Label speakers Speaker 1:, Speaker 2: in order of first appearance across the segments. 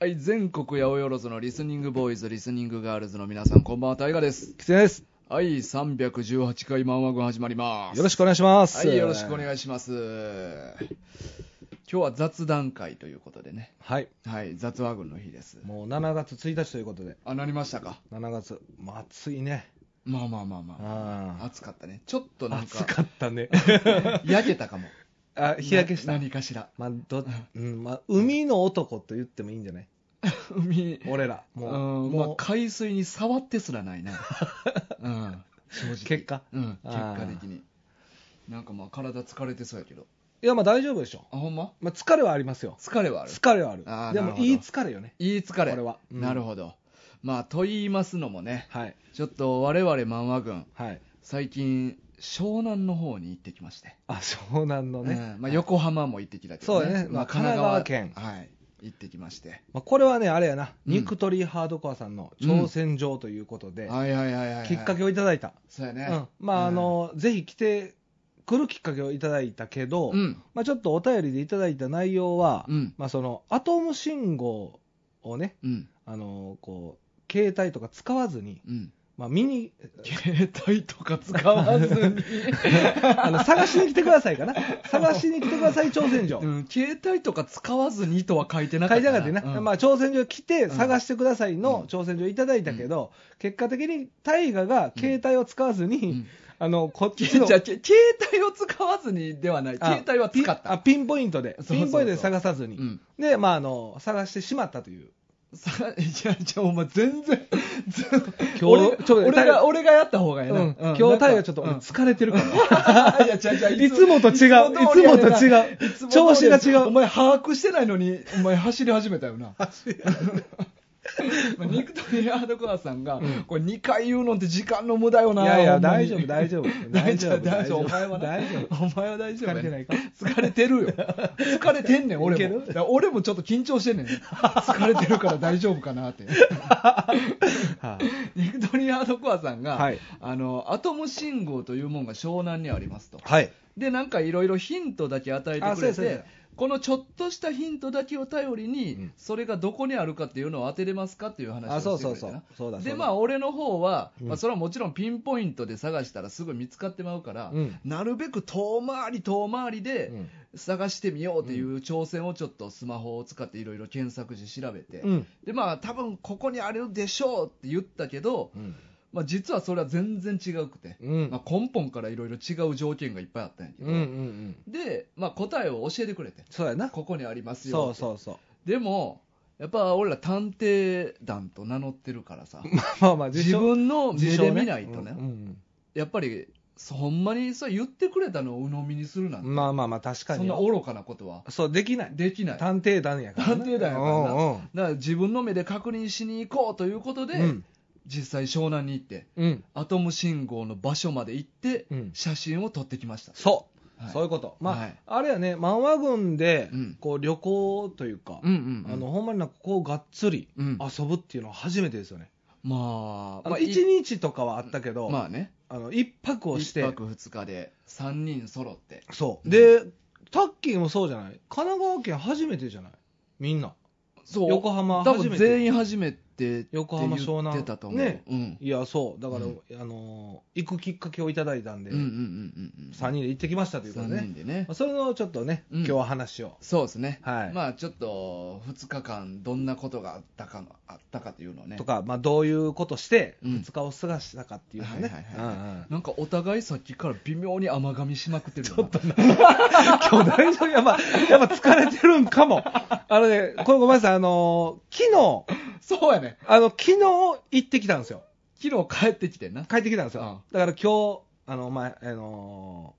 Speaker 1: はい、全国八百万のリスニングボーイズ、リスニングガールズの皆さん、こんばんは、タイガです。
Speaker 2: きつねです。
Speaker 1: はい、318回マンワ軍始まります。
Speaker 2: よろしくお願いします。
Speaker 1: はい、よろしくお
Speaker 2: いし
Speaker 1: 願いします。今日は雑談会ということでね。
Speaker 2: ます。はい。
Speaker 1: はい、雑話軍の日です。
Speaker 2: もう7月1日ということで、
Speaker 1: あ、なりましたか。
Speaker 2: 7月、まあ、暑いね。
Speaker 1: まあまあまあまあ。
Speaker 2: あ
Speaker 1: 暑かったね。ちょっと
Speaker 2: あ
Speaker 1: なん
Speaker 2: 暑
Speaker 1: か、
Speaker 2: かった ね。
Speaker 1: 焼けたかも。
Speaker 2: あ日焼けした
Speaker 1: な。何かしら。
Speaker 2: まあ、ど、うん、まあ、海の男と言ってもいいんじゃない
Speaker 1: 海、
Speaker 2: 俺ら。
Speaker 1: う
Speaker 2: もう、
Speaker 1: ん、まあ
Speaker 2: もう、
Speaker 1: 海水に触ってすらない な。うん、正直。
Speaker 2: 結果。
Speaker 1: うん、
Speaker 2: あ
Speaker 1: 結
Speaker 2: ー
Speaker 1: 果的に。なんかまあ体疲れてそうやけど。
Speaker 2: いや、まあ大丈夫でしょ。
Speaker 1: あ、ほんま
Speaker 2: まあ、疲れはありますよ。
Speaker 1: 疲れはある。
Speaker 2: 疲れはある
Speaker 1: あー。
Speaker 2: で
Speaker 1: なる
Speaker 2: も、
Speaker 1: ほど
Speaker 2: いい疲れよね。
Speaker 1: いい疲れ。
Speaker 2: これはうん
Speaker 1: なるほど。まあ、と言いますのもね、
Speaker 2: はい。
Speaker 1: ちょっと我々漫画軍、
Speaker 2: はい。
Speaker 1: 最近、湘南の方に行ってきまして。
Speaker 2: あ、湘南のね。
Speaker 1: うんまあ、横浜も行ってきたけど、
Speaker 2: そうだねまあ神奈
Speaker 1: はい。行ってきまして。
Speaker 2: まあ、これはね、あれやな。
Speaker 1: うん
Speaker 2: 肉取りハードコアさんの挑戦状ということで、
Speaker 1: はいはいはいはいはい。
Speaker 2: きっかけをいただいた。
Speaker 1: そうやね。
Speaker 2: うん、まあ、あの、ぜひ来てくるきっかけをいただいたけど、
Speaker 1: うん、うん。
Speaker 2: まあ、ちょっとお便りでいただいた内容は、
Speaker 1: うん。
Speaker 2: まあ、そのアトム信号をね、
Speaker 1: うん。
Speaker 2: あのこう携帯とか使わずに、
Speaker 1: うん。
Speaker 2: まあ、見に
Speaker 1: 携帯とか使わ ずに、
Speaker 2: あの探しに来てくださいかな、探しに来てください、挑戦状
Speaker 1: う。ん、携帯とか使わずにとは書いてなか
Speaker 2: 書
Speaker 1: っ
Speaker 2: い
Speaker 1: た
Speaker 2: てなかったよね、
Speaker 1: うん
Speaker 2: まあ、挑戦状来
Speaker 1: う
Speaker 2: て
Speaker 1: ん
Speaker 2: 探してください
Speaker 1: うん
Speaker 2: の挑戦状いただいたけど、結果的に大河が携帯を使わずに、
Speaker 1: うん
Speaker 2: あのこっ
Speaker 1: け
Speaker 2: ちの
Speaker 1: じゃあけ携帯を使わずにではない、
Speaker 2: あ
Speaker 1: 携帯は使っ
Speaker 2: ピンあ
Speaker 1: た。
Speaker 2: ピンポイントで
Speaker 1: そうそうそう
Speaker 2: ピンポイントで探さず
Speaker 1: う
Speaker 2: に、
Speaker 1: ん、
Speaker 2: で、まあ、あの探してしまったという、
Speaker 1: さい や、じゃあ、お前、全然、全
Speaker 2: 日
Speaker 1: 俺
Speaker 2: ちょっと
Speaker 1: 俺
Speaker 2: タイガ
Speaker 1: が、俺がやった方が
Speaker 2: う
Speaker 1: やな。
Speaker 2: ん、今日、タイがちょっと
Speaker 1: う
Speaker 2: 俺
Speaker 1: ん、
Speaker 2: 疲れてるから、
Speaker 1: いや、違う違う
Speaker 2: いつもと違う、いつもと違
Speaker 1: う。
Speaker 2: う、調子が違
Speaker 1: お
Speaker 2: う、
Speaker 1: 前、把握してないのに、お前、走り始めたよな。 まあニクトリアードコアさんが、
Speaker 2: うん
Speaker 1: これ2回言うのって時間の無駄よ
Speaker 2: い
Speaker 1: な。
Speaker 2: やい
Speaker 1: ほ
Speaker 2: や、
Speaker 1: んまに
Speaker 2: 大丈夫、大丈夫、
Speaker 1: 大丈夫、大丈夫。お前はな
Speaker 2: 大丈夫、
Speaker 1: お前は大丈夫や
Speaker 2: 疲れて
Speaker 1: ね。
Speaker 2: ないか、
Speaker 1: 疲れてるよ。疲れてんねん、俺
Speaker 2: いけ
Speaker 1: も。
Speaker 2: る
Speaker 1: だから俺もちょっと緊張してんねん。疲れてるから大丈夫かな って。ニクトリアードコアさんが、
Speaker 2: はい
Speaker 1: あの、アトム信号というもんが湘南にありますと。
Speaker 2: はい、
Speaker 1: で、なんかいろいろヒントだけ与えて
Speaker 2: あ
Speaker 1: く
Speaker 2: そう
Speaker 1: れ
Speaker 2: やそうやそう
Speaker 1: て
Speaker 2: や、
Speaker 1: このちょっとしたヒントだけを頼りに、
Speaker 2: うん
Speaker 1: それがどこにあるかっていうのを当てれますかっていう話
Speaker 2: あ
Speaker 1: を
Speaker 2: そう
Speaker 1: して
Speaker 2: そ
Speaker 1: くれて
Speaker 2: うそ
Speaker 1: な
Speaker 2: う、そうだ、
Speaker 1: で
Speaker 2: そうだ
Speaker 1: まあ、俺の方は、
Speaker 2: うん
Speaker 1: まあ、それはもちろんピンポイントで探したらすぐ見つかってまうから、
Speaker 2: うん
Speaker 1: なるべく遠回り遠回りで
Speaker 2: うん
Speaker 1: 探してみようという挑戦をちょっとスマホを使っていろいろ検索時調べて、
Speaker 2: うん
Speaker 1: でまあ多分ここにあるでしょうって言ったけど、
Speaker 2: うん
Speaker 1: まあ、実はそれは全然違うくて、
Speaker 2: うん
Speaker 1: まあ、根本からいろいろ違う条件がいっぱいあったんやけ
Speaker 2: う
Speaker 1: ど、
Speaker 2: んうん、
Speaker 1: で、まあ、答えを教えてくれて
Speaker 2: そうやな、
Speaker 1: ここにありますよっ
Speaker 2: そう
Speaker 1: て
Speaker 2: そうそう、
Speaker 1: でもやっぱ俺ら探偵団と名乗ってるからさ
Speaker 2: ま あまあまあ、自
Speaker 1: 自
Speaker 2: 称
Speaker 1: 分の目
Speaker 2: 自
Speaker 1: で
Speaker 2: 称
Speaker 1: 見ないとね、
Speaker 2: うんうん
Speaker 1: やっぱりそほんまにそれ言ってくれたのを鵜呑みにするなんて、
Speaker 2: うんまあまあまあ、確か
Speaker 1: そん
Speaker 2: に
Speaker 1: な、愚かなことは
Speaker 2: そう、できない、
Speaker 1: できないだか
Speaker 2: 探偵団やからな、
Speaker 1: 探偵団やからな
Speaker 2: うんうん
Speaker 1: ら自分の目で確認しに行こうということで、
Speaker 2: うん
Speaker 1: 実際湘南に行って
Speaker 2: うん
Speaker 1: アトム信号の場所まで行って、
Speaker 2: うん
Speaker 1: 写真を撮ってきました、
Speaker 2: そう、
Speaker 1: はい
Speaker 2: そういうこと、まあ
Speaker 1: はい
Speaker 2: あれやね、漫画軍で
Speaker 1: うん
Speaker 2: こう旅行というか、
Speaker 1: うんうんうん
Speaker 2: あのほんまになんかこうがっつり
Speaker 1: うん
Speaker 2: 遊ぶっていうのは初めてですよね、
Speaker 1: まあ
Speaker 2: あの
Speaker 1: い
Speaker 2: 1日とかはあったけど、
Speaker 1: まあね
Speaker 2: あの1泊をし
Speaker 1: 1
Speaker 2: て、
Speaker 1: 泊2日で3人揃って
Speaker 2: そう、
Speaker 1: うん
Speaker 2: で、タッキーもそうじゃない、神奈川県初めてじゃない、みんな、
Speaker 1: そう
Speaker 2: 横浜
Speaker 1: 多
Speaker 2: 初
Speaker 1: 分
Speaker 2: めて、
Speaker 1: 全員初めてって言
Speaker 2: 横浜湘南
Speaker 1: ってたと思う、
Speaker 2: ね
Speaker 1: うん、
Speaker 2: いや、そう、だから、
Speaker 1: うん
Speaker 2: あの行くきっかけをいただいたんで、
Speaker 1: うんうんうんうんうん
Speaker 2: 3人で行ってきましたということ
Speaker 1: 3
Speaker 2: でね、
Speaker 1: 人でね
Speaker 2: まあそれのちょっとね、
Speaker 1: うん
Speaker 2: 今日は話を。
Speaker 1: そうですね、
Speaker 2: はい
Speaker 1: まあちょっと2日間、どんなことがあったかのあったかというのをね
Speaker 2: と、か、まあ、どういうことして
Speaker 1: うん
Speaker 2: 2日を過ごしたかっていうのね、
Speaker 1: はいはいはい
Speaker 2: うんうん
Speaker 1: なんかお互いさっきから微妙に甘噛みしまくってるよな
Speaker 2: 今日大丈夫やっぱ、やっぱ疲れてるんかも。あのね、これごめんなさい、あのー昨日、
Speaker 1: そうやね、
Speaker 2: あの、昨日行ってきたんですよ。
Speaker 1: 昨日帰ってきてんな、
Speaker 2: 帰ってきたんですよ。だから今日、あの、まあ、あの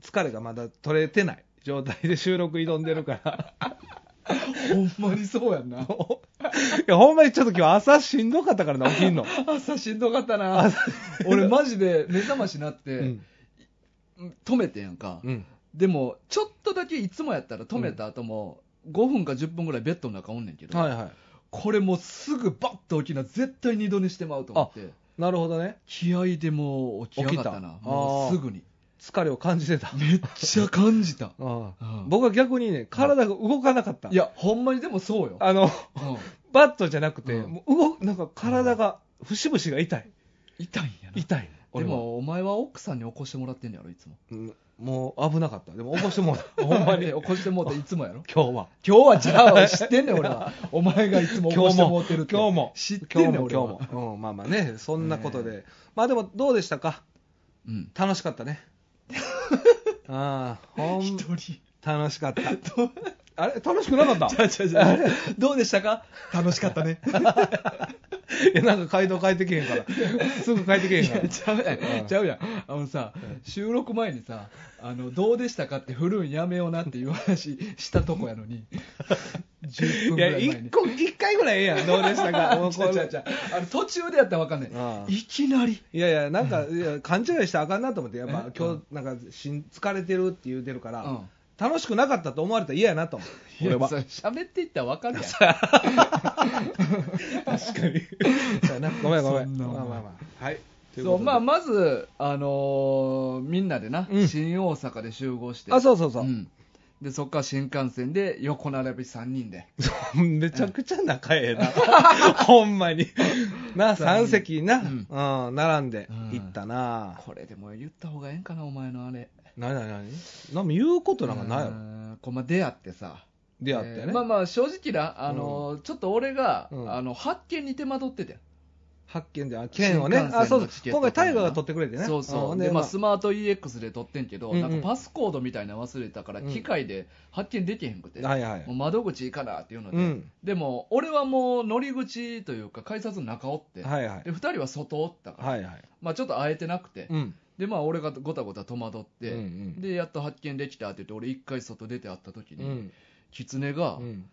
Speaker 2: ー疲れがまだ取れてない状態で収録挑んで るから。
Speaker 1: ほんまにそうやんな、
Speaker 2: いや、ほんまにちょっと今日朝しんどかったからな、起きんの。
Speaker 1: 朝しんどかったな、俺、マジで目覚ましなっ
Speaker 2: う
Speaker 1: て
Speaker 2: ん、
Speaker 1: 止めてんやんか、
Speaker 2: うん。
Speaker 1: でも、ちょっとだけいつもやったら止めた後も、5分か10分ぐらいベッドの中おんねんけど、
Speaker 2: はいはい。
Speaker 1: これもうすぐバッと起きな、絶対二度寝してまうと思って、
Speaker 2: なるほどね。
Speaker 1: 気合でもう起き上がったな、
Speaker 2: 起きた
Speaker 1: もうすぐに。
Speaker 2: 疲れを感じてた。
Speaker 1: めっちゃ感じ た
Speaker 2: ああ
Speaker 1: うん
Speaker 2: 僕は逆にね、体が動かなかった。
Speaker 1: いやほんまにでもそうよ、
Speaker 2: あの、
Speaker 1: う ん
Speaker 2: バットじゃなくて、
Speaker 1: うん
Speaker 2: もう動く、なんか体が、節々が痛い。
Speaker 1: 痛いんやな
Speaker 2: 痛い。
Speaker 1: で
Speaker 2: 俺は、
Speaker 1: もお前は奥さんに起こしてもらってんのやろいつも
Speaker 2: うんもう危なかった。でも起こしてもら った。ほんまに、
Speaker 1: 起こして もうていつもやろ
Speaker 2: 今日は。
Speaker 1: 今日はじゃあ知ってんねん俺 はお前がいつも起こしてもうてるって
Speaker 2: 今日も
Speaker 1: 知って
Speaker 2: 今
Speaker 1: ん
Speaker 2: 日
Speaker 1: ねん
Speaker 2: も、
Speaker 1: 俺は
Speaker 2: 今日も。うん、まあまあね、そんなことで。まあでも、どうでしたか
Speaker 1: うん
Speaker 2: 楽しか ったね。ああ、ほん
Speaker 1: 一、人
Speaker 2: 楽しかった。あれ楽しくなかった
Speaker 1: どうでしたか楽しかったね
Speaker 2: え、なんか回答変えてけへんから。すぐ変えてけへ
Speaker 1: い
Speaker 2: んから
Speaker 1: や。ちゃうや
Speaker 2: うん
Speaker 1: んちゃうやんあのさ収録前にさあのどうでしたかって振るんやめようなっていう話したとこやの に10分
Speaker 2: い
Speaker 1: ぐら
Speaker 2: や、
Speaker 1: い前に
Speaker 2: 一個、一回ぐらいええやん。どうでしたか。 もうこ
Speaker 1: 違う
Speaker 2: れ
Speaker 1: 違う違うあの途中でやったら分かん
Speaker 2: あ
Speaker 1: な
Speaker 2: あ
Speaker 1: いいきなり
Speaker 2: いやいや、なんか、いや勘違いしたらあかんなと思って、やっぱ
Speaker 1: え
Speaker 2: 今日、なんかしん、疲れてるって言うてるから、
Speaker 1: うん
Speaker 2: 楽しくなかったと思われたら嫌やなと思う。
Speaker 1: いや
Speaker 2: 俺は。
Speaker 1: それ喋っていったら分か るやん
Speaker 2: 確かに。そう や なごめんごめん。
Speaker 1: そんな
Speaker 2: まあまあまあ。はい。
Speaker 1: そうまあ、
Speaker 2: あ、
Speaker 1: まず、あのーみんなでな、
Speaker 2: うん
Speaker 1: 新大阪で集合して
Speaker 2: あ、そうそうそうう。
Speaker 1: んでそこから新幹線で横並び3人で
Speaker 2: めちゃくちゃ仲ええな。 ほんまに。な、三席な、うん、並んで行ったな。
Speaker 1: これでも言った方がええんかなお前のあれ
Speaker 2: なになになになんか言うことなんかないやろ。
Speaker 1: うんこうまあ出会ってさ
Speaker 2: 出会って
Speaker 1: えー
Speaker 2: ね
Speaker 1: まあ。まあ正直な、あのーちょっと俺が、
Speaker 2: うん
Speaker 1: あの発見に手間取ってて、
Speaker 2: 発見で、あ剣をね。
Speaker 1: 新幹線の
Speaker 2: あ、そう
Speaker 1: チ
Speaker 2: そ
Speaker 1: ケ
Speaker 2: う。
Speaker 1: ット
Speaker 2: 今回タイガーが取ってくれてね。
Speaker 1: そうそ
Speaker 2: ん
Speaker 1: うで、まあ、スマート EX で撮ってんけど、
Speaker 2: うんうん
Speaker 1: なんかパスコードみたいなの忘れたから、
Speaker 2: うん
Speaker 1: 機械で発見できへんくて、
Speaker 2: はいはい
Speaker 1: もう。窓口いいかなっていうので、
Speaker 2: うん。
Speaker 1: でも俺はもう乗り口というか改札の中おって、
Speaker 2: はいはい。
Speaker 1: で2人は外おったから、
Speaker 2: はいはい。
Speaker 1: まあ、ちょっと会えてなくて、
Speaker 2: うん。
Speaker 1: でまあ俺がごたごた戸惑って、
Speaker 2: うんうん
Speaker 1: でやっと発見できたって言って俺一回外出て会った時
Speaker 2: う
Speaker 1: に、
Speaker 2: ん。
Speaker 1: 狐が、
Speaker 2: うん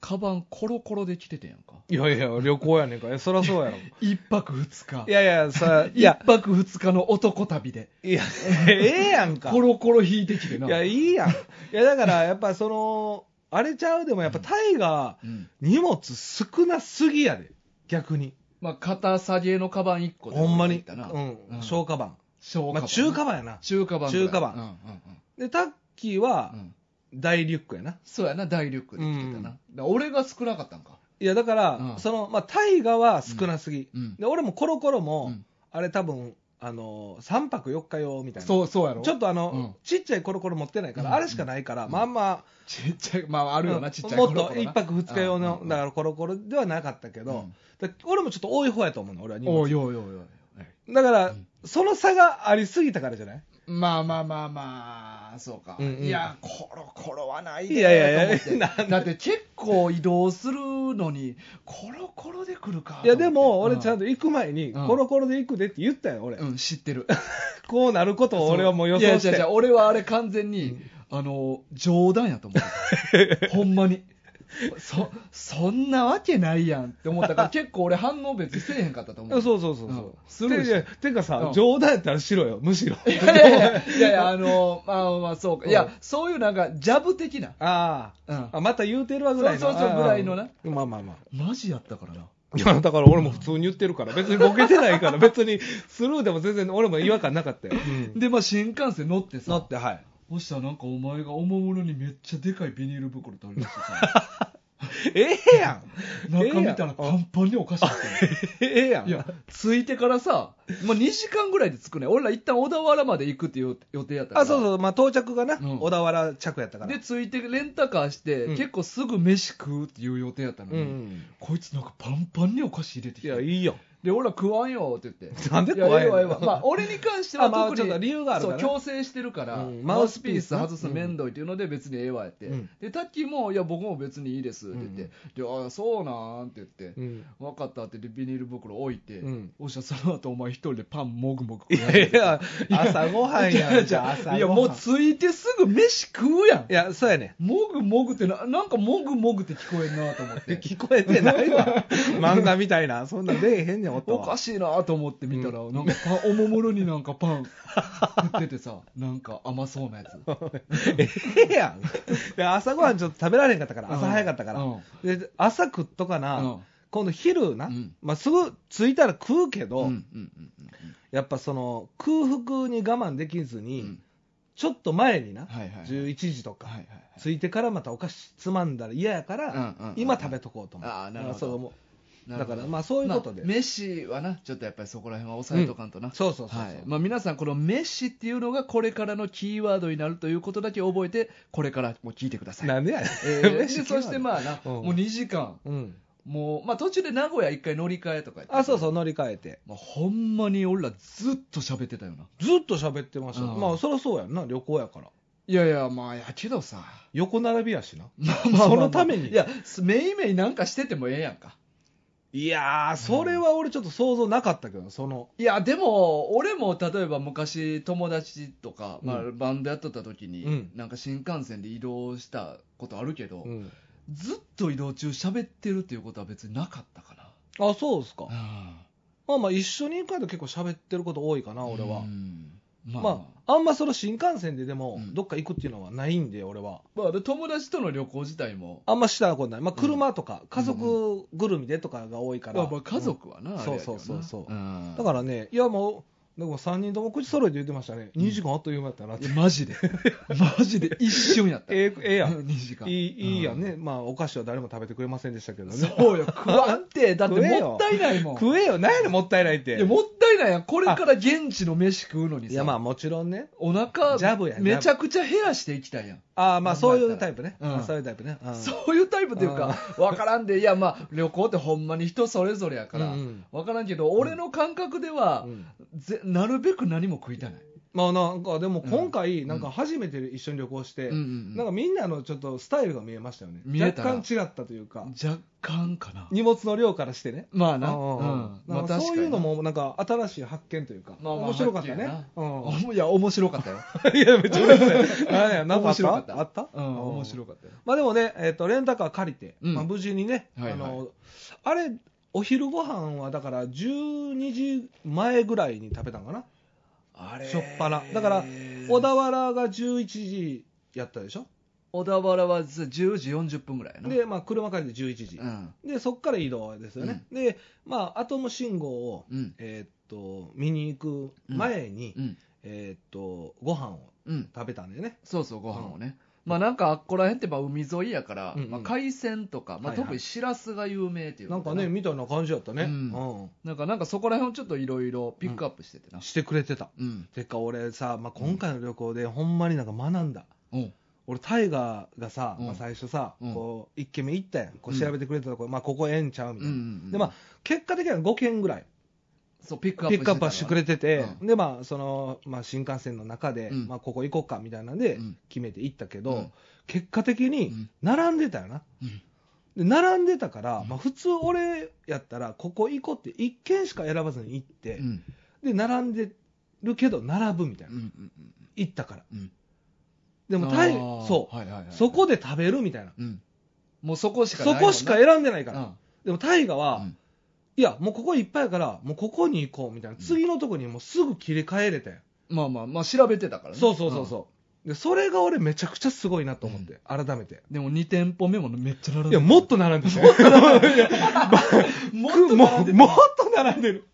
Speaker 1: カバンコロコロで来ててんやんか
Speaker 2: いやいや、旅行やねんから。えそらそうや ろ。い
Speaker 1: 一泊二日
Speaker 2: やいや、さ、 い
Speaker 1: 一
Speaker 2: や、
Speaker 1: 泊二日の男旅で
Speaker 2: いや、ええやんか。
Speaker 1: コロコロ引いてきてない
Speaker 2: や、いいやん。いや、だから、やっぱその、あれちゃうでも、やっぱタイガ
Speaker 1: う
Speaker 2: ー、
Speaker 1: ん
Speaker 2: 荷物少なすぎやで。逆に。
Speaker 1: まあ、肩下げのカバン一個で
Speaker 2: ほんまに。
Speaker 1: 行ったな、
Speaker 2: う。
Speaker 1: うんん
Speaker 2: 消化版。
Speaker 1: 小
Speaker 2: まあ、中華版やな。
Speaker 1: 中華版ぐらい
Speaker 2: 中華版
Speaker 1: うんうん
Speaker 2: で、タッキー
Speaker 1: うんう
Speaker 2: は、
Speaker 1: ん
Speaker 2: 大リュックやな。
Speaker 1: そうやな大リュックで来てたな、
Speaker 2: うん
Speaker 1: だから俺が少なかったんか
Speaker 2: いや、だから、
Speaker 1: うん
Speaker 2: その、まあ、タイガーは少なすぎ。
Speaker 1: うん
Speaker 2: で、俺もコロコロも、
Speaker 1: うん
Speaker 2: あれ多分、あの、3泊4日用みたいな。
Speaker 1: そうそうやろ
Speaker 2: ちょっとあの、
Speaker 1: うん
Speaker 2: ちっちゃいコロコロ持ってないから、
Speaker 1: うん
Speaker 2: あれしかないから、
Speaker 1: うん
Speaker 2: まあまあ、
Speaker 1: ちっちゃいまああるよな、ちっちゃい
Speaker 2: も
Speaker 1: 頃
Speaker 2: っ
Speaker 1: とか
Speaker 2: と
Speaker 1: な
Speaker 2: 1泊2日用
Speaker 1: うん
Speaker 2: の、
Speaker 1: うんうん
Speaker 2: だからコロコロではなかったけど、だから俺もちょっと多い方やと思うの、俺は荷
Speaker 1: おう
Speaker 2: 物。
Speaker 1: ようようよう
Speaker 2: だから、
Speaker 1: うん
Speaker 2: その差がありすぎたからじゃない
Speaker 1: まあまあまあまあそうか、
Speaker 2: うんうん
Speaker 1: いやコロコロはないで
Speaker 2: いやいやいや
Speaker 1: と思って
Speaker 2: なんで
Speaker 1: だって結構移動するのにコロコロで来るか
Speaker 2: いや、でも、俺ちゃん
Speaker 1: と
Speaker 2: と行く前に、
Speaker 1: うん
Speaker 2: コロコロで行くでって言ったよ、
Speaker 1: 思
Speaker 2: 俺。
Speaker 1: って、うんうん知ってる
Speaker 2: こうなることを俺はもう予想し
Speaker 1: いや違う違
Speaker 2: て
Speaker 1: う。俺はあれ完全に、あの冗談やと思 うほんまにそそんなわけないやんって思 ったから結構俺反応別にせえへんかったと思
Speaker 2: そう
Speaker 1: う
Speaker 2: そうそうそう。
Speaker 1: うん
Speaker 2: て
Speaker 1: スルーして
Speaker 2: てかさ、
Speaker 1: うん
Speaker 2: 冗談やったらしろよ、むしろ。
Speaker 1: いやいやいやいやいや、あの、まあまあそうか。いや、そういうなんか、ジャブ的な。
Speaker 2: あ
Speaker 1: う
Speaker 2: あ
Speaker 1: ん。
Speaker 2: あ、また言うてるわぐらいの。
Speaker 1: そうそうそう
Speaker 2: あ
Speaker 1: ぐ
Speaker 2: あ
Speaker 1: らいのな。
Speaker 2: まあまあまあ。
Speaker 1: マジやったからな。
Speaker 2: いや、だから俺も普通に言ってるから、別にボケてないから、別にスルーでも全然俺も違和感なかったよ。
Speaker 1: で、まあ新幹線乗って
Speaker 2: な
Speaker 1: さ
Speaker 2: っ、て、はい。
Speaker 1: そしたらなんかお前がおもむろにめっちゃでかいビニール袋取り出してさ、
Speaker 2: え えやん
Speaker 1: 中見たらパンパンにおかしかったよ。
Speaker 2: ええやん。
Speaker 1: いや、着いてからさ、まあ2時間ぐらいで着くね。俺ら一旦小田原まで行くっていう予定やったから。
Speaker 2: あ、そうそう、まあ到着がな、
Speaker 1: うん
Speaker 2: 小田原着やったから。
Speaker 1: で、着いてレンタカーして、
Speaker 2: うん
Speaker 1: 結構すぐ飯食うっていう予定やったの
Speaker 2: う
Speaker 1: に、
Speaker 2: ん。
Speaker 1: こいつなんかパンパンにお菓子入れてきて。
Speaker 2: いや、いいよ。
Speaker 1: で、俺ら食わんよって言って。
Speaker 2: なんで
Speaker 1: いや
Speaker 2: 怖い
Speaker 1: ええ
Speaker 2: の
Speaker 1: わええわまあ、俺に関しては
Speaker 2: あまあ
Speaker 1: 特
Speaker 2: ちょっと
Speaker 1: に
Speaker 2: 理由があるからね
Speaker 1: そう強制してるから、
Speaker 2: うん
Speaker 1: マウスピース外す
Speaker 2: マウスピースね
Speaker 1: の面倒いっていうので別にええわやって、
Speaker 2: うん
Speaker 1: でタッキーも「いや僕も別にいいです」って言って「でああそうなん」って言って
Speaker 2: うん。
Speaker 1: 「分かった」って言ってビニール袋置いて、
Speaker 2: うん
Speaker 1: おっしゃその後お前一人でパンもぐもぐ
Speaker 2: い
Speaker 1: 食
Speaker 2: やいや、朝ごはんやん。
Speaker 1: じゃ
Speaker 2: 朝ごはん
Speaker 1: いやもう着いてすぐ飯食うやん
Speaker 2: いや、そうやね。
Speaker 1: もぐもぐってななんかもぐもぐって聞こえんなと思って
Speaker 2: 聞こえてないわ。 漫画みたいな、そんなん出えへんねん、音
Speaker 1: お
Speaker 2: は。
Speaker 1: かしいなと思って見たら、なんかパンおもむろになんかパン食っててさなんか甘そうなや つ
Speaker 2: え えやん。で朝ごはんちょっと食べられへんかったから、
Speaker 1: うん
Speaker 2: 朝早かったから。
Speaker 1: うん
Speaker 2: で朝食っとかな、
Speaker 1: うん
Speaker 2: 今度昼な、
Speaker 1: うん
Speaker 2: まあ、すぐ着いたら食うけど、
Speaker 1: うんうんうんうん
Speaker 2: やっぱその空腹に我慢できずに、
Speaker 1: うん
Speaker 2: ちょっと前にな、
Speaker 1: はいはいはい
Speaker 2: 11時とか、
Speaker 1: はいはい
Speaker 2: ついてからまたお菓子つまんだら嫌やから、
Speaker 1: うんうんうんうん
Speaker 2: 今食べとこうと思う
Speaker 1: あーなるほど
Speaker 2: そう思う
Speaker 1: なるほど
Speaker 2: だからまあそういうことで
Speaker 1: まあ、飯はなちょっとやっぱりそこら辺は抑えとかんとな、
Speaker 2: そうそうそうそう、
Speaker 1: はいまあ、皆さん、この飯っていうのがこれからのキーワードになるということだけ覚えて、これからも聞いてください。
Speaker 2: なんでやねん、
Speaker 1: え ーで
Speaker 2: 飯嫌い
Speaker 1: そしてまあな、
Speaker 2: うん
Speaker 1: もう2時間、
Speaker 2: うん、
Speaker 1: もう、まあ、途中で名古屋一回乗り換えとかやって
Speaker 2: あそうそう乗り換えて
Speaker 1: まあ、ほんまに俺らずっと喋ってたよな。
Speaker 2: ずっと喋ってました、
Speaker 1: うん
Speaker 2: まあそりゃそうやんな旅行やから
Speaker 1: いやいや、まあ、やけどさ、
Speaker 2: 横並びやしな
Speaker 1: まあ
Speaker 2: そのために
Speaker 1: いや、めいめいなんかしててもええやんか。
Speaker 2: いやーそれは俺ちょっと想像なかったけどその
Speaker 1: いや、でも、俺も例えば昔、友達とか、まあ、バンドやっとった時に、
Speaker 2: うん
Speaker 1: なんか新幹線で移動したことあるけど、
Speaker 2: うん
Speaker 1: ずっと移動中喋ってるっていうことは別になかったかな。
Speaker 2: あそうですか
Speaker 1: あ
Speaker 2: まあまあ一緒に行くと結構喋ってること多いかな俺は、
Speaker 1: まあ、
Speaker 2: ま
Speaker 1: まあ
Speaker 2: あ、あんまその新幹線ででも
Speaker 1: うん
Speaker 2: どっか行くっていうのはないんで、俺は
Speaker 1: まあで友達との旅行自体も、
Speaker 2: あんましたことない、まあ、車とか家族ぐるみでとかが多いから、
Speaker 1: まあ、まあ家族はな、
Speaker 2: うん
Speaker 1: あれやけどな
Speaker 2: そうそうそうそうんだからねいやもうでも3人とも口揃えて言ってましたね、
Speaker 1: うん
Speaker 2: 2時間あっという間やったな って
Speaker 1: いやマジでマジで一瞬やった
Speaker 2: ええええやん
Speaker 1: 2時間
Speaker 2: いいいいやんね、
Speaker 1: う
Speaker 2: まあお菓子は誰も食べてくれませんでしたけどね
Speaker 1: そうよ食わんてだってもったいないもん
Speaker 2: 食えよ何やねんもったいないって
Speaker 1: いやもったいないやんこれから現地の飯食うのにさ
Speaker 2: いやまあもちろんね
Speaker 1: お腹
Speaker 2: ジャブやジャブ
Speaker 1: めちゃくちゃヘアしていきたいやん
Speaker 2: ああまあそういうタイプね、
Speaker 1: うん
Speaker 2: あそういうタイプね、うん
Speaker 1: そういうタイプというか、分からんで、いや、まあ、旅行ってほんまに人それぞれやから、
Speaker 2: うんう
Speaker 1: 分
Speaker 2: ん
Speaker 1: からんけど、俺の感覚では
Speaker 2: う、ん
Speaker 1: ぜなるべく何も食いたない。
Speaker 2: まあなんかでも今回
Speaker 1: ん
Speaker 2: なんか初めて一緒に旅行して、
Speaker 1: うんうん
Speaker 2: なんかみんなのちょっとスタイルが見えましたよね
Speaker 1: 見えた
Speaker 2: 若
Speaker 1: な
Speaker 2: 干違ったというか
Speaker 1: 若干かな。
Speaker 2: 荷物の量からしてね
Speaker 1: まあな、
Speaker 2: うんうん
Speaker 1: うんま
Speaker 2: な
Speaker 1: あ
Speaker 2: ん
Speaker 1: 確か
Speaker 2: か
Speaker 1: に。
Speaker 2: そういうの、もなんか新しい発見というか、
Speaker 1: まあまあ
Speaker 2: 面白かったね
Speaker 1: 発
Speaker 2: うん
Speaker 1: い や、面白かったよ。
Speaker 2: いやめっちゃうるさい何やなん かあ
Speaker 1: 面
Speaker 2: っ
Speaker 1: 白かった
Speaker 2: たあった
Speaker 1: うん、面白かったよ。
Speaker 2: まあでもね、えっとレンタカー借りて、
Speaker 1: うん
Speaker 2: まあ、無事にね、
Speaker 1: はいはい
Speaker 2: あのあれお昼ご飯はだから12時前ぐらいに食べたんかな
Speaker 1: あ
Speaker 2: しょっぱなだから小田原が11時やったでしょ
Speaker 1: 小田原は10時40分ぐらいやな。
Speaker 2: で、まあ、車借りて11時
Speaker 1: う、ん。
Speaker 2: でそこから移動ですよね、で、まあ、アトム信号を、
Speaker 1: うん。
Speaker 2: えーっと見に行く前に、
Speaker 1: うん。
Speaker 2: えーっとご飯を
Speaker 1: うん。
Speaker 2: 食べたんだよね、
Speaker 1: そうそう、ご飯をね。まあなんかあっこら辺ってまあ海沿いやから、
Speaker 2: うんうん
Speaker 1: まあ、海鮮とか、まあ、
Speaker 2: はいはい
Speaker 1: 特にしらすが有名っていう
Speaker 2: なん
Speaker 1: で
Speaker 2: かね、みたいな感じやったね、
Speaker 1: う
Speaker 2: うんん
Speaker 1: なんかなんかそこら辺をちょっといろいろピックアップしててな。
Speaker 2: してくれてた。
Speaker 1: うん。
Speaker 2: てか俺さ、まあ、今回の旅行でほんまになんか学んだ
Speaker 1: うん。
Speaker 2: 俺タイガーがさ、
Speaker 1: うん
Speaker 2: まあ、最初さ、
Speaker 1: うん
Speaker 2: こう1軒目行ったやん
Speaker 1: う
Speaker 2: こうん調べてくれたとこ、まあ、ここええんちゃうみ
Speaker 1: う
Speaker 2: たいな、
Speaker 1: ん。
Speaker 2: でまあ、結果的には5軒ぐらい
Speaker 1: そう、ピックアップ
Speaker 2: ピックアップはしてくれてて、
Speaker 1: う
Speaker 2: でまあその、まあ、新幹線の中で、
Speaker 1: うん
Speaker 2: まあ、ここ行こうかみたいなんで
Speaker 1: うん
Speaker 2: 決めて行ったけど、
Speaker 1: うん
Speaker 2: 結果的
Speaker 1: う
Speaker 2: に
Speaker 1: ん
Speaker 2: 並んでたよな、
Speaker 1: うん
Speaker 2: で並んでたから、
Speaker 1: うん
Speaker 2: まあ、普通俺やったらここ行こうって1軒しか選ばずに行って、
Speaker 1: うん。
Speaker 2: で並んでるけど並ぶみたいな、
Speaker 1: うんうん
Speaker 2: 行ったから
Speaker 1: うんうん。
Speaker 2: でもタイ
Speaker 1: あー
Speaker 2: そう、
Speaker 1: はいはいはい
Speaker 2: そこで食べるみたいな
Speaker 1: うん。もうそこしかないもん
Speaker 2: そ
Speaker 1: な。
Speaker 2: こしか選んでない
Speaker 1: か
Speaker 2: から、でも大河は、
Speaker 1: うん
Speaker 2: いやもうここいっぱいやからもうここに行こうみたいな、次のとこにもうすぐ切り替えれたよ
Speaker 1: まあまあまあ調べてたからね。
Speaker 2: そうそうそうそう、でそれが俺めちゃくちゃすごいなと思って、改めて
Speaker 1: うん。でも2店舗目もめっちゃ並んで
Speaker 2: いやもっと並んでるもっ
Speaker 1: も並ん
Speaker 2: と
Speaker 1: で
Speaker 2: 並んでるもっと並んでる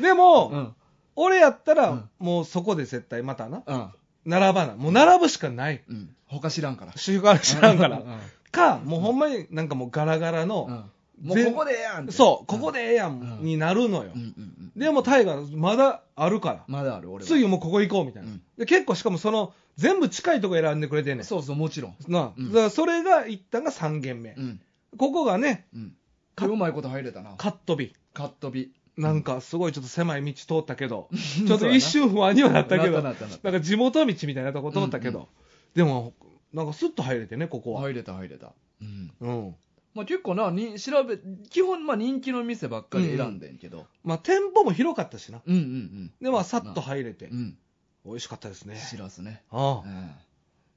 Speaker 2: でも、
Speaker 1: うん。
Speaker 2: 俺やったら、
Speaker 1: うん
Speaker 2: もうそこで絶対またな
Speaker 1: うん。
Speaker 2: 並ばないもう並ぶしかない
Speaker 1: うん。他知らんから。
Speaker 2: 主婦知らんか
Speaker 1: う
Speaker 2: ら
Speaker 1: ん
Speaker 2: かもうほんまになんかもうガラガラの、
Speaker 1: うんもうここでええやんって。
Speaker 2: そう、ここでええや
Speaker 1: うん
Speaker 2: んになるのよ
Speaker 1: う。ん。うんうんうん。
Speaker 2: でも、タイガー、まだあるから。
Speaker 1: まだある、俺は。
Speaker 2: 次もうここ行こうみたいな
Speaker 1: うん。
Speaker 2: で結構、しかもその、全部近いとこ選んでくれてんねん。
Speaker 1: そうそう、もちろん。
Speaker 2: な
Speaker 1: うん
Speaker 2: だからそれが一旦が3軒目
Speaker 1: う。ん。
Speaker 2: ここがね、
Speaker 1: うん。
Speaker 2: カッ
Speaker 1: うまいこと入れたな。
Speaker 2: カットビ。
Speaker 1: カットビ。
Speaker 2: なんか、すごいちょっと狭い道通ったけど、ちょっ
Speaker 1: そう
Speaker 2: と
Speaker 1: やな
Speaker 2: 一瞬不安にはなったけど、
Speaker 1: な
Speaker 2: な
Speaker 1: っ
Speaker 2: ん
Speaker 1: たなった
Speaker 2: か地元道みたいなとこ通ったけ
Speaker 1: うん
Speaker 2: ど、でも、なんかスッと入れてね、ここは。
Speaker 1: 入れた入れた。うん。
Speaker 2: うん。
Speaker 1: まあ結構な、に調べ、基本まあ人気の店ばっかり選んでんけど。
Speaker 2: まあ、店舗も広かったしな。
Speaker 1: うんうんうん。
Speaker 2: で、まあ、さっと入れて
Speaker 1: う、ん。
Speaker 2: 美味しかったですね。
Speaker 1: しらすね。
Speaker 2: ああ。
Speaker 1: ええ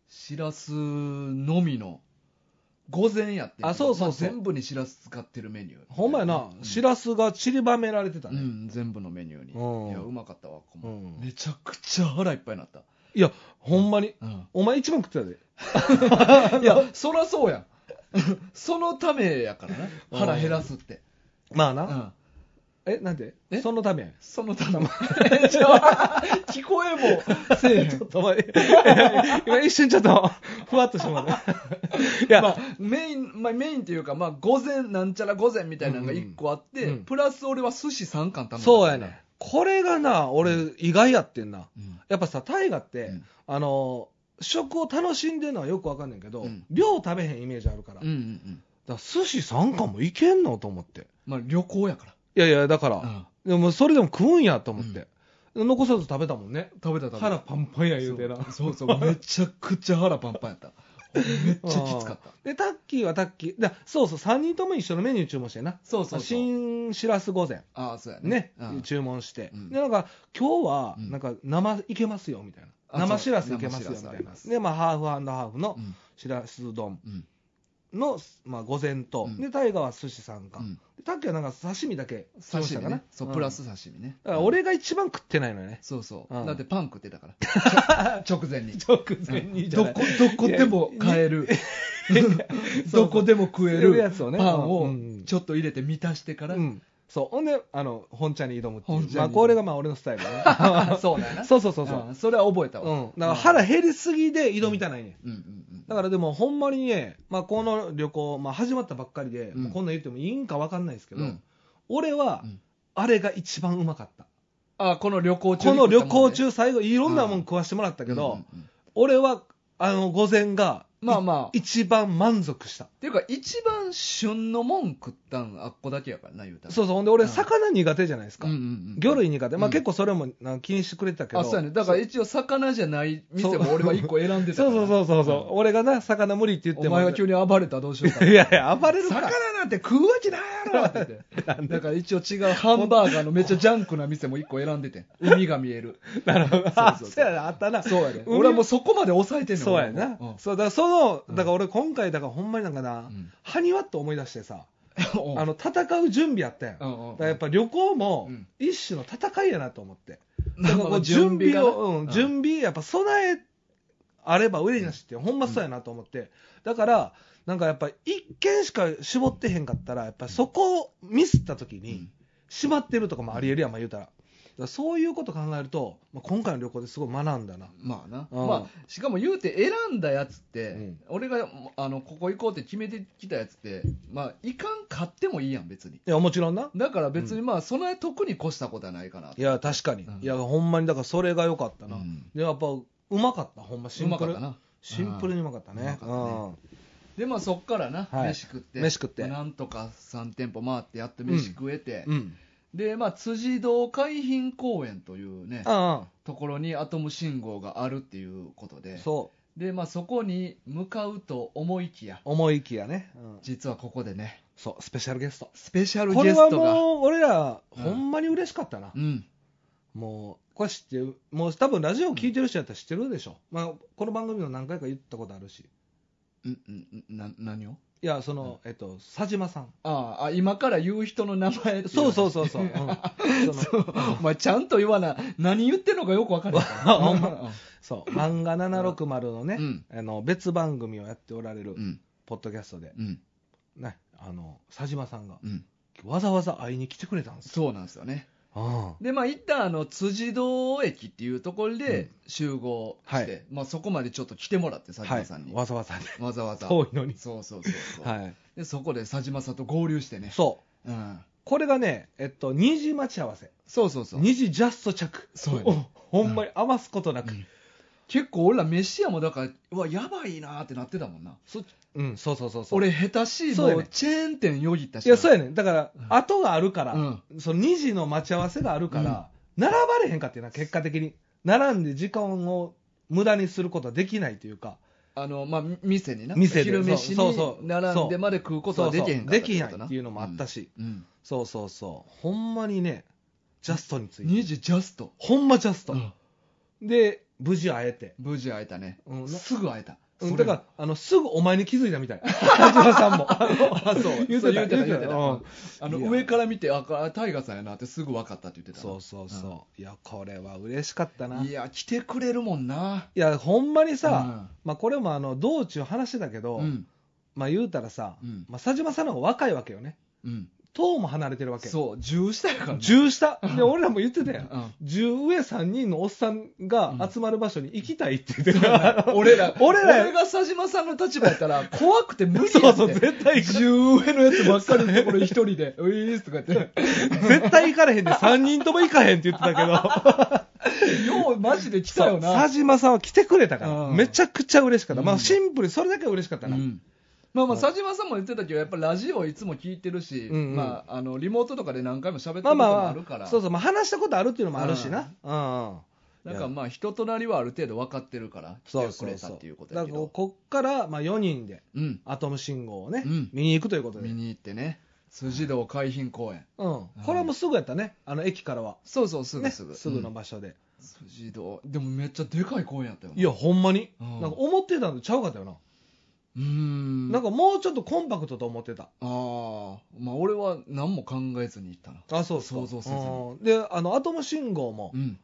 Speaker 1: しらすのみの、午前やってんけど
Speaker 2: あそうそうそ
Speaker 1: ま
Speaker 2: う
Speaker 1: あ全部にしらす使ってるメニュー。
Speaker 2: ほんまやな、
Speaker 1: うん
Speaker 2: しらすが散りばめられてた
Speaker 1: う
Speaker 2: ね、
Speaker 1: ん、全部のメニューに。
Speaker 2: うん
Speaker 1: いや、うまかったわ、ここも
Speaker 2: うん
Speaker 1: めちゃくちゃ腹いっぱいになった。
Speaker 2: いやほんまにお前一番食ってたで
Speaker 1: いや、そらそうや ん。そのためやからな。
Speaker 2: うん
Speaker 1: 腹減らすって。
Speaker 2: まあな、
Speaker 1: うん
Speaker 2: え、なんで
Speaker 1: え
Speaker 2: そのためやん。
Speaker 1: そのため。 ちょ聞こえも せえへ
Speaker 2: ちょ
Speaker 1: ん
Speaker 2: っ。と待って、今一瞬ちょっと、 ふわっとしても らった。いや、
Speaker 1: まあ、メイン、まあ、メインっていうか、まあ、午前、なんちゃら午前みたいなのが1個あって、
Speaker 2: うんうんうん
Speaker 1: プラス俺は寿司3貫頼んだ。
Speaker 2: そうやねん。これがな、俺、意外やってんな。
Speaker 1: うん。
Speaker 2: やっぱさ、大河って、
Speaker 1: うん
Speaker 2: あの、食を楽しんでるのはよくわかんねんけど、
Speaker 1: うん
Speaker 2: 量食べへんイメージあるから。
Speaker 1: うんうんうん。
Speaker 2: だから寿司3貫もいけんのと思って。
Speaker 1: まあ、旅行やから。
Speaker 2: いやいや、だから、
Speaker 1: うん
Speaker 2: でもそれでも食うんやと思って。残さず食べたもんね。
Speaker 1: 食べた食べた。
Speaker 2: 腹パンパンや言うてな。
Speaker 1: そうそうそう、めちゃくちゃ腹パンパンやった。めっちゃきつかった。
Speaker 2: で、タッキーはタッキー。だそうそう、3人とも一緒のメニュー注文してな。
Speaker 1: そうそうそう。
Speaker 2: 新しらす御膳。
Speaker 1: ああ、そうやね。
Speaker 2: ね、
Speaker 1: うん
Speaker 2: 注文して、
Speaker 1: うん
Speaker 2: でなんか今日は
Speaker 1: うん
Speaker 2: なんか生いけますよみたい
Speaker 1: あ
Speaker 2: な、生しらすいけます
Speaker 1: そ
Speaker 2: よ
Speaker 1: う生しら
Speaker 2: みた
Speaker 1: すあ
Speaker 2: い
Speaker 1: り
Speaker 2: な
Speaker 1: ます
Speaker 2: で、まあ、ハーフハーフの
Speaker 1: うん
Speaker 2: しらす丼
Speaker 1: うん
Speaker 2: の、まあ、午前と、
Speaker 1: うん
Speaker 2: で大河は寿司三
Speaker 1: う
Speaker 2: 貫、
Speaker 1: ん
Speaker 2: でタッキーはなんか刺身だけ
Speaker 1: 刺身
Speaker 2: か
Speaker 1: ね。そう、プラス刺身ね。
Speaker 2: だから俺が一番食ってないのよね、
Speaker 1: そうそう、
Speaker 2: うん
Speaker 1: だってパン食ってた から。 ちょ直前に。
Speaker 2: 直前にじゃ
Speaker 1: ど
Speaker 2: ない
Speaker 1: こ、どこでも買える。
Speaker 2: そう
Speaker 1: どこでも食え
Speaker 2: そういう
Speaker 1: る
Speaker 2: やつをね
Speaker 1: パン
Speaker 2: うん
Speaker 1: をちょっと入れて満たしてから。
Speaker 2: うんそうほんであの本茶に挑むって
Speaker 1: 本茶
Speaker 2: いう、
Speaker 1: に
Speaker 2: まあ、これがまあ俺のスタイルだ ね
Speaker 1: そうだよな。
Speaker 2: そうそうそうそう、
Speaker 1: んそれは覚えた
Speaker 2: う
Speaker 1: わ。
Speaker 2: ん、だから腹減りすぎで挑みたないね、ん
Speaker 1: うんうん
Speaker 2: だからでもほんまにね、まあ、この旅行、まあ、始まったばっかりで、
Speaker 1: うん
Speaker 2: こんなん言ってもいいんか分かんないですけど、
Speaker 1: うん
Speaker 2: 俺は
Speaker 1: うん
Speaker 2: あれが一番うまかった、
Speaker 1: あ、この旅行中
Speaker 2: こ
Speaker 1: に
Speaker 2: の
Speaker 1: 食ったもんね
Speaker 2: 旅行中最後いろんなも
Speaker 1: う
Speaker 2: ん
Speaker 1: ん
Speaker 2: 食わしてもらったけ
Speaker 1: う
Speaker 2: ど、
Speaker 1: んうんうん
Speaker 2: 俺はあの午前が
Speaker 1: まあまあ。っ
Speaker 2: 一番満足した
Speaker 1: ていうか、一番旬のもん食ったん、あっこだけやからな、言うたら。
Speaker 2: そうそうほんで
Speaker 1: う
Speaker 2: 俺
Speaker 1: ん
Speaker 2: 魚苦手じゃないですか、
Speaker 1: うんうんうん
Speaker 2: 魚類苦手、ま
Speaker 1: う
Speaker 2: あ、
Speaker 1: ん
Speaker 2: 結構それもなんか気にしてくれてたけど、
Speaker 1: あ、そうやね。だから一応、魚じゃない店も俺は一個選んでた
Speaker 2: そ
Speaker 1: か
Speaker 2: う
Speaker 1: ら。
Speaker 2: そうそうそうそう、
Speaker 1: ん
Speaker 2: 俺がな魚無理って言って
Speaker 1: お
Speaker 2: も
Speaker 1: 前が急に暴れたらどうしようか
Speaker 2: いやいや暴れるから
Speaker 1: 魚なんて食うわけないやろって言って。だから一応違うハンバーガーのめっちゃジャンクな店も一個選んでてん。海が見え る。
Speaker 2: なるほどあ
Speaker 1: そうそうそう
Speaker 2: そうやなあったな
Speaker 1: そうやね。
Speaker 2: 海
Speaker 1: 俺はもうそこまで抑えてんの
Speaker 2: そうやな、
Speaker 1: うん
Speaker 2: そうだからその
Speaker 1: うん
Speaker 2: だから俺今回だからほんまになんかな、
Speaker 1: うん
Speaker 2: ハニワッと思い出してさ、
Speaker 1: うん
Speaker 2: あの戦う準備やったやん、
Speaker 1: う
Speaker 2: だ
Speaker 1: んうん
Speaker 2: からやっぱ旅行も
Speaker 1: うん
Speaker 2: 一種の戦いやなと思って、
Speaker 1: まあ
Speaker 2: だ
Speaker 1: まあま
Speaker 2: からこ
Speaker 1: あ
Speaker 2: う準備を、うん
Speaker 1: がな
Speaker 2: 準備やっぱ備えあれば売れなしってほんまそうやなと思って、だからなんかやっぱ一軒しか絞ってへんかったらやっぱそこをミスった時
Speaker 1: う
Speaker 2: に
Speaker 1: ん
Speaker 2: 閉まってるとかもありえるやん、まあ、言うたらだからそういうこと考えると、まあ、今回の旅行ですごい学んだな
Speaker 1: まあな、
Speaker 2: うん
Speaker 1: まあ、しかも言うて選んだやつって、
Speaker 2: うん
Speaker 1: 俺があのここ行こうって決めてきたやつって、まあ、いかん買ってもいいやん、別に。
Speaker 2: いやもちろんな
Speaker 1: だから別にまあ、その特に越したことはないかなと
Speaker 2: いや、確かに。
Speaker 1: うん
Speaker 2: いや、ほんまに、だからそれが良かったな。
Speaker 1: うん
Speaker 2: で、やっぱ、うまかった、ほんま、シ
Speaker 1: う
Speaker 2: ン
Speaker 1: ま
Speaker 2: プ
Speaker 1: かっ
Speaker 2: ル
Speaker 1: た。な。
Speaker 2: シンプルにうまかったね。
Speaker 1: う
Speaker 2: うん
Speaker 1: うまかで、まあ、そっからな、
Speaker 2: はい
Speaker 1: 飯食って、
Speaker 2: 飯食って
Speaker 1: まあなんとか3店舗回って、やっと飯食えて、
Speaker 2: ん。うん。
Speaker 1: で、まあ、辻堂海浜公園というね、
Speaker 2: あ
Speaker 1: ところにアトム信号があるっていうこと
Speaker 2: あ、
Speaker 1: で、
Speaker 2: そう。
Speaker 1: で、まあ、そこに向かうと思いきや、
Speaker 2: 思いきやね。うん
Speaker 1: 実はここでね、
Speaker 2: そう、スペシャルゲスト。
Speaker 1: スペシャル
Speaker 2: こ
Speaker 1: ゲ
Speaker 2: れ
Speaker 1: ス
Speaker 2: は
Speaker 1: トが。
Speaker 2: もう、俺ら、
Speaker 1: うん
Speaker 2: ほんまに嬉しかったな
Speaker 1: う。ん、
Speaker 2: もう、これ知ってる、もう多分ラジオ聞いてる人やったら知ってるでしょ。まあ、この番組の何回か言ったことあるし。
Speaker 1: うん、うん、うんな、何を
Speaker 2: いや、その、えっと、佐島さん。
Speaker 1: あああ、今から言う人の名前ってい
Speaker 2: そうそうそうそう。うん その
Speaker 1: お前ちゃんと言わな、何言ってんのかよくわか んないから。
Speaker 2: ほんまそう、漫画760の
Speaker 1: う
Speaker 2: ね、
Speaker 1: ん、
Speaker 2: あの別番組をやっておられ
Speaker 1: う
Speaker 2: る
Speaker 1: ん、
Speaker 2: ポッドキャストで、
Speaker 1: うん、
Speaker 2: ね、あの佐島さんが
Speaker 1: うん。
Speaker 2: わざわざ会いに来てくれたんですよ。
Speaker 1: そうなんですよね。
Speaker 2: あ
Speaker 1: で、まあ、一旦、あの、辻堂駅っていうところ
Speaker 2: う
Speaker 1: で
Speaker 2: ん
Speaker 1: 集合して、
Speaker 2: はい
Speaker 1: まあ、そこまでちょっと来てもらって、佐
Speaker 2: は
Speaker 1: 島
Speaker 2: い
Speaker 1: さん、に。
Speaker 2: わざわざね
Speaker 1: わざわざ。
Speaker 2: 遠いのに、
Speaker 1: そうそうそうそう、
Speaker 2: は
Speaker 1: で、そこで佐島さんと合流して
Speaker 2: い、
Speaker 1: ね。
Speaker 2: そう
Speaker 1: うん。
Speaker 2: これがね、えっと、2時待ち合わせ
Speaker 1: そうそうそう。
Speaker 2: 2時ジャスト着
Speaker 1: そうやね
Speaker 2: おほんまに余すことなく、
Speaker 1: うん結構俺ら飯屋もだから、うわ、やばいなーってなってたもんな。
Speaker 2: そうん、そうそうそうそう
Speaker 1: 俺、下手しい、
Speaker 2: そう
Speaker 1: も
Speaker 2: や
Speaker 1: う
Speaker 2: ね
Speaker 1: チェーン店よぎったし。
Speaker 2: いやそう
Speaker 1: や
Speaker 2: やねんだから、
Speaker 1: うん
Speaker 2: 後があるから、
Speaker 1: うん
Speaker 2: その2時の待ち合わせがあるから、並ばれへんかっていうな結果的に並んで時間を無駄にすることはできないというか
Speaker 1: あの、まあ、み店にな。
Speaker 2: 店で
Speaker 1: 昼飯
Speaker 2: そうそう
Speaker 1: に
Speaker 2: そう
Speaker 1: 並んでまで食うことはできへんかった
Speaker 2: できないっていうのもあった
Speaker 1: し。
Speaker 2: し、
Speaker 1: うん。
Speaker 2: そうそうそうほんまにねジャストについて
Speaker 1: 2時ジャスト。
Speaker 2: ほんまジャスト、
Speaker 1: うん
Speaker 2: で無事会えて、
Speaker 1: 無事会えたね。
Speaker 2: うん
Speaker 1: すぐ会えた。
Speaker 2: うん
Speaker 1: それ
Speaker 2: だからあのすぐお前に気づい たみたい田島さんも
Speaker 1: あそう
Speaker 2: 言う
Speaker 1: そう言
Speaker 2: てた
Speaker 1: うてた言うてた
Speaker 2: うん
Speaker 1: あの
Speaker 2: いや
Speaker 1: 上から見て、あ、これタイガーさんやなってすぐ分かったって言ってた
Speaker 2: そうそうそう、いやこれは嬉しかったな
Speaker 1: な。い
Speaker 2: い
Speaker 1: や、来てくれるもんな。
Speaker 2: やほんまにさ、まあ、これもあの道中話してたけ
Speaker 1: う
Speaker 2: ど、
Speaker 1: ん、うん、
Speaker 2: まあ言うたらさ、
Speaker 1: うん
Speaker 2: まあ、佐島さんの方が若いわけよね
Speaker 1: うん、
Speaker 2: 10も離れてるわけ。
Speaker 1: そう10下やから、ね、
Speaker 2: 10下。で、俺らも言ってたやん。
Speaker 1: うん
Speaker 2: 10上3人のおっさんが集まる場所に行きたいって言って
Speaker 1: そうやな
Speaker 2: た。
Speaker 1: 俺ら、
Speaker 2: 俺ら
Speaker 1: が佐島さんの立場やった ら、怖くて無理やって。
Speaker 2: そうそう、絶対行か
Speaker 1: 10上のやつばっかりのところ一人で、ういーすとか言って。
Speaker 2: 絶対行かれへんで、3人とも行かへんって言ってたけど。
Speaker 1: よう、マジで来た
Speaker 2: そ
Speaker 1: よ
Speaker 2: う、
Speaker 1: な。
Speaker 2: 佐島さんは来てくれたから、
Speaker 1: うん
Speaker 2: めちゃくちゃ嬉しかった。ま
Speaker 1: う
Speaker 2: あ、
Speaker 1: ん
Speaker 2: シンプルにそれだけ嬉しかったな。
Speaker 1: うんまあまあ、
Speaker 2: うん
Speaker 1: 佐島さんも言ってたけど、やっぱラジオいつも聞いてるし、
Speaker 2: うんうん
Speaker 1: まあ、あの、リモートとかで何回も喋ったこ
Speaker 2: ま
Speaker 1: と
Speaker 2: あま
Speaker 1: もあ
Speaker 2: あ
Speaker 1: るか
Speaker 2: まあ、
Speaker 1: ら、
Speaker 2: そうそう、まあ、話したことあるっていうのもあるしな。うん。
Speaker 1: なんかまあ、人となりはある程度分かってるから、
Speaker 2: そ
Speaker 1: 来
Speaker 2: う
Speaker 1: てく
Speaker 2: そう
Speaker 1: れた
Speaker 2: そ
Speaker 1: っ
Speaker 2: う
Speaker 1: ていうこ。と
Speaker 2: だ
Speaker 1: や
Speaker 2: か
Speaker 1: け
Speaker 2: ら、
Speaker 1: ど。
Speaker 2: こっから、まあ、4人で、
Speaker 1: うん。
Speaker 2: アトム信号をね、
Speaker 1: うん
Speaker 2: 見に行くということで。
Speaker 1: 見
Speaker 2: うん。
Speaker 1: に行ってね、辻堂海浜公園。
Speaker 2: これはもうすぐやったね、あの、駅からは。
Speaker 1: そうそう、すぐ
Speaker 2: ね、
Speaker 1: す
Speaker 2: す
Speaker 1: ぐ。
Speaker 2: ぐの
Speaker 1: うん
Speaker 2: 場所で。
Speaker 1: 辻堂。でもめっちゃでかい公園やったよな。
Speaker 2: いや、ほんまに。
Speaker 1: う
Speaker 2: なんんか、思ってたのとちゃうかったよな。
Speaker 1: うーん。
Speaker 2: なんか、もうちょっとコンパクトと思ってた。
Speaker 1: ああ、まあ俺は何も考えずに行ったな。
Speaker 2: あ、そうそ
Speaker 1: 想
Speaker 2: う。
Speaker 1: 像せずに
Speaker 2: うんで、あの、アトム信号も
Speaker 1: う、ん。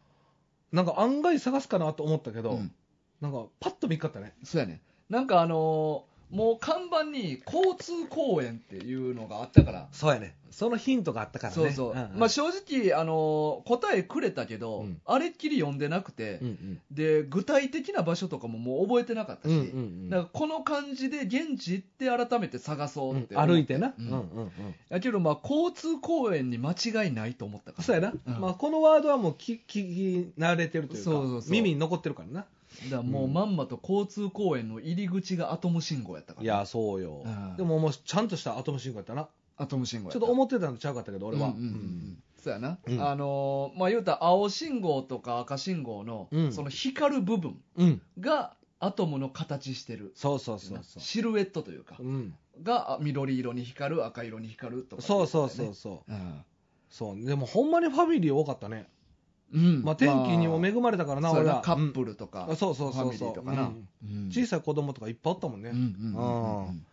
Speaker 2: なんか、案外探すかなと思ったけど、
Speaker 1: うん
Speaker 2: なんか、パッと見っかったね。
Speaker 1: そうやね。なんかあのーもう看板に交通公園っていうのがあったから。
Speaker 2: そうやね。そのヒントがあったからね。
Speaker 1: そうそう。
Speaker 2: んん
Speaker 1: まあ正直、あのー答えくれたけど、
Speaker 2: うん
Speaker 1: あれっきり読んでなくて、
Speaker 2: うんうん
Speaker 1: で、具体的な場所とかももう覚えてなかったし、
Speaker 2: うんうん
Speaker 1: なんかこの感じで現地行って改めて探そううんって、
Speaker 2: 歩いてな。
Speaker 1: う
Speaker 2: うんんうんうん。
Speaker 1: やけどまあ交通公園に間違いないと思ったから
Speaker 2: そうやな。
Speaker 1: うん
Speaker 2: まあこのワードはもう聞き慣れてるというか、
Speaker 1: そうそうそう
Speaker 2: 耳に残ってるからな。
Speaker 1: だからもうまんまと交通公園の入り口がアトム信号やったから
Speaker 2: いや、そうよ
Speaker 1: うん。
Speaker 2: でももうちゃんとしたアトムシンクやったな。
Speaker 1: アトム信号や
Speaker 2: ちょっと思ってたのちゃうかったけど、俺は。
Speaker 1: うんうんうんうんそうやな、
Speaker 2: うん
Speaker 1: あのーまあ言うたら青信号とか赤信号の、
Speaker 2: うん
Speaker 1: その光る部分
Speaker 2: うんうん
Speaker 1: がアトムの形してる
Speaker 2: そうそうそうそ
Speaker 1: シルエットというか
Speaker 2: う。うん。
Speaker 1: があ緑色に光る赤色に光るとか
Speaker 2: そうそうそう
Speaker 1: う、
Speaker 2: そう。
Speaker 1: うん
Speaker 2: そう。でもほんまにファミリー多かったね。
Speaker 1: うん
Speaker 2: まあ天気にも恵まれたからな、
Speaker 1: そう
Speaker 2: 俺
Speaker 1: や
Speaker 2: ら。
Speaker 1: カッ
Speaker 2: うん
Speaker 1: プルとか、
Speaker 2: あそうそうそう
Speaker 1: ファミリ
Speaker 2: そ
Speaker 1: ー
Speaker 2: う。
Speaker 1: とかな、
Speaker 2: うん
Speaker 1: うん
Speaker 2: 小さい子供とかいっぱいおったもんね。
Speaker 1: うんうんうんうん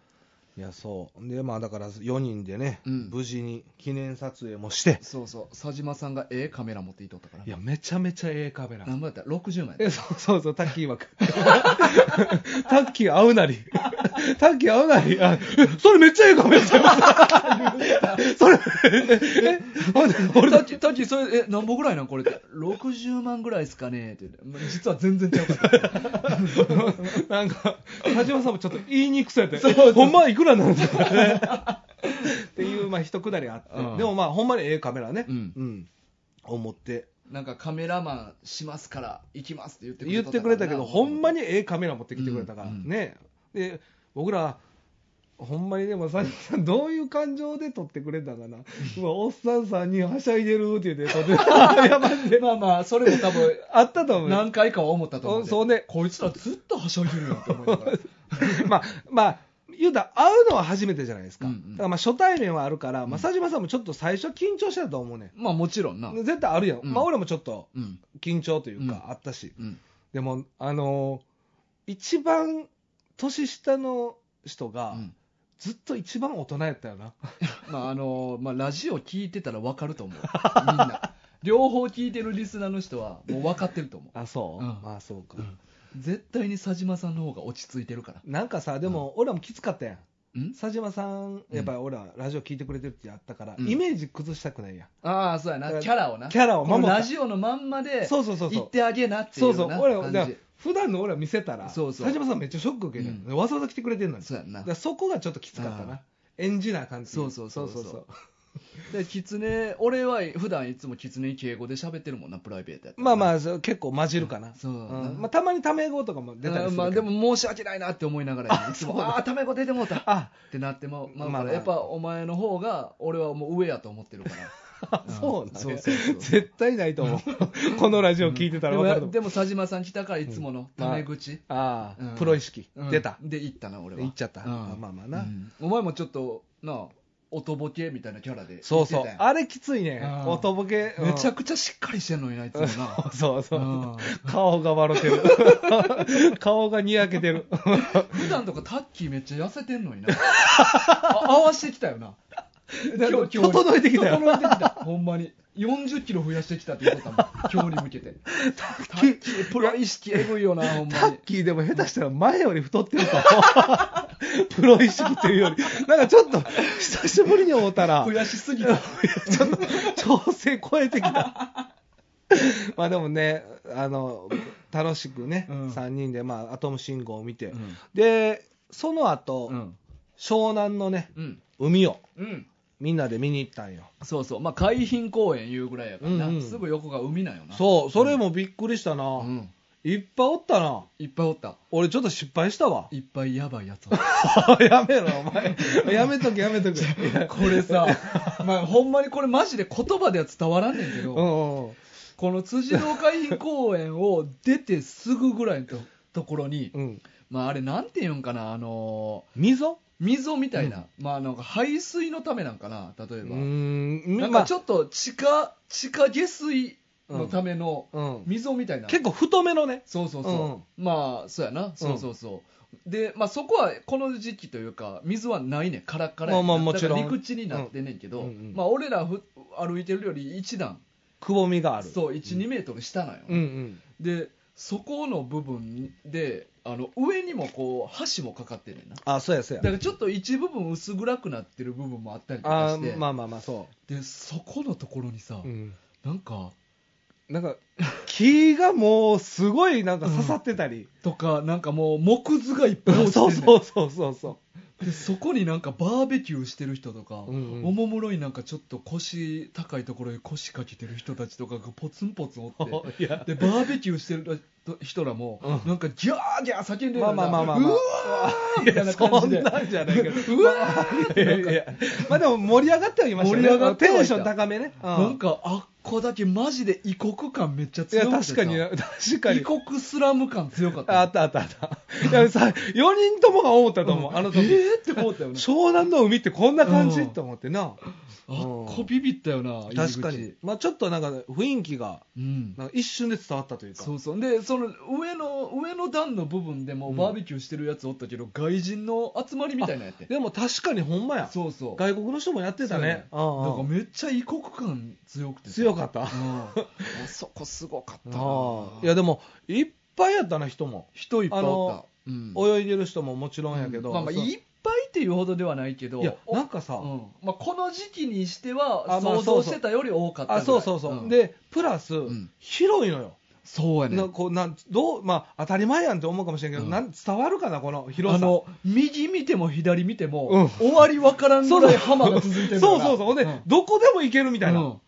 Speaker 2: いや、そう。で、まあ、だから、4人でね、
Speaker 1: うん
Speaker 2: 無事に記念撮影もして、
Speaker 1: そうそう佐島さんがええカメラ持っていとったから
Speaker 2: いや、めちゃめちゃええカメラ。
Speaker 1: 何ぼやった60枚
Speaker 2: え、そうそうそう、タッキー枠。 タッキー合うなり。 タッキー合うなり。あえそれめっちゃええカメラちゃ います。それ、え、ほんで俺
Speaker 1: タッチ、タッチ、それ、え、何本ぐらいなんこれって。60万ぐらいですかねって言ってまあ実は全然違うか った。
Speaker 2: なんか、田島さんもちょっと言いにくそうやって、
Speaker 1: そうそう
Speaker 2: ほんまはいくらなんですか ね。っていう、まあ、一くだりあって、
Speaker 1: うん
Speaker 2: でもまあ、ほんまにええカメラね。
Speaker 1: うん
Speaker 2: うん、思って。
Speaker 1: なんかカメラマンしますから、行きますって
Speaker 2: 言
Speaker 1: 言
Speaker 2: っ
Speaker 1: ってて
Speaker 2: く
Speaker 1: く
Speaker 2: れ
Speaker 1: れた
Speaker 2: たけ
Speaker 1: からな
Speaker 2: ど、ほんまにええカメラ持ってきてくれたから、
Speaker 1: うんうん
Speaker 2: ねで僕ら、ほんまにでも、さんさん、どういう感情で撮ってくれた かな、うわおっさんさんにはしゃいでるって言って撮って た、いやマジで
Speaker 1: まあまあ、それも多分、
Speaker 2: あった と思うよ
Speaker 1: 何回かは思ったと思うで。
Speaker 2: そうね
Speaker 1: こいつらずっとはしゃいでるよって思いながら。
Speaker 2: まあ、まあ、言うたら、会うのは初めてじゃないですか、
Speaker 1: うんうん
Speaker 2: だからまあ初対面はあるから、ま
Speaker 1: うん
Speaker 2: あ、佐島さんもちょっと最初、緊張してたと思うね、
Speaker 1: まあもちろんな。
Speaker 2: ん、絶対あるやん、
Speaker 1: うん
Speaker 2: まあ、俺もちょっと
Speaker 1: うん。
Speaker 2: 緊張というか、
Speaker 1: う
Speaker 2: あったし、
Speaker 1: うん。
Speaker 2: でも、あのー一番年下の人が、
Speaker 1: うん
Speaker 2: ずっと一番大人やっ たよな。
Speaker 1: まああのー、まあラジオ聞いてたらわかると思う。みんな。両方聞いてるリスナーの人はもう分かってると思う。
Speaker 2: あ、そう
Speaker 1: うん
Speaker 2: あ、そうか。
Speaker 1: 絶対に佐島さんの方が落ち着いてるから。
Speaker 2: なんかさ、でも、俺らもきつかったやん。
Speaker 1: ん
Speaker 2: 佐島さん、やっぱり俺らラジオ聞いてくれてるってやったから、
Speaker 1: うん
Speaker 2: イメージ崩したくないやん。
Speaker 1: ああ、そうやな。キャラをな。
Speaker 2: キャラを守った
Speaker 1: ラジオのまんまで、
Speaker 2: そうそうそう
Speaker 1: 言
Speaker 2: そ
Speaker 1: っ
Speaker 2: う。
Speaker 1: てあげなってい
Speaker 2: そううそう。
Speaker 1: な
Speaker 2: 俺ら、
Speaker 1: 感
Speaker 2: だから
Speaker 1: じ。
Speaker 2: 普段の俺ら見せたら、
Speaker 1: そうそう
Speaker 2: 佐島さんめっちゃショック受けてる、わざわざ来てくれてるのに。
Speaker 1: そうやんな
Speaker 2: だか。らそこがちょっときつかった
Speaker 1: あ
Speaker 2: な。演じな感じ。
Speaker 1: そうそうそうそ
Speaker 2: そううそう
Speaker 1: で、キツネ、俺は普段いつもキツネ敬語で喋ってるもんな、プライベートやったら
Speaker 2: まあまあ、そう結構混じるかな。
Speaker 1: そう
Speaker 2: う
Speaker 1: な。
Speaker 2: んまあ、たまにタメ語とかも出たりするけど。
Speaker 1: まあでも申し訳ないなって思いながらやね、いつも、ああー、タメ語出てもうたっ
Speaker 2: あ、
Speaker 1: てなっても、まあ
Speaker 2: まあ
Speaker 1: まあ、
Speaker 2: まあ
Speaker 1: やっぱお前の方が、俺はもう上やと思ってるから。ん
Speaker 2: そうなん
Speaker 1: そう
Speaker 2: や
Speaker 1: そうそう。
Speaker 2: 絶対ないと思う。このラジオ 聞いてた
Speaker 1: で
Speaker 2: ら分か
Speaker 1: も
Speaker 2: ると思う。
Speaker 1: でも佐島さん来たからいつものタメ口。
Speaker 2: ああ、
Speaker 1: うん
Speaker 2: プロ意識、
Speaker 1: うん
Speaker 2: 出た。
Speaker 1: で、行ったな、俺は。
Speaker 2: 行っちゃった。
Speaker 1: うん
Speaker 2: あまあまあ
Speaker 1: う
Speaker 2: な、
Speaker 1: んお前もちょっとなあおとぼけみたいなキャラで
Speaker 2: そうそう
Speaker 1: 言って。たやん
Speaker 2: あれきついね
Speaker 1: うん。
Speaker 2: おとぼけ。うん
Speaker 1: めちゃくちゃしっかりしてんのに ないつもな
Speaker 2: そうそうう。
Speaker 1: ん
Speaker 2: 顔が笑ってる。 顔がにやけてる。
Speaker 1: 普段とかタッキーめっちゃ痩せてん のになあ合わしてきたよな今日今日
Speaker 2: 整えてきたよ
Speaker 1: 整えてきたほんまに40キロ増やしてきたって言 ってたもん今日に向けてタ
Speaker 2: キー
Speaker 1: ッキープロ意識エグいよなほん
Speaker 2: タ
Speaker 1: まに
Speaker 2: ッキーでも下手したら前より太ってるかプロ意識という より、なんかちょっと、久しぶりに会うたら、
Speaker 1: 悔しすぎた。
Speaker 2: ちょっと、調整超えてきた。 まあでもね、あの、楽しくね、
Speaker 1: うん
Speaker 2: 3人で、まあ、アトム信号を見て、
Speaker 1: うん
Speaker 2: で、その後、
Speaker 1: うん。
Speaker 2: 湘南のね、
Speaker 1: うん。
Speaker 2: 海を、
Speaker 1: うん。
Speaker 2: みんなで見に行ったんよ。
Speaker 1: そうそう。まあ、海浜公園いうぐらいやからな。
Speaker 2: うんうん
Speaker 1: すぐ横が海なんよな。
Speaker 2: そう、それもびっくりしたな。
Speaker 1: う。うん。
Speaker 2: いっぱいおったな。
Speaker 1: いっぱいおった。
Speaker 2: 俺ちょっと失敗し たわ。
Speaker 1: いっぱいやばいやつおった
Speaker 2: やめろ、お前。やめとけ、やめ とけ。
Speaker 1: これ さ、まあ、ほんまにこれマジで言葉では伝わらんねんけ
Speaker 2: う
Speaker 1: ど、
Speaker 2: んうんうん。
Speaker 1: この辻堂海浜公園を出てすぐぐらいのと ところに、
Speaker 2: うん。
Speaker 1: まあ、あれなんていうんかな、あの
Speaker 2: 溝
Speaker 1: ー溝みたいな、まあなんか排水のためなんかな、例え
Speaker 2: う
Speaker 1: ば。
Speaker 2: ん。
Speaker 1: なん
Speaker 2: ま
Speaker 1: か
Speaker 2: あ
Speaker 1: ちょっと地下、地下下水のための
Speaker 2: うん。
Speaker 1: 溝みたいな。
Speaker 2: 結構太めのね。
Speaker 1: そうそうそう。まあ、そうやな。そうそうそう。で、まあそこはこの時期というか、水はないねん。カラッカラやね
Speaker 2: まあまあもちろん
Speaker 1: だから陸地になってんねんけど、
Speaker 2: うんうんうん
Speaker 1: まあ俺らふ歩いてるより一段、
Speaker 2: くぼみがある。
Speaker 1: そう、1、2メートル下なんよ。
Speaker 2: うんうん。
Speaker 1: で、そこの部分で、あの上にもこう、橋もかかってんねんな。
Speaker 2: あ、そうやそう
Speaker 1: だか
Speaker 2: や。
Speaker 1: らちょっと一部分薄暗くなってる部分もあったりとか
Speaker 2: あ
Speaker 1: して、
Speaker 2: まあまあまあ、そ
Speaker 1: でそこのところにさ、
Speaker 2: う。うん。
Speaker 1: なんか
Speaker 2: なんか、木がもう、すごいなんか刺さってたり。
Speaker 1: とかなんかもう木図がいっぱい落ちてん
Speaker 2: そ
Speaker 1: ね
Speaker 2: うんそうそうそうそ
Speaker 1: でそこになんかバーベキューしてる人とか、
Speaker 2: う。うんう
Speaker 1: お
Speaker 2: ん。
Speaker 1: もむろいなんかちょっと腰高いところへ腰かけてる人たちとかがポツンポツン おって
Speaker 2: いや。
Speaker 1: でバーベキューしてる人らも、
Speaker 2: うん
Speaker 1: なんかギャーギャー叫んでる
Speaker 2: まあまあまあまあまあ。
Speaker 1: うわーみ
Speaker 2: い
Speaker 1: た
Speaker 2: や
Speaker 1: いな感
Speaker 2: そ
Speaker 1: じ
Speaker 2: ん
Speaker 1: で
Speaker 2: なんじゃないけど。
Speaker 1: うわー
Speaker 2: いやいやいやまあでも盛り上がってはいましたね。
Speaker 1: 盛り上がってはいた
Speaker 2: テンション高めね。う
Speaker 1: なんかあっこだけマジで異国感めっちゃ
Speaker 2: い
Speaker 1: 強
Speaker 2: や、
Speaker 1: くて
Speaker 2: 確
Speaker 1: さ
Speaker 2: かに、確か
Speaker 1: 異
Speaker 2: に。
Speaker 1: 国スラム感強かった
Speaker 2: あったあったあった。いや、さ、4人ともが思ったと思う。あの
Speaker 1: え
Speaker 2: 時。
Speaker 1: ーって思ったよね
Speaker 2: 湘南の海ってこんな感
Speaker 1: う
Speaker 2: じ
Speaker 1: ん
Speaker 2: と思ってな。
Speaker 1: あっこビビったよな入り口
Speaker 2: 確かに。まあちょっとなんか雰囲気が、
Speaker 1: うん
Speaker 2: なんか一瞬で伝わったというか。
Speaker 1: そうそうでその上の上の段の部分でも
Speaker 2: うん
Speaker 1: バーベキューしてるやつおったけど、外人の集まりみたいなやって
Speaker 2: でも確かにほんまや。
Speaker 1: そうそう
Speaker 2: 外国の人もやってたね。う
Speaker 1: なんんか
Speaker 2: うん
Speaker 1: めっちゃ異国感強くてさ
Speaker 2: 強かった。
Speaker 1: うんあ そこすごかったな
Speaker 2: ああいや、でも、いっぱいやったな、人も。
Speaker 1: 人いっぱいおった
Speaker 2: あ
Speaker 1: う
Speaker 2: の
Speaker 1: ん
Speaker 2: 泳いでる人ももちろんやけど。
Speaker 1: まあまあ
Speaker 2: そう
Speaker 1: いっぱいっていうほどではないけど
Speaker 2: いや、なんかさ、
Speaker 1: うんまあ、この時期にして
Speaker 2: あ
Speaker 1: は
Speaker 2: まあ
Speaker 1: 想像してたより多かったぐら
Speaker 2: あ
Speaker 1: い
Speaker 2: そうそうそう、
Speaker 1: ん
Speaker 2: でプラス、
Speaker 1: ん
Speaker 2: 広いのよ、
Speaker 1: そうやね
Speaker 2: なこうなんどうまあ、当たり前やんって思うかもしれんけど、
Speaker 1: うん
Speaker 2: なん伝わるかな、この広
Speaker 1: あ
Speaker 2: さ。
Speaker 1: の右見ても左見ても、終わりわからん
Speaker 2: そ
Speaker 1: ぐ
Speaker 2: う
Speaker 1: ら
Speaker 2: そう
Speaker 1: い浜が続いてる
Speaker 2: そうそうそう、ほんで、
Speaker 1: み
Speaker 2: どこでも行けるみたいな、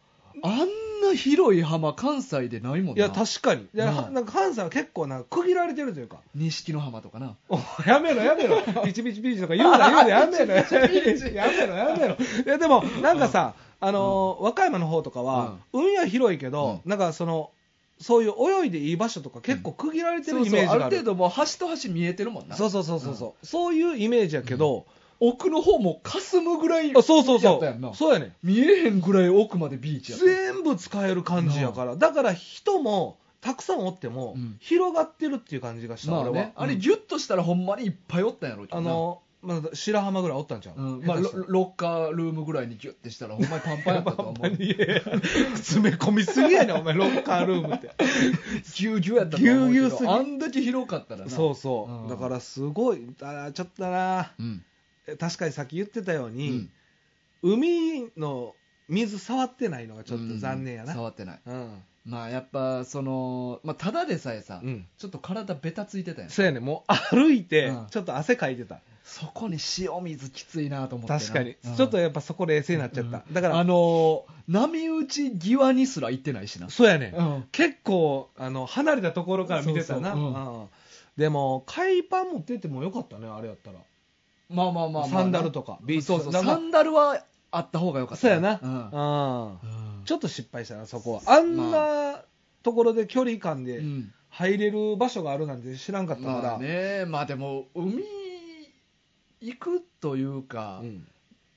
Speaker 1: あんな広い浜関西でないもん
Speaker 2: い
Speaker 1: な
Speaker 2: や、確かに、いや
Speaker 1: うん
Speaker 2: はなんか関西は結構なんか区切られてるというか、
Speaker 1: 錦の浜とかな
Speaker 2: おやめろ、や めろ、ピチピチピチとか言うな、言うな、やめろ、やめろ、やめろ、やめろ、いやでも、なんかさ、あのー和歌山の方とかは、海は広いけど、なんかその、そういう泳いでいい場所とか、結構区切られてるイメージがある。
Speaker 1: ある程度もう橋と橋見えてるもんな
Speaker 2: そうそうそうそうそう、そういうイメージやけど、
Speaker 1: 奥の方も霞むぐらい
Speaker 2: あそうそう
Speaker 1: や
Speaker 2: そ
Speaker 1: ったやんな
Speaker 2: うそうやね
Speaker 1: 見えへんぐらい奥までビーチやった
Speaker 2: 全部使える感じやからだから人もたくさんおっても、
Speaker 1: うん
Speaker 2: 広がってるっていう感じがした、
Speaker 1: まあ
Speaker 2: 俺は
Speaker 1: ね、あれ
Speaker 2: うん
Speaker 1: ギュッとしたらほんまにいっぱいおったんやろうけど
Speaker 2: あ
Speaker 1: な
Speaker 2: のまあ、白浜ぐらいおったんちゃう、
Speaker 1: うんまあ、ロ
Speaker 2: 下手し
Speaker 1: ロッカールームぐらいにギュッてしたらほんまにパンパンやったと思
Speaker 2: たら
Speaker 1: う
Speaker 2: いやいや詰め込みすぎやねんお前ロッカールー ムって
Speaker 1: ぎゅうぎゅうやったと思うけど
Speaker 2: ぎゅうぎゅうすぎ
Speaker 1: あんだけ広かったらな
Speaker 2: そうそう、
Speaker 1: うん
Speaker 2: だからすごいあーちょっとな
Speaker 1: うん、
Speaker 2: え確かにさっき言ってたよう
Speaker 1: う
Speaker 2: に
Speaker 1: ん、
Speaker 2: 海の水触ってないのがちょっと残念やな、
Speaker 1: うん触ってない
Speaker 2: うん
Speaker 1: まあやっぱその、まあ、ただでさえさ、
Speaker 2: うん、
Speaker 1: ちょっと体ベタついてたやん
Speaker 2: そうやねもう歩いて
Speaker 1: うん
Speaker 2: ちょっと汗かいてた、
Speaker 1: そこに塩水きついなと思ってな
Speaker 2: 確かに、
Speaker 1: うん
Speaker 2: ちょっとやっぱそこ冷静になっちゃった、
Speaker 1: うん
Speaker 2: だから
Speaker 1: あのー波打ち際にすら行ってないしな、
Speaker 2: そうやね、
Speaker 1: うん
Speaker 2: 結構あの離れたところから見てたな
Speaker 1: そうそうう
Speaker 2: うんでも海パン持ってってもよかったねあれやったら、
Speaker 1: まあまあまあまあ
Speaker 2: サンダルとかビーチ
Speaker 1: そうそう
Speaker 2: なん
Speaker 1: サ
Speaker 2: か
Speaker 1: ンダルはあった方がよかった
Speaker 2: そうやな、
Speaker 1: うん
Speaker 2: うん
Speaker 1: うん
Speaker 2: ちょっと失敗したなそこはあんなところで距離感
Speaker 1: う
Speaker 2: で
Speaker 1: ん
Speaker 2: 入れる場所があるなんて知らんかったから、
Speaker 1: まあねまあでも海行くというか、
Speaker 2: うん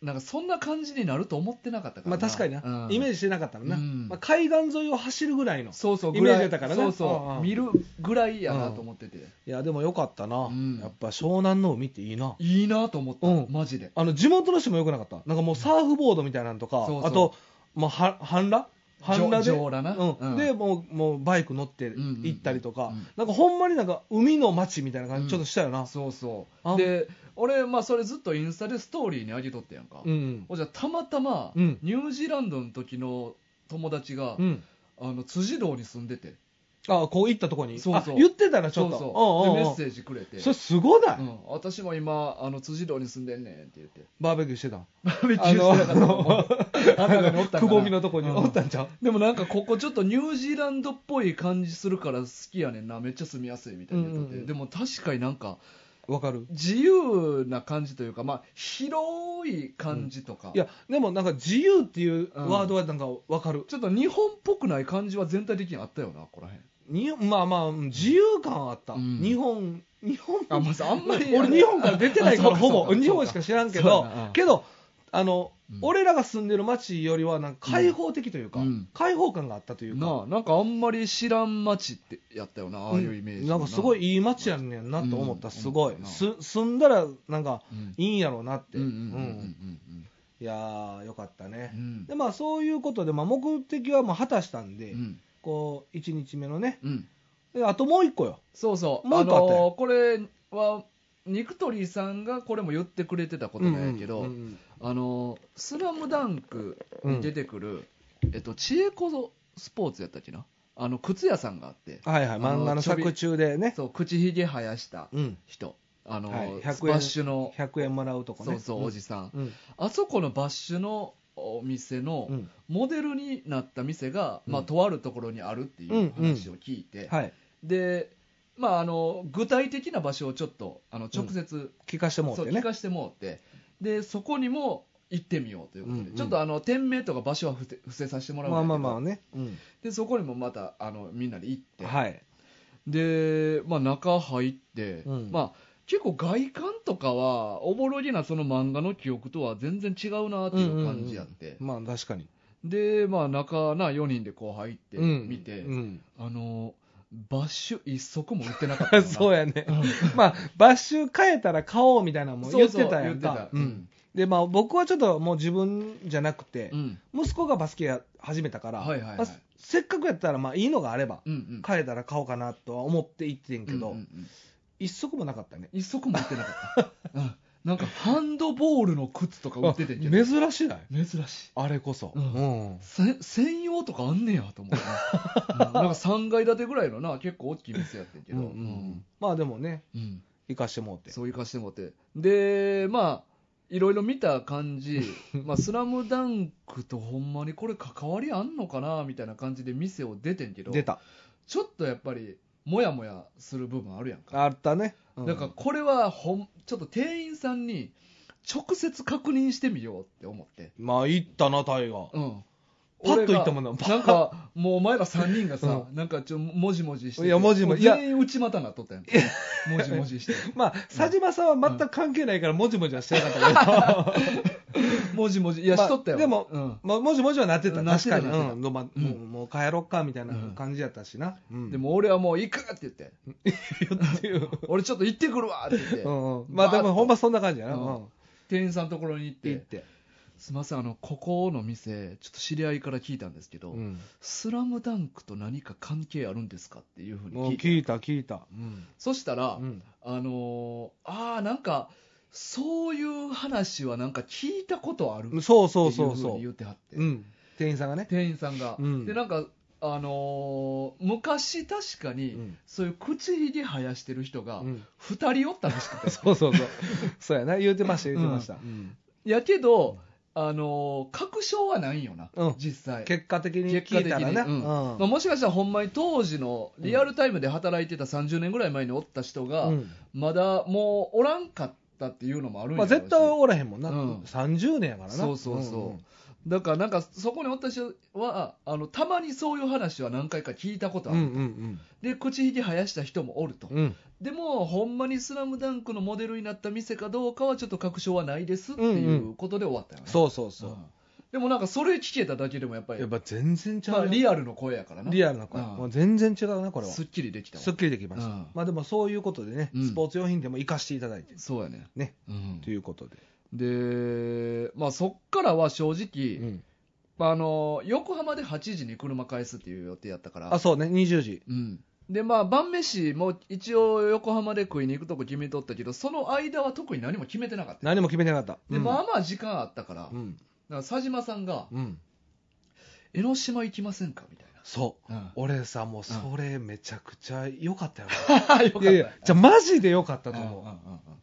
Speaker 1: なんかそんな感じになると思ってなかったから
Speaker 2: まあ確かにな、イメー
Speaker 1: ジ
Speaker 2: ジしてなかったもんな、
Speaker 1: うん
Speaker 2: まあ、海岸沿いを走るぐらいの
Speaker 1: そうそう
Speaker 2: イメージやったからな
Speaker 1: そうそう、
Speaker 2: うんうん
Speaker 1: 見るぐらいやなと思ってて、
Speaker 2: いやでもよかったな、
Speaker 1: うん
Speaker 2: やっぱ湘南の海っていいない
Speaker 1: いなと思った、
Speaker 2: うん
Speaker 1: マジで
Speaker 2: あの地元の人もよくなかったなんかもうサーフボードみたいなのとか、
Speaker 1: そうそう
Speaker 2: あと、まあ、は半裸半裸で
Speaker 1: じょ上裸な
Speaker 2: うん
Speaker 1: うん
Speaker 2: でもうもうバイク乗って行ったりとか、
Speaker 1: うんうんうんうん
Speaker 2: なんかほんまになんか海の街みたいな感じ、
Speaker 1: うん
Speaker 2: ちょっとしたよな、
Speaker 1: そうそ
Speaker 2: あ
Speaker 1: うで俺、まあ、それずっとインスタでストーリーに上げとってやんか、
Speaker 2: うん
Speaker 1: ほんじゃたまたま、
Speaker 2: うん
Speaker 1: ニュージーランドの時の友達が、
Speaker 2: うん、
Speaker 1: あの辻堂に住んでて
Speaker 2: あこう行ったとこに
Speaker 1: そうそう
Speaker 2: あ言ってたなちょっと
Speaker 1: そうそうでメッセ
Speaker 2: ジ
Speaker 1: ージくれて
Speaker 2: それすごない、
Speaker 1: うん、私も今あの辻堂に住んでんねんって言 って
Speaker 2: バーベキューしてた
Speaker 1: バーベキ
Speaker 2: あ
Speaker 1: ュー
Speaker 2: の
Speaker 1: してなかったと思う あん中におったんかな
Speaker 2: くぼみのとこにおったんちゃう、
Speaker 1: でもなんかここちょっとニュージーランドっぽい感じするから好きやねんなめっちゃ住みやすいみたいな言うとって、
Speaker 2: うんうんうん
Speaker 1: でも確かになんか
Speaker 2: わかる
Speaker 1: 自由な感じというか、まあ、広い感じとか、
Speaker 2: いやでもなんか自由っていうワードはなんかわかる、
Speaker 1: ちょっと日本っぽくない感じは全体的にあったよなここら辺
Speaker 2: にまあまあうん自由感はあった、
Speaker 1: うん
Speaker 2: 日本日本
Speaker 1: あ,、まあ、あんまり
Speaker 2: 俺日本から出てないから
Speaker 1: あ
Speaker 2: ほ
Speaker 1: そ
Speaker 2: ぼ
Speaker 1: うかそうか
Speaker 2: 日本しか知らんけ
Speaker 1: そう
Speaker 2: ど
Speaker 1: やなうん
Speaker 2: けどあの、
Speaker 1: うん
Speaker 2: 俺らが住んでる町よりはなんか開放的というか、
Speaker 1: うん
Speaker 2: 開放感があったというか、
Speaker 1: なあなんかあんまり知らん街ってやったよなああいうイメージ、
Speaker 2: なんかすごいいい街やねんなと思った、
Speaker 1: うん
Speaker 2: すごい
Speaker 1: うん
Speaker 2: す住んだらなんか
Speaker 1: うん
Speaker 2: いいんやろうなって、
Speaker 1: うんうん
Speaker 2: うんいやーよかったね
Speaker 1: うんうんう、ん
Speaker 2: でまあそういうことで、まあ、目的はまあ果たしたんで、
Speaker 1: うん
Speaker 2: こう1日目のね
Speaker 1: うん
Speaker 2: であともう一個よ
Speaker 1: そうそう、
Speaker 2: もう
Speaker 1: あ
Speaker 2: 一個あったよ
Speaker 1: のーこれは、肉鳥さんがこれも言ってくれてたことなんやけど、
Speaker 2: うんうん
Speaker 1: あのースラムダンク
Speaker 2: うん
Speaker 1: に出てくる、えっと、知恵子スポーツやったっけな、あの靴屋さんがあって、
Speaker 2: はいはい漫画の作中でね
Speaker 1: そう口ひげ生やした
Speaker 2: うん
Speaker 1: 人、あのー
Speaker 2: はい100円
Speaker 1: スパッシュの、
Speaker 2: 100円もらうとこね
Speaker 1: そうそう、おじさん、
Speaker 2: うん
Speaker 1: あそこのバッシュのお店の、
Speaker 2: うん
Speaker 1: モデルになった店が、まあ、
Speaker 2: うん
Speaker 1: とあるところにあるっていう話を聞いて、
Speaker 2: はい
Speaker 1: で、まあ、あの具体的な場所をちょっとあの直接、
Speaker 2: 聞かしてもら
Speaker 1: そ
Speaker 2: っ
Speaker 1: う
Speaker 2: て
Speaker 1: 聞
Speaker 2: ね
Speaker 1: かしてもらってでそこにも行ってみようということで、
Speaker 2: うんうん
Speaker 1: ちょっとあの店名とか場所は伏せ伏せさせてもらうん
Speaker 2: ま
Speaker 1: だ
Speaker 2: あ
Speaker 1: けど
Speaker 2: まあまあね、うん
Speaker 1: でそこにもまたあのみんなで行って、
Speaker 2: はい
Speaker 1: で、まあ、中入って、
Speaker 2: うん
Speaker 1: まあ、結構外観とかはおぼろげなその漫画の記憶とは全然違うなっていう感じやって、
Speaker 2: まあ確かに
Speaker 1: で、まあ、中な4人でこう入って見て、
Speaker 2: うん
Speaker 1: あのバッシュ一足も売ってなかった
Speaker 2: う
Speaker 1: よ
Speaker 2: ん
Speaker 1: な
Speaker 2: そうやねまあバッシュ変えたら買おうみたいなのも言ってたや
Speaker 1: そ
Speaker 2: ん
Speaker 1: うそう言って
Speaker 2: か
Speaker 1: たうん
Speaker 2: でまあ僕はちょっともう自分じゃなくて
Speaker 1: うん
Speaker 2: 息子がバスケや始めたから
Speaker 1: はいはいはい
Speaker 2: まあせっかくやったらまあいいのがあれば
Speaker 1: うんうん
Speaker 2: 変えたら買おうかなとは思って行ってんけ
Speaker 1: う
Speaker 2: ど
Speaker 1: んうんうん
Speaker 2: 一足もなかったね
Speaker 1: 一足も売ってなかった、うん、なんかハンドボールの靴とか売っててんけど
Speaker 2: 珍しない
Speaker 1: 珍しい
Speaker 2: あれこそ
Speaker 1: うん
Speaker 2: うん
Speaker 1: せ専用とかあんねやと思うなうんなんか3階建てぐらいのな結構大きい店やってんけ
Speaker 2: う
Speaker 1: ど
Speaker 2: んうんうんまあでもね
Speaker 1: うんうん
Speaker 2: 行かしてもうて
Speaker 1: そう行かしてもらってでまあいろいろ見た感 じ「まあスラムダンクとほんまにこれ関わりあんのかなみたいな感じで店を出てんけど
Speaker 2: 出た
Speaker 1: ちょっとやっぱりもやもやする部分あるやんか
Speaker 2: あったねうん
Speaker 1: だからこれはほんちょっと店員さんに直接確認してみようって思って、
Speaker 2: まあ行ったなタイガ
Speaker 1: うん、
Speaker 2: パッと行った
Speaker 1: ん
Speaker 2: もんなパッ
Speaker 1: なんかもうお前ら3人がさ、なんかちょもじもじしてて
Speaker 2: いやもじもじ
Speaker 1: もう全員内股なっとったやんかもじもじして
Speaker 2: まあ佐島さんは全く関係ないからもじもじはしてなかったけど
Speaker 1: もじもじいや、
Speaker 2: まあ
Speaker 1: しとったよ
Speaker 2: でも
Speaker 1: うん
Speaker 2: まあもじもじはなってた
Speaker 1: なって
Speaker 2: 確
Speaker 1: た
Speaker 2: か
Speaker 1: なっ
Speaker 2: に
Speaker 1: てた
Speaker 2: うんどうまあ
Speaker 1: うん
Speaker 2: もうもう帰ろっかみたいな
Speaker 1: うん
Speaker 2: 感じやったしなうん
Speaker 1: でも俺はもう行くって言って
Speaker 2: って いう
Speaker 1: 俺ちょっと行ってくるわって言って、
Speaker 2: うんうんまあでもほんまそんな感じやな
Speaker 1: うん
Speaker 2: うんっ
Speaker 1: 店員さんのところに行ってて
Speaker 2: 言って
Speaker 1: すいませんあのここの店ちょっと知り合いから聞いたんですけど、
Speaker 2: うん
Speaker 1: スラムダンクと何か関係あるんですかっていうふうに
Speaker 2: もう
Speaker 1: 聞いて
Speaker 2: 聞いた聞いたうん
Speaker 1: そしたら、
Speaker 2: うん
Speaker 1: あのーああ、なんか、そういう話はなんか聞いたことあるっていう
Speaker 2: そうそうそう
Speaker 1: ふう
Speaker 2: そ
Speaker 1: に言
Speaker 2: う
Speaker 1: ってはって、
Speaker 2: うん店員さんがね
Speaker 1: 店員さんが。
Speaker 2: うん
Speaker 1: で、なんか、あのー昔確かに、
Speaker 2: うん
Speaker 1: そういう口ひげ生やしてる人が
Speaker 2: うん
Speaker 1: 2人おったらし くて、
Speaker 2: そうそうそうそうやな言うてました言うてましたうん
Speaker 1: やけど、あのー確証はないんよな、
Speaker 2: うん
Speaker 1: 実際。
Speaker 2: 結果的に聞いたらね
Speaker 1: うんまあ、もしかしたらほんまに当時のリアルタイムで働いてた30年ぐらい前におった人が、
Speaker 2: うん
Speaker 1: まだもうおらんかったっていうのもあるん
Speaker 2: ま
Speaker 1: や
Speaker 2: あ、
Speaker 1: ろうし
Speaker 2: 絶対おらへんもんな、
Speaker 1: うん
Speaker 2: 30年やからな
Speaker 1: そうそうそう、だからなんかそこに私はあのたまにそういう話は何回か聞いたことあ
Speaker 2: うん
Speaker 1: る、
Speaker 2: うんうん
Speaker 1: で口ひげ生やした人もおると、
Speaker 2: うんうん
Speaker 1: でもほんまに「スラムダンクのモデルになった店かどうかはちょっと確証はないですっていうことで終わったよね、
Speaker 2: そうそうそう、
Speaker 1: んでもなんかそれ聞けただけでもやっぱり
Speaker 2: やっぱ全然ちゃ
Speaker 1: まあ
Speaker 2: う、
Speaker 1: リアルの声やからな
Speaker 2: リアルな声、
Speaker 1: うん
Speaker 2: もう全然違うなこれは
Speaker 1: すっきりできたわ
Speaker 2: すっきりできました、
Speaker 1: うん
Speaker 2: まあでもそういうことでね、
Speaker 1: うん
Speaker 2: スポーツ用品でも生かしていただいて
Speaker 1: そうやね
Speaker 2: ね、
Speaker 1: うん
Speaker 2: ということで、
Speaker 1: でまあそっからは正直、
Speaker 2: うん
Speaker 1: まああの横浜で8時に車返すっていう予定やったから
Speaker 2: あそうね20時
Speaker 1: うん、でまあ晩飯も一応横浜で食いに行くとこ決めとったけどその間は特に何も決めてなかった
Speaker 2: 何も決めてなかった
Speaker 1: で、
Speaker 2: うん
Speaker 1: まあまあ時間あったから,、だ
Speaker 2: う
Speaker 1: か
Speaker 2: ん
Speaker 1: ら佐島さんが
Speaker 2: うん
Speaker 1: 「江ノ島行きませんか?」みたい
Speaker 2: そう
Speaker 1: な、
Speaker 2: 俺さもうそれめちゃくちゃ良か ったよ、
Speaker 1: あよかった
Speaker 2: いやいやじゃあマジで良かった
Speaker 1: うん
Speaker 2: と
Speaker 1: うんうん
Speaker 2: 思う、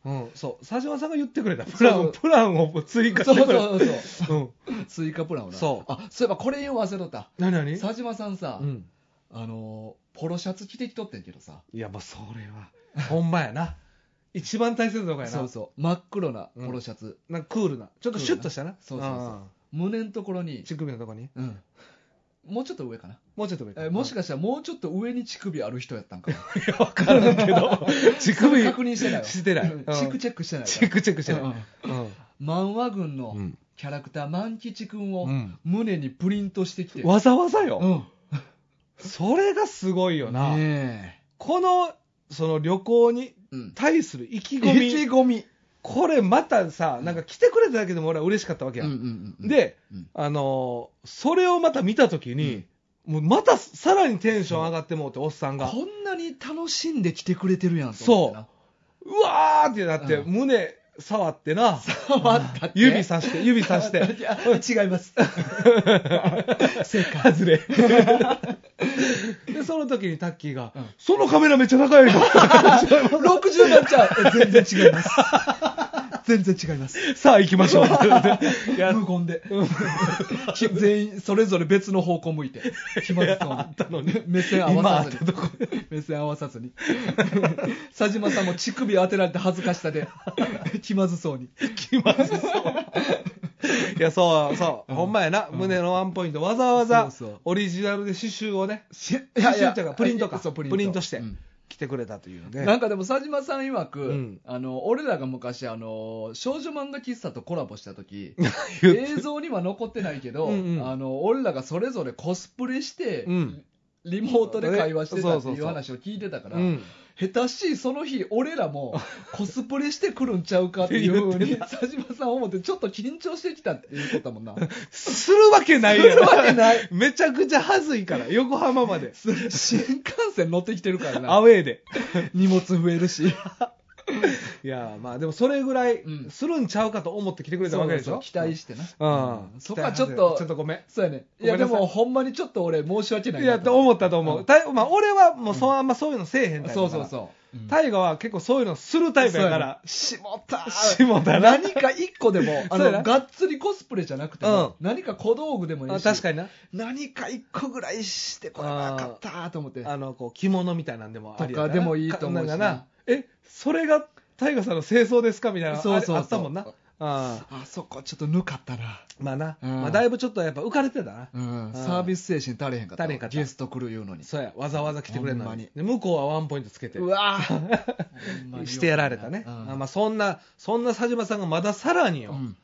Speaker 1: うん
Speaker 2: うん、そう、佐島さんが言ってくれた。プラン、
Speaker 1: そう
Speaker 2: プランを追加し
Speaker 1: そう
Speaker 2: てくれた。。
Speaker 1: そうそう
Speaker 2: ん。
Speaker 1: 追加プランをな
Speaker 2: そう
Speaker 1: あそういえばこれ言う忘れとった
Speaker 2: 何々
Speaker 1: 佐島さんさ、
Speaker 2: うん。
Speaker 1: あのーポロシャツ着てきとってんけどさ
Speaker 2: いや、まあ、それは、ほんまやな。一番大切なとこやな。
Speaker 1: そうそう真っ黒なポロシャツ、
Speaker 2: なんかクールな。ちょっとシュッとしたな。
Speaker 1: そうそうそうん胸のところに、
Speaker 2: 乳首のとこに。
Speaker 1: うん、もうちょっと上かな
Speaker 2: もうちょっと上か
Speaker 1: えもしかしたらもうちょっと上に乳首ある人やったんかも
Speaker 2: いや、わからんけ ど。乳 首、
Speaker 1: 確認してないわ
Speaker 2: してない。
Speaker 1: うん
Speaker 2: うん
Speaker 1: チェックチェックしてない
Speaker 2: チェックチェックしてない。
Speaker 1: うん
Speaker 2: うん。
Speaker 1: マンワ軍
Speaker 2: う
Speaker 1: の
Speaker 2: ん
Speaker 1: キャラクター万吉君を
Speaker 2: うん
Speaker 1: 胸にプリントしてきて
Speaker 2: わざわざ
Speaker 1: う
Speaker 2: よ。
Speaker 1: ん
Speaker 2: それがすごいよな。
Speaker 1: ね
Speaker 2: この、その旅行に
Speaker 1: えうん
Speaker 2: 対する意気
Speaker 1: 意
Speaker 2: 込み。
Speaker 1: 気込み
Speaker 2: これまたさ、なんか来てくれただけでも俺は嬉しかったわけや。
Speaker 1: うんうんうん
Speaker 2: で、
Speaker 1: うん
Speaker 2: あのーそれをまた見たときに、もうまたさらにテンション上がってもうて、おっさんが。
Speaker 1: こんなに楽しんで来てくれてるやん
Speaker 2: うわーってなって、
Speaker 1: う
Speaker 2: 胸触ってな、
Speaker 1: そう触ったって
Speaker 2: 指さして、指さして。
Speaker 1: いや違います正解
Speaker 2: 外 れ。で、その時にタッキーが、
Speaker 1: うん
Speaker 2: そのカメラめっちゃ高 いよ。
Speaker 1: 60万ちゃうえ全然違い ます全然違います
Speaker 2: さあ行きましょう。いや、
Speaker 1: 無言で き全員それぞれ別の方向向い て気まずそうに
Speaker 2: あったのに。
Speaker 1: 目線合
Speaker 2: 今
Speaker 1: わ
Speaker 2: あっ
Speaker 1: さず
Speaker 2: た
Speaker 1: に
Speaker 2: とこ。
Speaker 1: 目線合わさずに佐島さんも乳首当てられて恥ずかしさ で気まずそうに
Speaker 2: 気まずそう。いや、そうそう、ほんまやな、胸のワンポイント、わざわざ
Speaker 1: そうそう
Speaker 2: オリジナルで刺繍をね、
Speaker 1: しい
Speaker 2: 刺繍っていうか、プリントか、
Speaker 1: そう
Speaker 2: プ
Speaker 1: プ
Speaker 2: リ
Speaker 1: リ
Speaker 2: ン
Speaker 1: ン
Speaker 2: ト
Speaker 1: ト
Speaker 2: して
Speaker 1: うん
Speaker 2: 来てくれたというので、
Speaker 1: なんかでも佐島さん曰く、
Speaker 2: うん
Speaker 1: あの俺らが昔あの少女漫画喫茶とコラボした時
Speaker 2: 言って
Speaker 1: 映像には残ってないけど
Speaker 2: うんうん
Speaker 1: あの俺らがそれぞれコスプレして、
Speaker 2: うん
Speaker 1: リモートで会話してたって
Speaker 2: そうそう
Speaker 1: い
Speaker 2: そうう
Speaker 1: 話を聞いてたから、
Speaker 2: うん
Speaker 1: 下手しいその日俺ら もコスプレしてくるんちゃうかっていうふうに佐島さん思ってちょっと緊張してきたっていうことだもんな
Speaker 2: するわけないや
Speaker 1: する
Speaker 2: ろ
Speaker 1: わけない
Speaker 2: めちゃくちゃ恥ずいから、横浜まで、
Speaker 1: 新幹線乗ってきてるから
Speaker 2: ア
Speaker 1: な
Speaker 2: ウェーで。
Speaker 1: 荷物増えるし
Speaker 2: いや、まあでもそれぐらい
Speaker 1: うん
Speaker 2: するんちゃうかと思って来てくれたわけでしょ。
Speaker 1: 期待してな、
Speaker 2: うん
Speaker 1: うんそこはちょっと
Speaker 2: ちょっとごめん。
Speaker 1: そうやねい
Speaker 2: ごめ
Speaker 1: や
Speaker 2: んな
Speaker 1: で
Speaker 2: さい
Speaker 1: もほんまにちょっと俺申し訳ない
Speaker 2: い
Speaker 1: な
Speaker 2: や、と思ったと思
Speaker 1: う
Speaker 2: う。
Speaker 1: ん
Speaker 2: たいまあ、俺はもうそう、あんまそういうのせえへんタイプだか
Speaker 1: そ
Speaker 2: ら。
Speaker 1: うそうそう、うん
Speaker 2: 大河は結構そういうのするタイプやから。
Speaker 1: そうやね下田
Speaker 2: 下田な
Speaker 1: 何か一個でもあ
Speaker 2: そうやな
Speaker 1: のがっつりコスプレじゃなくても、
Speaker 2: うん
Speaker 1: 何か小道具でもいい
Speaker 2: あ
Speaker 1: し
Speaker 2: 確かにな。
Speaker 1: 何か一個ぐらいしてこれなかったと思って
Speaker 2: あの、こう、着物みたいなんでもありやな
Speaker 1: とかでもいいと思うし
Speaker 2: な
Speaker 1: なん
Speaker 2: かな。え、それが大河さんの清掃ですかみたいな。
Speaker 1: そうそうそう
Speaker 2: あれあったもんな。あ
Speaker 1: あそこちょっとぬかったな、
Speaker 2: まあな。
Speaker 1: うん
Speaker 2: まあ、だいぶちょっとやっぱ浮かれてたな。
Speaker 1: うん
Speaker 2: ん
Speaker 1: サービス精神足りへんかった
Speaker 2: 足りへんかった
Speaker 1: ゲスト来る言うのに
Speaker 2: そうや、わざわざ来てくれるの
Speaker 1: ほんま
Speaker 2: に
Speaker 1: に。
Speaker 2: で向こうはワンポイントつけて。
Speaker 1: うわ ぁほんまに
Speaker 2: してやられたね。
Speaker 1: うん
Speaker 2: あまあ、そんな、そんな佐島さんがまださらによ、
Speaker 1: うん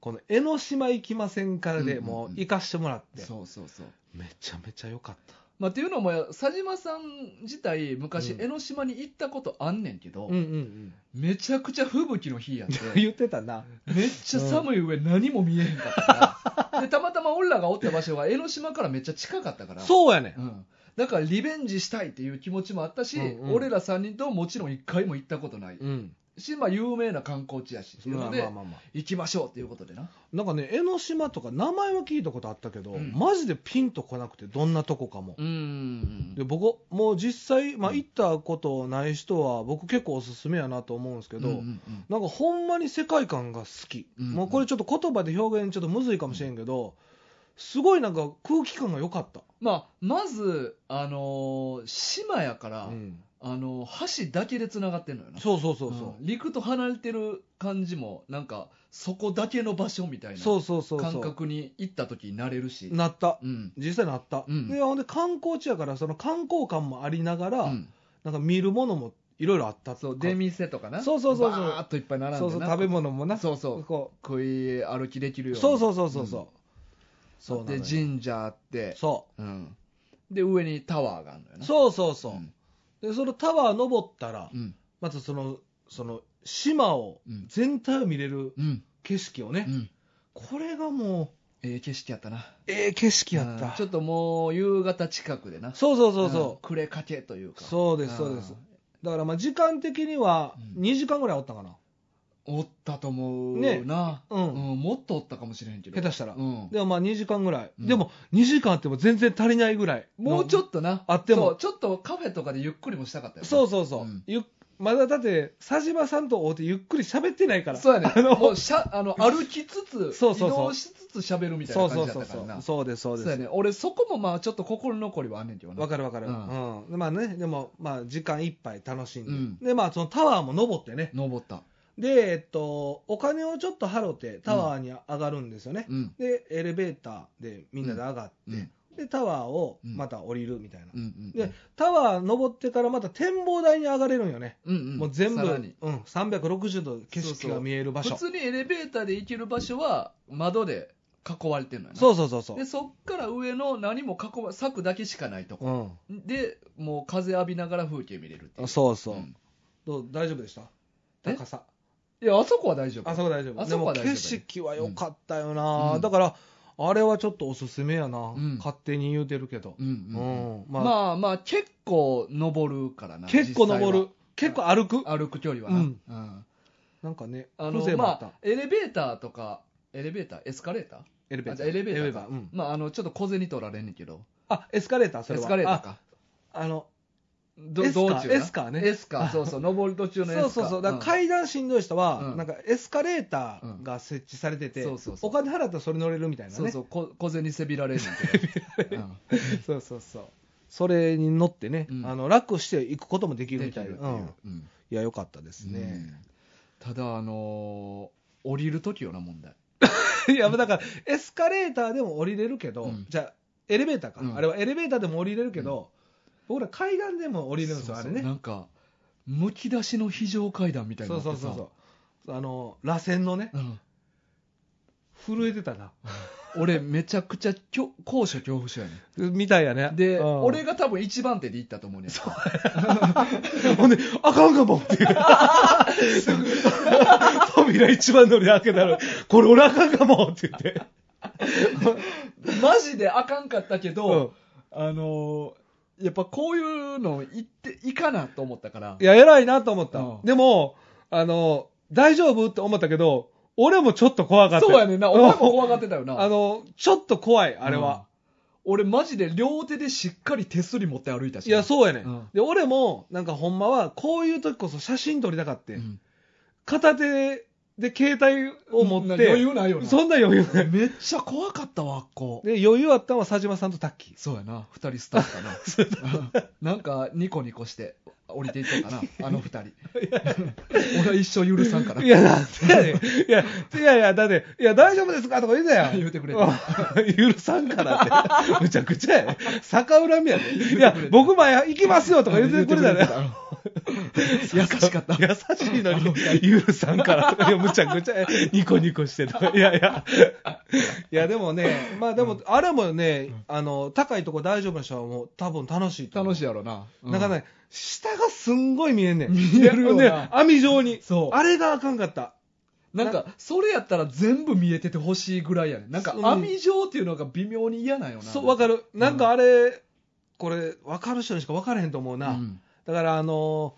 Speaker 2: この江ノ島行きませんから
Speaker 1: うん
Speaker 2: で
Speaker 1: うんうん
Speaker 2: もう行かしてもらって、
Speaker 1: そうそうそう
Speaker 2: めちゃめちゃ良かった。
Speaker 1: まあ、っていうのも佐島さん自体昔
Speaker 2: うん
Speaker 1: 江ノ島に行ったことあんねんけど、
Speaker 2: うんうん
Speaker 1: めちゃくちゃ吹雪の日やっ
Speaker 2: うん。
Speaker 1: て
Speaker 2: 言ってたな。
Speaker 1: めっちゃ寒い上何も見えへんかったからでたまたま俺らがおった場所が江ノ島からめっちゃ近かったから
Speaker 2: そうやねん。
Speaker 1: うん、だからリベンジしたいっていう気持ちもあったし、
Speaker 2: うんうん
Speaker 1: 俺ら3人とももちろん1回も行ったことない
Speaker 2: うん。
Speaker 1: し、まあ、有名な観光地やしっていう
Speaker 2: まあ
Speaker 1: の
Speaker 2: まあ
Speaker 1: で
Speaker 2: まあまあ。
Speaker 1: 行きましょうっていうことでな
Speaker 2: なんかね、江ノ島とか名前は聞いたことあったけど、
Speaker 1: うん
Speaker 2: マジでピンとこなくて、どんなとこかも。
Speaker 1: うん
Speaker 2: で僕もう実際、まあ、
Speaker 1: うん
Speaker 2: 行ったことない人は僕結構おすすめやなと思うんですけ
Speaker 1: け
Speaker 2: ど、
Speaker 1: うん
Speaker 2: なんかほんまに世界観が好き、
Speaker 1: うん
Speaker 2: もうこれちょっと言葉で表現ちょっとむずいかもしれんけど、すごいなんか空気感が良かった、
Speaker 1: まあ、まず、あのー島やから、
Speaker 2: うん
Speaker 1: あのー橋だけでつながってるのよな
Speaker 2: そうそうそうそう
Speaker 1: う、ん陸と離れてる感じもなんかそこだけの場所みたい
Speaker 2: そ
Speaker 1: な
Speaker 2: うそうそうそう
Speaker 1: 感覚に行った時になれるし
Speaker 2: なった
Speaker 1: うん
Speaker 2: 実際なった、
Speaker 1: うん
Speaker 2: でほんで観光地やからその観光感もありながら、
Speaker 1: うん
Speaker 2: なんか見るものもいろいろあった
Speaker 1: そう
Speaker 2: か
Speaker 1: 出店とかな
Speaker 2: そうそうそうそう
Speaker 1: バーっといっぱい並んでな
Speaker 2: そうそう食べ物もな
Speaker 1: そうそう
Speaker 2: こ
Speaker 1: 食い歩きできる
Speaker 2: う
Speaker 1: ように
Speaker 2: そうそうそうそうそう、
Speaker 1: うん
Speaker 2: そうなの
Speaker 1: で
Speaker 2: よ
Speaker 1: 神社あって、
Speaker 2: そう
Speaker 1: ん、で上にタワーがあるのよ
Speaker 2: う
Speaker 1: な
Speaker 2: そうそうそう、
Speaker 1: ん
Speaker 2: でそのタワー登ったら、
Speaker 1: うん
Speaker 2: まずそのその島を
Speaker 1: うん
Speaker 2: 全体を見れる
Speaker 1: うん
Speaker 2: 景色をね、
Speaker 1: うん
Speaker 2: これがもう
Speaker 1: ええ景色やったな
Speaker 2: ええ景色やっ
Speaker 1: うん
Speaker 2: た
Speaker 1: ちょっともう夕方近くでな
Speaker 2: そうそうそうそ
Speaker 1: ん暮れかけという
Speaker 2: う
Speaker 1: か
Speaker 2: そうですそうです
Speaker 1: ん
Speaker 2: だからまあ時間的には
Speaker 1: うん
Speaker 2: 2時間ぐらいおったかな
Speaker 1: おったと思う
Speaker 2: ね
Speaker 1: な、
Speaker 2: うん
Speaker 1: うんもっとおったかもしれへんけど
Speaker 2: 下手したら
Speaker 1: うん、
Speaker 2: でもまあ2時間ぐらい
Speaker 1: うん
Speaker 2: でも2時間あっても全然足りないぐらい
Speaker 1: もうちょ
Speaker 2: と
Speaker 1: っとな
Speaker 2: あって
Speaker 1: そ
Speaker 2: も
Speaker 1: うちょっとカフェとかでゆっくりもしたかったよな
Speaker 2: そうそうそう
Speaker 1: うん
Speaker 2: ゆっまだだって佐島さんと会うてゆっくり喋ってないから
Speaker 1: そうやね
Speaker 2: あの
Speaker 1: もうしゃあ の歩きつつ
Speaker 2: そうそうそう
Speaker 1: 移動しつつ喋るみたい
Speaker 2: そ
Speaker 1: な
Speaker 2: うそ
Speaker 1: 感
Speaker 2: う
Speaker 1: じだ
Speaker 2: そ
Speaker 1: っ
Speaker 2: う
Speaker 1: たから
Speaker 2: そう
Speaker 1: な
Speaker 2: そうですそう
Speaker 1: そうや
Speaker 2: です
Speaker 1: ね俺そこもまあちょっと心残りはあんねんけどな
Speaker 2: わかるわかる、う
Speaker 1: うん
Speaker 2: まあね、でも、まあ、時間いっぱい楽しんで、
Speaker 1: うん
Speaker 2: でまあ、そのタワーも登ってね、
Speaker 1: 登った
Speaker 2: で、えっと、お金をちょっと払って、タワーに上がるんですよね、
Speaker 1: うん
Speaker 2: で、エレベーターでみんなで上がって、
Speaker 1: うん
Speaker 2: でタワーを
Speaker 1: うん
Speaker 2: また降りるみたいな、
Speaker 1: うんうん
Speaker 2: でタワー登ってからまた展望台に上がれるんよね、
Speaker 1: うんうん
Speaker 2: もう全部、
Speaker 1: さ
Speaker 2: う
Speaker 1: らに
Speaker 2: ん、360度景色が見える場所、
Speaker 1: 普通にエレベーターで行ける場所は窓で囲われてるのよな
Speaker 2: そうそうそうそう
Speaker 1: でそっから上の何も囲わ柵だけしかないとこ、
Speaker 2: うん
Speaker 1: でもう風浴びながら風景見れるっていう
Speaker 2: あ、そうそう、
Speaker 1: うん
Speaker 2: どう大丈夫でした
Speaker 1: え
Speaker 2: 高さ
Speaker 1: いやあそこは大丈夫
Speaker 2: あそこ大丈夫
Speaker 1: あそこは大丈夫
Speaker 2: でも景色は良かったよな、
Speaker 1: うん
Speaker 2: だからあれはちょっとおすすめやな、
Speaker 1: ん
Speaker 2: 勝手に言うてるけど、
Speaker 1: うんうんうん
Speaker 2: うん
Speaker 1: ま
Speaker 2: ま
Speaker 1: あ、
Speaker 2: あ
Speaker 1: まあ結構登るからな
Speaker 2: 結構登る
Speaker 1: 実
Speaker 2: 結構歩く
Speaker 1: 際は歩く距離はな、
Speaker 2: うん
Speaker 1: うん
Speaker 2: なんかね
Speaker 1: あ
Speaker 2: 風
Speaker 1: の
Speaker 2: 情もあ
Speaker 1: ま
Speaker 2: った、
Speaker 1: あエレベーターとかエレベーターエスカレーター
Speaker 2: エレベー
Speaker 1: あじゃ
Speaker 2: ター
Speaker 1: あエレベーターか
Speaker 2: うん
Speaker 1: まああのちょっと小銭取られんねんけど
Speaker 2: あエスカレーターそ
Speaker 1: エ
Speaker 2: れは
Speaker 1: スカレーター
Speaker 2: あ
Speaker 1: か
Speaker 2: あの
Speaker 1: ど
Speaker 2: エスカ
Speaker 1: 道中な
Speaker 2: エスカね
Speaker 1: エスカそうそう登る途中のエスカ
Speaker 2: そうそうそうだから
Speaker 1: ん
Speaker 2: 階段しんどい人は、
Speaker 1: うん
Speaker 2: なんかエスカレーターが設置されてて、
Speaker 1: うんそうそうそう
Speaker 2: お金払ったらそれ乗れるみたいなね
Speaker 1: そうそうこ小銭せびられんねん けど、うん
Speaker 2: そうそうそうそれに乗ってね、
Speaker 1: うん
Speaker 2: あの楽して行くこともできる
Speaker 1: で
Speaker 2: み
Speaker 1: き
Speaker 2: たい
Speaker 1: る
Speaker 2: な
Speaker 1: っていう、
Speaker 2: うん、
Speaker 1: うん
Speaker 2: いや良かったですね、
Speaker 1: ただあのー降りる時よな問題
Speaker 2: いや、だから、エスカレーターでも降りれるけど、
Speaker 1: うん
Speaker 2: じゃあ、エレベーターか、
Speaker 1: うん
Speaker 2: あれはエレベーターでも降りれるけど、僕ら階段でも降りれるんですよ、
Speaker 1: そうそ
Speaker 2: あれ
Speaker 1: う
Speaker 2: ね。
Speaker 1: なんかむき出しの非常階段みたいに
Speaker 2: そ
Speaker 1: な
Speaker 2: う
Speaker 1: って
Speaker 2: そ
Speaker 1: さ
Speaker 2: うそうそう。あの、螺旋のね、
Speaker 1: うん
Speaker 2: 震えてたな。
Speaker 1: 俺めちゃくちゃきょ高所恐怖症やね
Speaker 2: みたいやね。
Speaker 1: んで、
Speaker 2: うん
Speaker 1: 俺、が多分一番手で行ったと思うねん
Speaker 2: ほんで、あかんかもっていう。 扉一番乗り開けたら、これ俺あかんかもって言って。
Speaker 1: マジであかんかったけ
Speaker 2: うん
Speaker 1: ど、あのーやっぱこういうの行っていかなと思ったから
Speaker 2: いや、偉いなと思った。
Speaker 1: うん
Speaker 2: でも、あの、大丈夫って思ったけど、俺もちょっと怖かった。
Speaker 1: そうやねんな俺も怖がってたよな
Speaker 2: あの、ちょっと怖い、あれは。
Speaker 1: うん、俺マジで両手でしっかり手すり持って歩いたし
Speaker 2: いや、そうやね、
Speaker 1: うん
Speaker 2: ん。で、俺も、なんかほんまは、こういう時こそ写真撮りたかって、
Speaker 1: うん
Speaker 2: 片手で携帯を持って、
Speaker 1: 余裕ないよな
Speaker 2: そんな余裕ない。
Speaker 1: めっちゃ怖かったわあっこ
Speaker 2: で、余裕あったのは佐島さんとタッキー。
Speaker 1: そうやな2人スタッフかななんかニコニコして降りていったかなあの2人 俺は一生許さんから
Speaker 2: いや、なんでやねん。いや、いやいや、だって、いや、大丈夫ですかとか言うなよ。
Speaker 1: 言うてくれた
Speaker 2: うん 許さんからって。むちゃくちゃやね。逆恨みやね。い
Speaker 1: 言う
Speaker 2: や
Speaker 1: てくれ、た
Speaker 2: 僕前行きますよとか言ってくれ たね。
Speaker 1: 優しかった
Speaker 2: 優しいのに、ゆるさんから、いや、むちゃくちゃ、ニコニコしてた。いやいや。いや、でもね、まあでも、あれもね、あの、高いとこ大丈夫な人はもう多分楽しいと思う。
Speaker 1: 楽しいやろな、う
Speaker 2: なんかね、下がすんごい見えんねん。
Speaker 1: 見えるよな
Speaker 2: でね網状に。
Speaker 1: そう
Speaker 2: あれがあかんかった。
Speaker 1: なんかそれやったら全部見えててほしいぐらいやねなんか
Speaker 2: うん
Speaker 1: 網状っていうのが微妙に嫌なんよな
Speaker 2: そう、わか
Speaker 1: る
Speaker 2: る。なんかあれ、これ、わかる人にしかわからへんと思うな。
Speaker 1: うん
Speaker 2: だから、あの、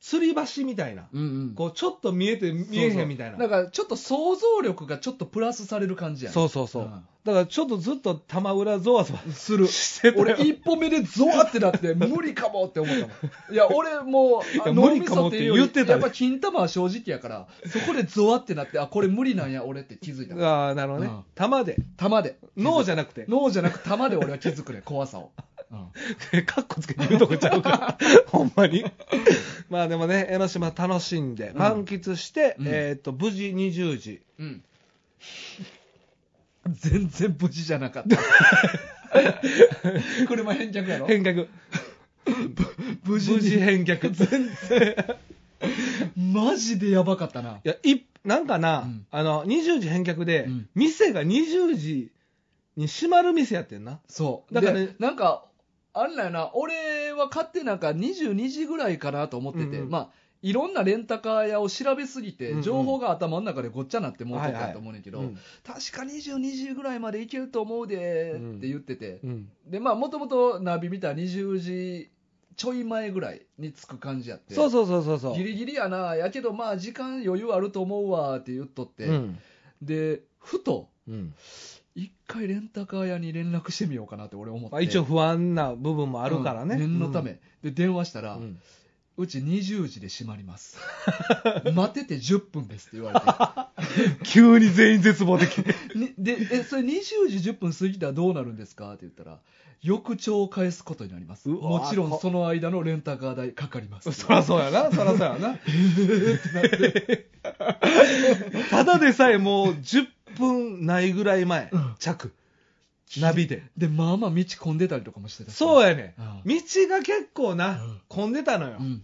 Speaker 2: 吊り橋みたいな。
Speaker 1: うんうん
Speaker 2: こう、ちょっと見えて見えへんみたいな。
Speaker 1: だからちょっと想像力がちょっとプラスされる感じやね
Speaker 2: そうそうそう。
Speaker 1: うん
Speaker 2: だからちょっとずっと玉裏ゾワゾワ
Speaker 1: する
Speaker 2: してたよ
Speaker 1: 俺一歩目でゾワってなって無理かもって思ったも んいや俺もうあ
Speaker 2: いや
Speaker 1: 脳みそっていうより
Speaker 2: 無理かもって言ってたね
Speaker 1: やっぱ金玉は正直やからそこでゾワってなってあこれ無理なんや俺って気づいたの
Speaker 2: ああ、なるほどね。
Speaker 1: うん
Speaker 2: 玉で。
Speaker 1: 玉で
Speaker 2: 脳じゃなくて。
Speaker 1: 脳じゃなく玉で俺は気づくね怖さを、うん
Speaker 2: カッコつけて言うとこちゃ うから。ほんまに。まあでもね、江ノ島楽しんで、
Speaker 1: ん
Speaker 2: 満喫して、
Speaker 1: うん
Speaker 2: えーっと、無事20時。
Speaker 1: うん、 全然無事じゃなかった 車返却やろ
Speaker 2: 返却。
Speaker 1: 無
Speaker 2: 無事返却。い
Speaker 1: マジでやばかったな
Speaker 2: や、い、なんかな、
Speaker 1: うん
Speaker 2: あの、20時返却で、
Speaker 1: うん
Speaker 2: 店が20時に閉まる店やってんな。
Speaker 1: そう。だ
Speaker 2: だ
Speaker 1: か、
Speaker 2: かららね
Speaker 1: なんか、あれだよな、俺は勝手なんか22時ぐらいかなと思ってて、
Speaker 2: うんうん
Speaker 1: まあ、いろんなレンタカー屋を調べすぎ
Speaker 2: うんう
Speaker 1: て、
Speaker 2: ん
Speaker 1: 情報が頭の中でごっちゃなってもうとっ
Speaker 2: はいは
Speaker 1: た
Speaker 2: い
Speaker 1: と思うねんけど、
Speaker 2: うん
Speaker 1: 確か20、20ぐらいまで行けると思うで
Speaker 2: うん
Speaker 1: って言ってて、
Speaker 2: うん
Speaker 1: で、まあ、もともとナビ見たら20時ちょい前ぐらいに着く感じやって、
Speaker 2: そうそうそうそうそう
Speaker 1: ギリギリやな、やけど、まあ、時間余裕あると思うわって言っとって、
Speaker 2: うん
Speaker 1: で、ふと、
Speaker 2: うん
Speaker 1: 一回レンタカー屋に連絡してみようかなって俺思って。
Speaker 2: まあ、一応不安な部分もあるからね、
Speaker 1: うん念のため、で電話したら、
Speaker 2: う
Speaker 1: うんち20時で閉まります 待てて10分ですって言 わ
Speaker 2: 急に全員絶望的
Speaker 1: れてにでえそれ20時10分過ぎたらどうなるんですかって言ったら翌朝を返すことになります
Speaker 2: うわ
Speaker 1: もちろんその間のレンタカー代かかります
Speaker 2: そらそうやなそらそう やなただでさえもう10分ないぐらい前、
Speaker 1: うん
Speaker 2: 着ナビで
Speaker 1: でまあまあ道混んでたりとかもしてた
Speaker 2: そう
Speaker 1: や、
Speaker 2: やね
Speaker 1: うん
Speaker 2: 道が結構な、
Speaker 1: うん
Speaker 2: 混んでたのよ、
Speaker 1: うん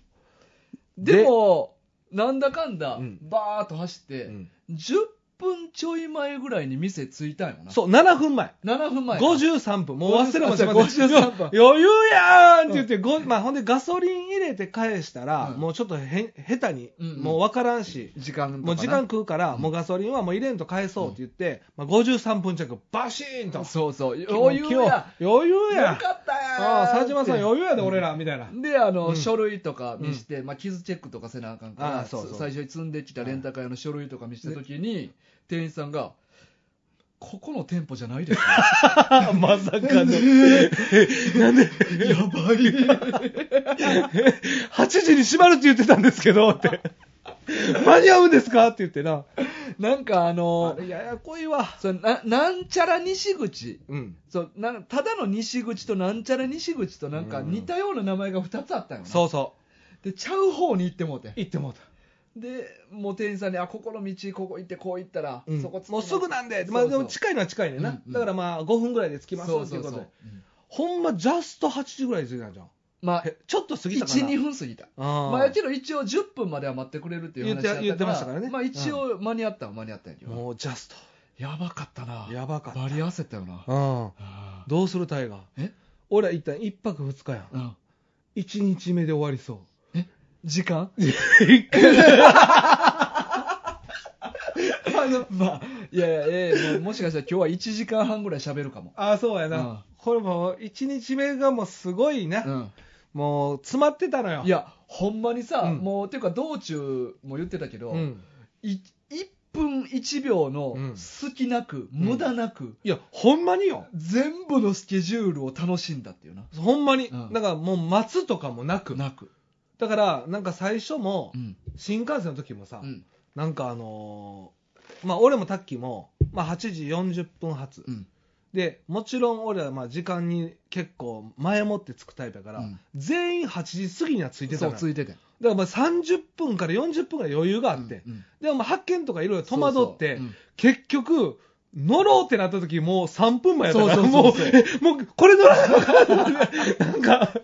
Speaker 1: で
Speaker 2: で
Speaker 1: もなんだかんだ、
Speaker 2: うん
Speaker 1: バーっと走って、
Speaker 2: うん
Speaker 1: 10分ちょい前ぐらいに店着いたんよな
Speaker 2: そう7分前
Speaker 1: 7分前
Speaker 2: 53分、もう忘れもしません。
Speaker 1: 53分
Speaker 2: 余裕やーんって言って、ごまあ、ほんでガソリン入れて返したら、
Speaker 1: うん
Speaker 2: もうちょっとへ下手に、
Speaker 1: うんうん
Speaker 2: もう分からんし、
Speaker 1: 時間とかな
Speaker 2: もう時間食うから、もうガソリンはもう入れんと返そうって言って、まあ、53分着、バシーンと。
Speaker 1: そうそう余裕や
Speaker 2: 今日余裕
Speaker 1: よ
Speaker 2: や。
Speaker 1: かったや
Speaker 2: ああ、佐島さん余裕やで、俺ら、みたいな。
Speaker 1: であの、
Speaker 2: うん
Speaker 1: 書類とか見して、まあ、傷チェックとかせなあかんから
Speaker 2: あーそうそう
Speaker 1: つ最初に積んできたレンタカー用の書類とか見した時に店員さんが「ここの店舗じゃないですよ
Speaker 2: まさかの。
Speaker 1: やばい
Speaker 2: 8時に閉まるって言ってたんですけ ど、って。間に合うんですかって言ってな。」
Speaker 1: なんかあ
Speaker 2: あ
Speaker 1: の
Speaker 2: れややこいわ。
Speaker 1: そのななんちゃら西口
Speaker 2: うん。
Speaker 1: そうなんただの西口となんちゃら西口となんか似たような名前が2つあったよな、
Speaker 2: そうそ
Speaker 1: でちゃう方に行ってもうて
Speaker 2: う。行ってもうた。
Speaker 1: でもう店員さんに「あここの道ここ行ってこう行ったら、
Speaker 2: うん
Speaker 1: そこ着き
Speaker 2: もう
Speaker 1: ます
Speaker 2: ぐなんで、
Speaker 1: そう
Speaker 2: まあ、で
Speaker 1: そう
Speaker 2: も近いのは近いねんな、
Speaker 1: うんうん
Speaker 2: だからまあ5分ぐらいで着きますって
Speaker 1: そ
Speaker 2: いううこと
Speaker 1: そ
Speaker 2: で
Speaker 1: うそう、うん
Speaker 2: ほんまジャスト8時ぐらいで着いたんじゃん
Speaker 1: まあ
Speaker 2: えちょっと過ぎたかな
Speaker 1: 12分過ぎた
Speaker 2: あ
Speaker 1: まあやけど一応10分までは待ってくれるっていう話だったから
Speaker 2: 言って言ってましたからね
Speaker 1: まあ、一応間に合ったは間に合ったんやけど、
Speaker 2: もうジャス
Speaker 1: やばかったな
Speaker 2: トやばかった
Speaker 1: バリ焦ったよな、
Speaker 2: うん
Speaker 1: あ
Speaker 2: どうするタイガー
Speaker 1: え
Speaker 2: 俺ら一旦一泊二日やん
Speaker 1: ーうん
Speaker 2: 一日目で終わりそ
Speaker 1: 時間まあいやいや、ええもうもしかしたら今日は1時間半ぐらい喋るかも
Speaker 2: う ああそうやな、
Speaker 1: うん
Speaker 2: これもう一日目がもうすごいな、
Speaker 1: うん
Speaker 2: もう詰まってたのよ
Speaker 1: いやほんまにさ、
Speaker 2: うん
Speaker 1: もうっていうか道中も言ってたけど、
Speaker 2: うん、
Speaker 1: い1分1秒
Speaker 2: う
Speaker 1: の
Speaker 2: ん
Speaker 1: 隙なく、無駄なく、
Speaker 2: いやほんまによ
Speaker 1: 全部のスケジュールを楽しんだっていうな。
Speaker 2: ほんまに、
Speaker 1: うん
Speaker 2: だからもう待つとかもなく
Speaker 1: なく。
Speaker 2: だからなんか最初も
Speaker 1: うん。
Speaker 2: 新幹線の時もさ、
Speaker 1: うん。
Speaker 2: なんかあのーまあ俺もタッキーも、まあ、8時40分発、
Speaker 1: うん。
Speaker 2: でもちろん俺はまあ時間に結構前もって着くタイプやから、
Speaker 1: うん
Speaker 2: 全員8時過ぎには着いてた
Speaker 1: そ
Speaker 2: の
Speaker 1: う、
Speaker 2: よ
Speaker 1: ついてて。
Speaker 2: だからまあ30分から40分ぐらい余裕があって、
Speaker 1: うん
Speaker 2: でもまあ発見とかいろいろ戸惑っ
Speaker 1: そう
Speaker 2: て、
Speaker 1: そううん
Speaker 2: 結局乗ろうってなった時もう3分前やったか
Speaker 1: そ
Speaker 2: ら
Speaker 1: うそうそうそ
Speaker 2: もうえもうこれ乗らなあかんのなんか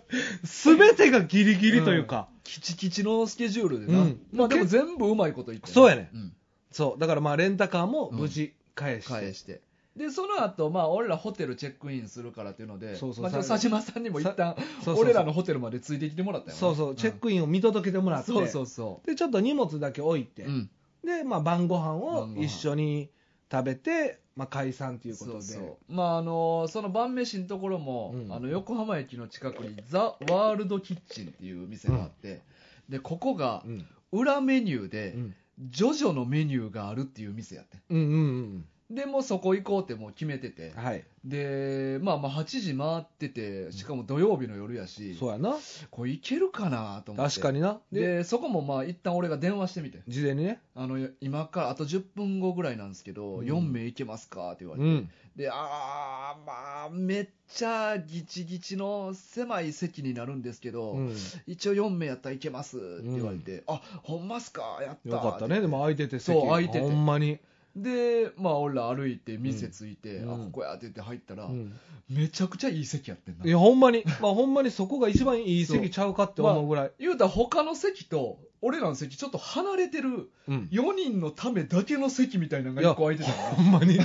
Speaker 2: 全てがギリギリというか、
Speaker 1: キチキチのスケジュールでな。
Speaker 2: うん
Speaker 1: まあでも全部うまいこと言って。
Speaker 2: そうやね
Speaker 1: ん。
Speaker 2: そうだからまあレンタカーも無事返して、
Speaker 1: 返して。で、その後、まあ、俺らホテルチェックインするからっていうので、
Speaker 2: そうそ
Speaker 1: ま
Speaker 2: う
Speaker 1: あ、ちょっと佐島さんにも一旦
Speaker 2: そうそう、そう
Speaker 1: 俺らのホテルまでついてきてもらったよな
Speaker 2: そうそう、チェックインを見届けてもらって、
Speaker 1: そうそうそ。
Speaker 2: で、ちょっと荷物だけ置いうて、
Speaker 1: うん。
Speaker 2: で、まあ、晩ご飯を
Speaker 1: 晩ご飯
Speaker 2: 一緒に食べて、まあ、解散ということ
Speaker 1: そ
Speaker 2: で。
Speaker 1: うそうまああのその晩飯のところも、
Speaker 2: うん
Speaker 1: あの横浜駅の近くにザ・ワールドキッチンっていう店があって、でここが
Speaker 2: うん。
Speaker 1: 裏メニューで、
Speaker 2: うん。
Speaker 1: ジョジョのメニューがあるっていう店やってん
Speaker 2: うんうん
Speaker 1: でもうそこ行こうってもう決めてて
Speaker 2: うん。はい。
Speaker 1: でまあまあ8時回っててしかも土曜日の夜やし、
Speaker 2: そうやな。
Speaker 1: これ行けるかなと思って
Speaker 2: 確かにな。で、
Speaker 1: でそこもまあ一旦俺が電話してみて
Speaker 2: 事前にね。
Speaker 1: あの今からあと10分後ぐらいなんですけど、
Speaker 2: うん
Speaker 1: 4名行けますかって言われて、
Speaker 2: うん。
Speaker 1: であーまあめっちゃギチギチの狭い席になるんですけど、
Speaker 2: うん
Speaker 1: 一応4名やったらいけますって言われて、あほんますかやった
Speaker 2: よかったね。でも空いてて、席
Speaker 1: そう空いてて
Speaker 2: ほんまに。
Speaker 1: でまあ俺ら歩いて店着いて、
Speaker 2: うん
Speaker 1: あここやって言って入ったら、
Speaker 2: うん
Speaker 1: めちゃくちゃいい席やってんない
Speaker 2: や、ほんまに。まあ、ほんまにそこが一番いい席ちゃうかって思うぐらい。
Speaker 1: 言うたら他の席と俺らの席ちょっと離れてる
Speaker 2: うん。
Speaker 1: 4人のためだけの席みたいなのが
Speaker 2: いや
Speaker 1: 1個空いてたの
Speaker 2: ほんま に。い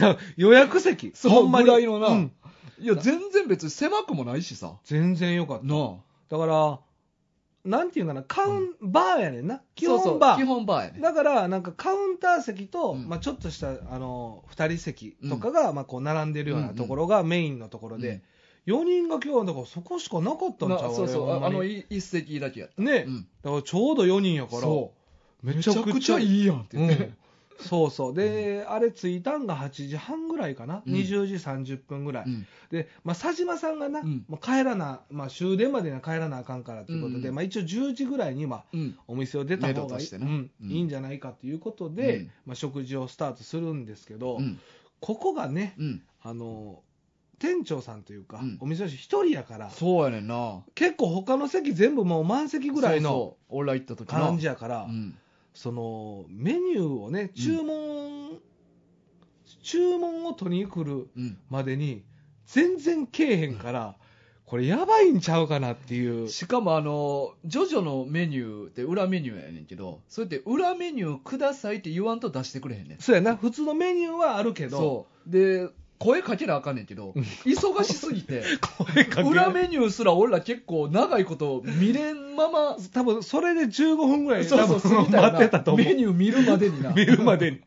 Speaker 2: や、予約席。
Speaker 1: そう
Speaker 2: ほんまに。
Speaker 1: ぐらいのな
Speaker 2: うん
Speaker 1: いや全然別に狭くもないしさ
Speaker 2: 全然よかった。
Speaker 1: なあ
Speaker 2: だから、なんていうかな、カウン、バーやねんな。基
Speaker 1: そうそ
Speaker 2: 本
Speaker 1: う
Speaker 2: バー。
Speaker 1: 基本バーやね
Speaker 2: だから、なんかカウンター席と、
Speaker 1: うん
Speaker 2: まあちょっとした、あの、二人席とかが、まあこう並んでるようなところがメインのところで、四人が今日、だからそこしかなかったんちゃ
Speaker 1: な
Speaker 2: う
Speaker 1: そうそう
Speaker 2: 俺ほん
Speaker 1: あ
Speaker 2: ま
Speaker 1: あ
Speaker 2: に
Speaker 1: のい一席だけやった、
Speaker 2: ね、
Speaker 1: うん
Speaker 2: だからちょうど4人やから、
Speaker 1: そ
Speaker 2: め
Speaker 1: め
Speaker 2: ちゃ
Speaker 1: ちゃ
Speaker 2: く
Speaker 1: く
Speaker 2: ち
Speaker 1: ち
Speaker 2: ゃ
Speaker 1: ゃ
Speaker 2: いい。
Speaker 1: いいやんって
Speaker 2: う
Speaker 1: 言って、
Speaker 2: ん、そうそう。で、あれ着いたんが8時半ぐらいかな。
Speaker 1: うん
Speaker 2: 20時30分ぐらい。
Speaker 1: うん
Speaker 2: で、まあ、佐島さんがな、
Speaker 1: うん
Speaker 2: もう帰らな、まあ、終電までには帰らなあかんからということで、
Speaker 1: うん
Speaker 2: まあ、一応10時ぐらいには
Speaker 1: うん
Speaker 2: お店を出た
Speaker 1: め
Speaker 2: 方
Speaker 1: ど
Speaker 2: が
Speaker 1: と
Speaker 2: いい,、
Speaker 1: してな
Speaker 2: うん
Speaker 1: うん
Speaker 2: いいんじゃないかということで、
Speaker 1: うん
Speaker 2: まあ、食事をスタートするんですけど、
Speaker 1: うん
Speaker 2: ここがね、
Speaker 1: うん
Speaker 2: あの、店長さんというか、
Speaker 1: うん
Speaker 2: お店の人一人やから、
Speaker 1: そうやねんな
Speaker 2: 結構他の席全部もう満席ぐら
Speaker 1: そう
Speaker 2: いの
Speaker 1: そう俺ら行った時の
Speaker 2: 感じやから、
Speaker 1: うん
Speaker 2: そのメニューをね、注文、注文を取りに来る
Speaker 1: うん
Speaker 2: までに、全然けえへんから、これやばいんちゃうかなっていう。
Speaker 1: しかもあのジョジョのメニューって裏メニューやねんけどそれって裏メニューくださいって言わんと出してくれへんねん
Speaker 2: そうやな、普通のメニューはあるけど、
Speaker 1: そうで声かけなあかんねんけど忙しすぎ て
Speaker 2: 声かけ
Speaker 1: 裏メニューすら俺ら結構長いこと見れんまま
Speaker 2: 多分それで15分ぐらい
Speaker 1: そうそう
Speaker 2: 多分
Speaker 1: 過ぎたよな
Speaker 2: 待ってたと思う
Speaker 1: メ。ニュー見るまでにな
Speaker 2: 見るまでに。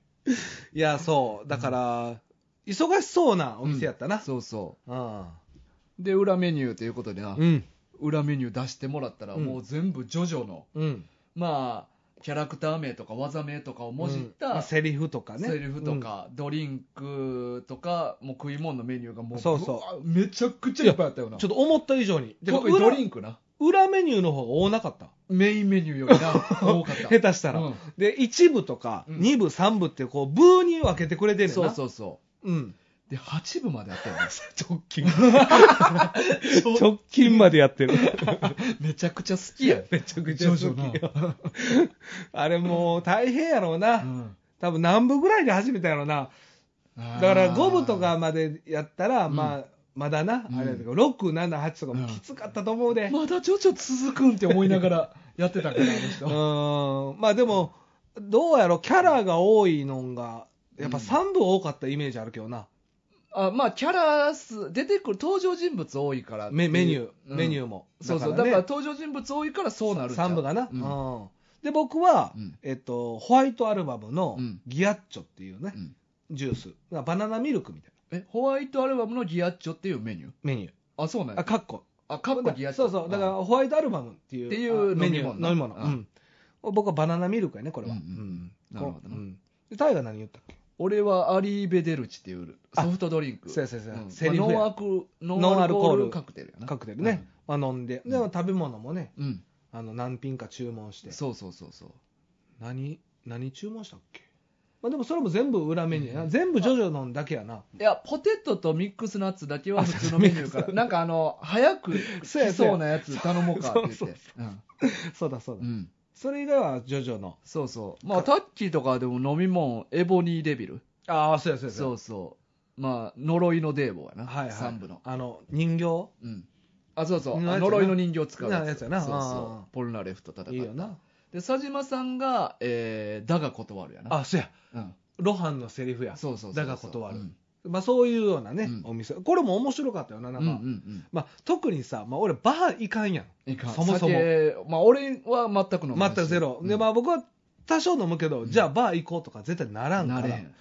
Speaker 2: いや、そう。だから、忙しそうなお店やったな。
Speaker 1: そうそ
Speaker 2: うん。
Speaker 1: うで裏メニューということでな、
Speaker 2: うん。
Speaker 1: 裏メニュー出してもらったら
Speaker 2: うん
Speaker 1: もう全部ジョジョの、
Speaker 2: うん。
Speaker 1: まあキャラクター名とか技名とかをもじっ
Speaker 2: うんまあ
Speaker 1: た
Speaker 2: セリフとかね。
Speaker 1: セリフとか、ドリンクとかもう食い物のメニューがもう
Speaker 2: そうそう
Speaker 1: わめちゃくちゃいっぱいあったよ
Speaker 2: う。
Speaker 1: なん
Speaker 2: ちょっと思った以上に。てか
Speaker 1: 特にド
Speaker 2: 裏
Speaker 1: リンクな
Speaker 2: 裏メニューの方が多なかった。
Speaker 1: メインメニューより な多かった
Speaker 2: 下手したら。
Speaker 1: うん
Speaker 2: で、1部とか、
Speaker 1: うん
Speaker 2: 2部、3部って、こう、部に分けてくれてるな。。
Speaker 1: そうそうそう
Speaker 2: うん。
Speaker 1: うで8部まであったよ
Speaker 2: 直近。直近まで やってる。
Speaker 1: ねめちゃくちゃ好きやん
Speaker 2: めちゃくちゃ好き
Speaker 1: 徐々な
Speaker 2: あれもう大変やろう
Speaker 1: う
Speaker 2: な。
Speaker 1: ん
Speaker 2: 多分何部ぐらいで始めたやろうな。だから5部とかまでやったら、
Speaker 1: うん
Speaker 2: まあ、まだな、
Speaker 1: うん
Speaker 2: あれだけど、6、7、8とかもきつかったと思うで。
Speaker 1: まだちょちょ続くんって思いなが らやってたから、あの
Speaker 2: う
Speaker 1: 人。
Speaker 2: ーん。まあでも、どうやろう、キャラが多いのんが、やっぱ3部多かったイメージあるけどな。
Speaker 1: あまあ、キャラ数、出てくる登場人物多いから
Speaker 2: メメニュー、メニ
Speaker 1: ー。
Speaker 2: ューも。
Speaker 1: そうそう、だから登場人物多いからそうなるんちゃう
Speaker 2: 3部がな。
Speaker 1: うん
Speaker 2: うんで、僕は、
Speaker 1: うん
Speaker 2: えっと、ホワイトアルバムの
Speaker 1: うん
Speaker 2: ギアッチョっていうね、
Speaker 1: うん
Speaker 2: ジュース。バナナミルクみたいな
Speaker 1: え、ホワイトアルバムのギアッチョっていうメニュー。
Speaker 2: メニュー。
Speaker 1: あ、そうなん
Speaker 2: あ、
Speaker 1: や。
Speaker 2: カッコ。
Speaker 1: あ、カッコギアッチョ。
Speaker 2: そうそう。だから、ホワイトアルバムっていう
Speaker 1: っていう
Speaker 2: あメニュー。飲
Speaker 1: 飲
Speaker 2: み
Speaker 1: み物
Speaker 2: 物。うん僕はバナナミルクやね、これは。
Speaker 1: うんうん
Speaker 2: うん
Speaker 1: なるほどな
Speaker 2: このうんでタイガ何言ったっけ
Speaker 1: 俺はアリーベデルチっていう
Speaker 2: あ
Speaker 1: ソフトドリンク。
Speaker 2: そうやそうやそうや
Speaker 1: ん
Speaker 2: セリフや
Speaker 1: まあノンアク、
Speaker 2: ノ
Speaker 1: ノ
Speaker 2: ン
Speaker 1: ン
Speaker 2: ア
Speaker 1: アル
Speaker 2: ルコ
Speaker 1: コ
Speaker 2: ー
Speaker 1: ー
Speaker 2: ル
Speaker 1: ルカクテルやな。
Speaker 2: カクテルね。まあ飲んで。
Speaker 1: うん
Speaker 2: で、食べ物もね、
Speaker 1: うん。うん。
Speaker 2: あの、何品か注文して。
Speaker 1: そうそうそうそう。
Speaker 2: 何、何注文したっけまあでもそれも全部裏メニューやな。全部ジョジョのんだけやな。
Speaker 1: いや、ポテトとミックスナッツだけは普通のメニューから。なんかあの、早く
Speaker 2: そうや
Speaker 1: 来そうなやつ頼もうかって言って。
Speaker 2: そうそう
Speaker 1: うん
Speaker 2: そうだそうだ。
Speaker 1: うん
Speaker 2: それ以外はジョジョの。
Speaker 1: そうそう。まあ、タッキーとかでも飲み物、エボニーデビル。
Speaker 2: ああ、そうやそうや
Speaker 1: そううそう。まあ、呪いのデーボーやな。
Speaker 2: はいはい。
Speaker 1: 三部の。
Speaker 2: あの、人形
Speaker 1: うん。あ、そうそう。あ
Speaker 2: のやつやな
Speaker 1: 呪いの人形使う
Speaker 2: なやつやな
Speaker 1: そう
Speaker 2: あ
Speaker 1: そ
Speaker 2: ー
Speaker 1: う。ポルナレフと戦った。
Speaker 2: いいよな。
Speaker 1: で、佐島さんが、えー、だが断るやな。
Speaker 2: あ、そうや。
Speaker 1: うん。
Speaker 2: 露伴のセリフや。
Speaker 1: そうそうそうそう。
Speaker 2: だが断る
Speaker 1: うん
Speaker 2: まあそういうようなね、
Speaker 1: うん
Speaker 2: お店。これも面白かったよな、な
Speaker 1: うんん
Speaker 2: か。
Speaker 1: うんうん。
Speaker 2: まあ特にさ、まあ俺バーいかんやん。
Speaker 1: いかん
Speaker 2: そもそも
Speaker 1: 酒まあ、俺は全く飲ま
Speaker 2: 全くゼロ。で、ま
Speaker 1: あ、
Speaker 2: あ僕は多少飲むけど、
Speaker 1: うん
Speaker 2: じゃあバー行こうとか絶対ならんか
Speaker 1: なれ
Speaker 2: ら。
Speaker 1: へ
Speaker 2: い
Speaker 1: ん。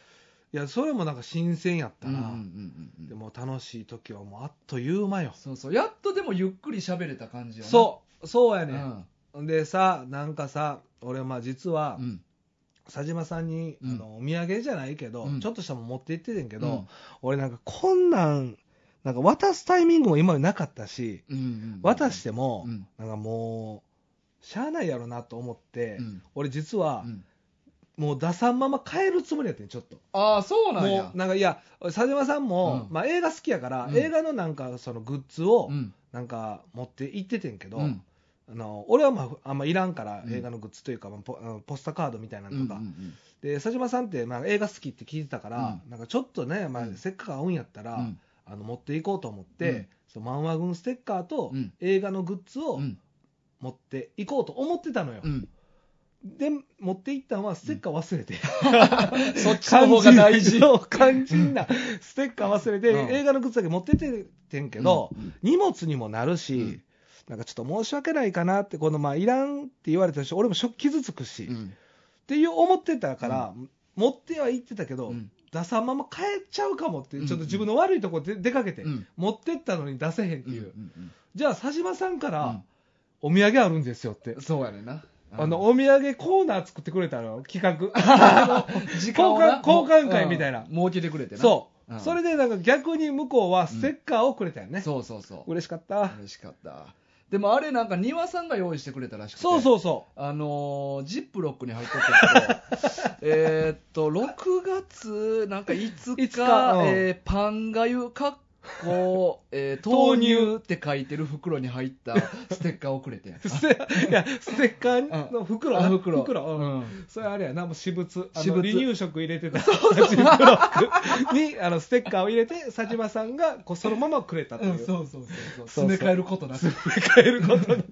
Speaker 2: や、それもなんか新鮮やったな。
Speaker 1: うんうんうんうん
Speaker 2: でも楽しい時はもうあっという間よ。
Speaker 1: そうそうやっとでもゆっくり喋れた感じよな
Speaker 2: そう、そうや
Speaker 1: う
Speaker 2: ね、
Speaker 1: ん
Speaker 2: ん。でさ、なんかさ、俺まあ実は、
Speaker 1: うん
Speaker 2: 佐島さんに、
Speaker 1: うん
Speaker 2: あのお土産じゃないけど、
Speaker 1: うん
Speaker 2: ちょっとしたもん持って行っててんけど、
Speaker 1: うん
Speaker 2: 俺なんかこんなん、なんか渡すタイミングも今までなかったし、
Speaker 1: うんうん
Speaker 2: 渡しても、
Speaker 1: うん
Speaker 2: なんかもう、しゃあないやろなと思って、
Speaker 1: うん
Speaker 2: 俺実は
Speaker 1: う、ん
Speaker 2: もう出さんまま帰るつもりやってん、ちょっと。
Speaker 1: ああそうなん
Speaker 2: も
Speaker 1: や
Speaker 2: う、なんかいや、佐島さんも、
Speaker 1: うん
Speaker 2: まあ映画好きやから、
Speaker 1: うん
Speaker 2: 映画のなんかそのグッズを
Speaker 1: う、ん
Speaker 2: なんか持って行っててんけど、
Speaker 1: うん
Speaker 2: あの俺はまああんまいらんから、
Speaker 1: うん
Speaker 2: 映画のグッズというか、まあポあのポスターカードみたいな
Speaker 1: う
Speaker 2: の
Speaker 1: ん
Speaker 2: とか、
Speaker 1: うん
Speaker 2: で佐島さんって、まあ、映画好きって聞いてたから、なんかちょっとね、まあ
Speaker 1: う、ん
Speaker 2: せっかく会うんやったら、
Speaker 1: うん
Speaker 2: あの持っていこうと思って、
Speaker 1: うん
Speaker 2: そのマンワ軍ステッカーと、
Speaker 1: うん
Speaker 2: 映画のグッズを
Speaker 1: うん
Speaker 2: 持っていこうと思ってたのよ、
Speaker 1: うん
Speaker 2: で持っていったのはステッカー忘れて、
Speaker 1: そっちの方が大事
Speaker 2: 肝心な肝心なステッカー忘れて、
Speaker 1: うん
Speaker 2: 映画のグッズだけ持ってっててんけど、荷物にもなるし、
Speaker 1: うん
Speaker 2: なんかちょっと申し訳ないかなって、このまあ、いらんって言われたし、俺もショック傷つくし、
Speaker 1: う
Speaker 2: っ
Speaker 1: ん
Speaker 2: ていう思ってたから、持っては行ってたけど、
Speaker 1: うん
Speaker 2: 出さんまま帰っちゃうかもって、
Speaker 1: うん
Speaker 2: ちょっと自分の悪いとこで出かけて、
Speaker 1: うん
Speaker 2: 持ってったのに出せへんっていう。
Speaker 1: うんうん
Speaker 2: じゃあ、佐島さんか
Speaker 1: う
Speaker 2: ら
Speaker 1: ん、
Speaker 2: お土産あるんですよって
Speaker 1: うん。そうやねんな
Speaker 2: あの、お土産コーナー作ってくれたの、企画。あの
Speaker 1: 時
Speaker 2: 交
Speaker 1: 間をな
Speaker 2: 換、交換会みたいな
Speaker 1: うん。儲けてくれてな
Speaker 2: そう、
Speaker 1: うん
Speaker 2: それでなんか逆に向こうはステッカーをくれたよね、
Speaker 1: そうそうそう
Speaker 2: 嬉しかった
Speaker 1: 嬉しかったでもあれなんか庭さんが用意してくれたらしくて
Speaker 2: そう
Speaker 1: う
Speaker 2: そうそ
Speaker 1: あのージップロックに入っとったけどえーっと6月なんか5日
Speaker 2: いつかうん
Speaker 1: えーパンがゆかっこ、えー 豆
Speaker 2: 豆乳
Speaker 1: 乳って書いてる袋に入ったステッカーをくれて
Speaker 2: うステいやステッカーの 袋な
Speaker 1: あ袋
Speaker 2: うん
Speaker 1: うん
Speaker 2: それあれやなもう私物あ
Speaker 1: 私
Speaker 2: の
Speaker 1: 物
Speaker 2: 離乳食入れ てたジップロックにあのステッカーを入れて佐島さんがこうそのままくれたという、
Speaker 1: うそうそう詰め替えることなく
Speaker 2: 変えることに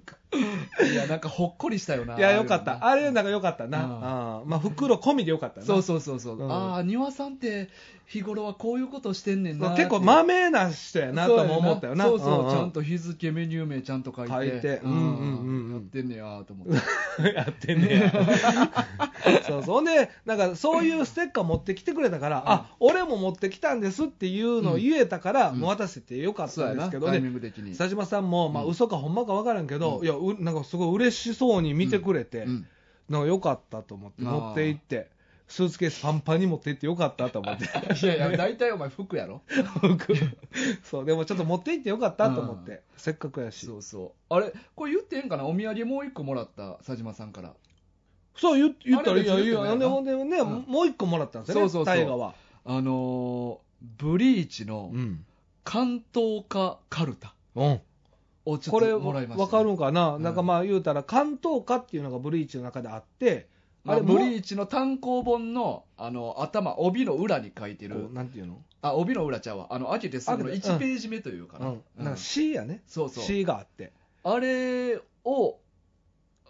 Speaker 1: いやなんかほっこりしたよない
Speaker 2: いやよかった
Speaker 1: あ
Speaker 2: あれなんかよかったな、
Speaker 1: うん
Speaker 2: あーまあ、袋込みでよかったな
Speaker 1: そうそうそうそう、
Speaker 2: うん
Speaker 1: ああ庭さんって日頃はこういうことしてんねんな
Speaker 2: 結構
Speaker 1: ま
Speaker 2: まめな人やなとも思ったよな
Speaker 1: そうそう、
Speaker 2: んん
Speaker 1: ちゃんと日付メニュー名ちゃんと書いて
Speaker 2: 書いてうんうんうんうん
Speaker 1: やってんねやと思 って
Speaker 2: やってんね やそうそうほんでなんかそういうステッカー持ってきてくれたから、あ俺も持ってきたんですっていうのを言えたから、
Speaker 1: うん
Speaker 2: もう渡せてよかっ
Speaker 1: そう
Speaker 2: た
Speaker 1: や
Speaker 2: んで
Speaker 1: な
Speaker 2: すけど
Speaker 1: タイミ
Speaker 2: ね
Speaker 1: ング的に
Speaker 2: 佐島さんも、まあ
Speaker 1: うん
Speaker 2: 嘘かほんまか分からんけど、
Speaker 1: うん
Speaker 2: いやうなんかすごい嬉しそうに見てくれて、
Speaker 1: うん
Speaker 2: なんかよかったと思って
Speaker 1: あー
Speaker 2: 持って行ってスーツケースパンパンに持って行ってよかったと思って
Speaker 1: いやいや大体お前服やろ
Speaker 2: 僕そうでもちょっと持って行ってよかったと思って、
Speaker 1: う
Speaker 2: せっかくやし
Speaker 1: そうそうあれこれ言ってええんかなお土産もう一個もらった佐島さんから
Speaker 2: そう言言ったらいい
Speaker 1: あ
Speaker 2: よ
Speaker 1: れ
Speaker 2: いいよ
Speaker 1: 別に言ってもいいよ
Speaker 2: ほんでほんでね、
Speaker 1: うん
Speaker 2: もう一個もらったんですよね
Speaker 1: そうそうそう
Speaker 2: 大河は、
Speaker 1: あのーブリーチの
Speaker 2: ん、
Speaker 1: 関東化カルタ
Speaker 2: うん、
Speaker 1: をちょ
Speaker 2: こ
Speaker 1: っ
Speaker 2: れ
Speaker 1: ともらいました
Speaker 2: 分かるんかな、
Speaker 1: うん
Speaker 2: なんかまあ言うたら関東化っていうのがブリーチの中であって、
Speaker 1: あ
Speaker 2: あれ
Speaker 1: ブ
Speaker 2: も
Speaker 1: リーチの単行本のあの頭帯の裏に書いて
Speaker 2: こ
Speaker 1: る
Speaker 2: うなんていうの、
Speaker 1: あ帯の裏ちゃうわあの開けてすぐの
Speaker 2: 開けて
Speaker 1: 1ページ目というか
Speaker 2: う
Speaker 1: な,、
Speaker 2: ん、なんか C やね、
Speaker 1: そうそう
Speaker 2: C があって
Speaker 1: あれを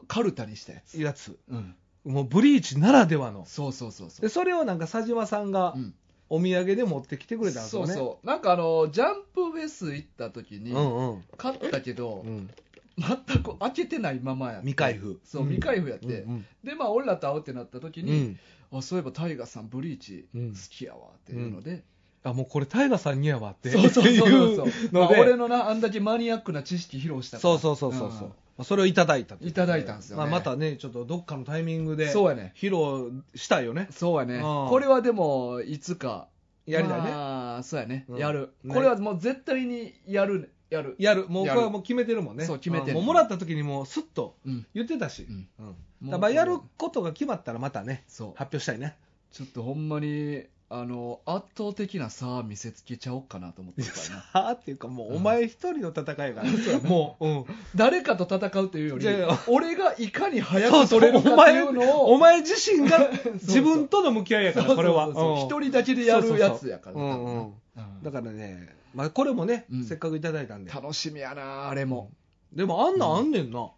Speaker 1: カルタにしたやつ、
Speaker 2: やつ
Speaker 1: うん、
Speaker 2: もうブリーチならではの
Speaker 1: そうそうそうそ
Speaker 2: で
Speaker 1: う、
Speaker 2: それをなんか佐島さんが
Speaker 1: うん
Speaker 2: お土産で持ってきてくれたんです
Speaker 1: そ
Speaker 2: よ
Speaker 1: う
Speaker 2: ね
Speaker 1: そうなんかあのジャンプフェス行った時に
Speaker 2: んうん
Speaker 1: 買ったけど、
Speaker 2: うん、
Speaker 1: 全く開けてないままや
Speaker 2: 未開封
Speaker 1: そう未開封やって、
Speaker 2: うん
Speaker 1: でまあ俺らと会うってなった時
Speaker 2: うん
Speaker 1: に、あそういえばタイガさんブリーチ
Speaker 2: うん
Speaker 1: 好きやわっていうので、
Speaker 2: あもうこれ大河さんにやわって
Speaker 1: そうそうそうそうそう
Speaker 2: いう
Speaker 1: まあ
Speaker 2: ので
Speaker 1: 俺のなあんだけマニアックな知識披露したから
Speaker 2: そうそうそうそうそう、
Speaker 1: ん
Speaker 2: それをいただいたとう
Speaker 1: いただいたんですよね
Speaker 2: まあ、またねちょっとどっかのタイミングで
Speaker 1: そうやね
Speaker 2: 披露したいよね
Speaker 1: そうやね、
Speaker 2: うん
Speaker 1: これはでもいつか
Speaker 2: やりたいね、
Speaker 1: まあそうやね、
Speaker 2: うん
Speaker 1: やる、
Speaker 2: ね
Speaker 1: これはもう絶対にやるやる
Speaker 2: やるもう
Speaker 1: や
Speaker 2: こ
Speaker 1: る
Speaker 2: れはもう決めてるもんね
Speaker 1: そう決めてる
Speaker 2: んもうもらった時にもうスッと
Speaker 1: うん
Speaker 2: 言ってたし、
Speaker 1: うん
Speaker 2: うん
Speaker 1: もう
Speaker 2: だからやることが決まったらまたね
Speaker 1: そう
Speaker 2: 発表したいね
Speaker 1: ちょっとほんまにあの圧倒的な差見せつけちゃおうかなと思ってるから
Speaker 2: さ
Speaker 1: な
Speaker 2: あっていうかもうお前一人の戦いが、もう、うん、
Speaker 1: 誰かと戦うというより
Speaker 2: じゃあ
Speaker 1: 俺がいかに早
Speaker 2: そう
Speaker 1: く
Speaker 2: そ
Speaker 1: 取れ
Speaker 2: れ
Speaker 1: る
Speaker 2: お
Speaker 1: かってい
Speaker 2: 前
Speaker 1: うのを
Speaker 2: お前自身 が
Speaker 1: そう
Speaker 2: 自分との向き合いやからこれは
Speaker 1: そうそうそう
Speaker 2: うん
Speaker 1: 一人だけでやるやつやから
Speaker 2: そうそうそう
Speaker 1: 多分
Speaker 2: うん
Speaker 1: な
Speaker 2: うん
Speaker 1: うん
Speaker 2: だからね、まあ、これもね、
Speaker 1: うん
Speaker 2: せっかくいただいたんで
Speaker 1: 楽しみやなあれも、
Speaker 2: でもあんなんあんねんな、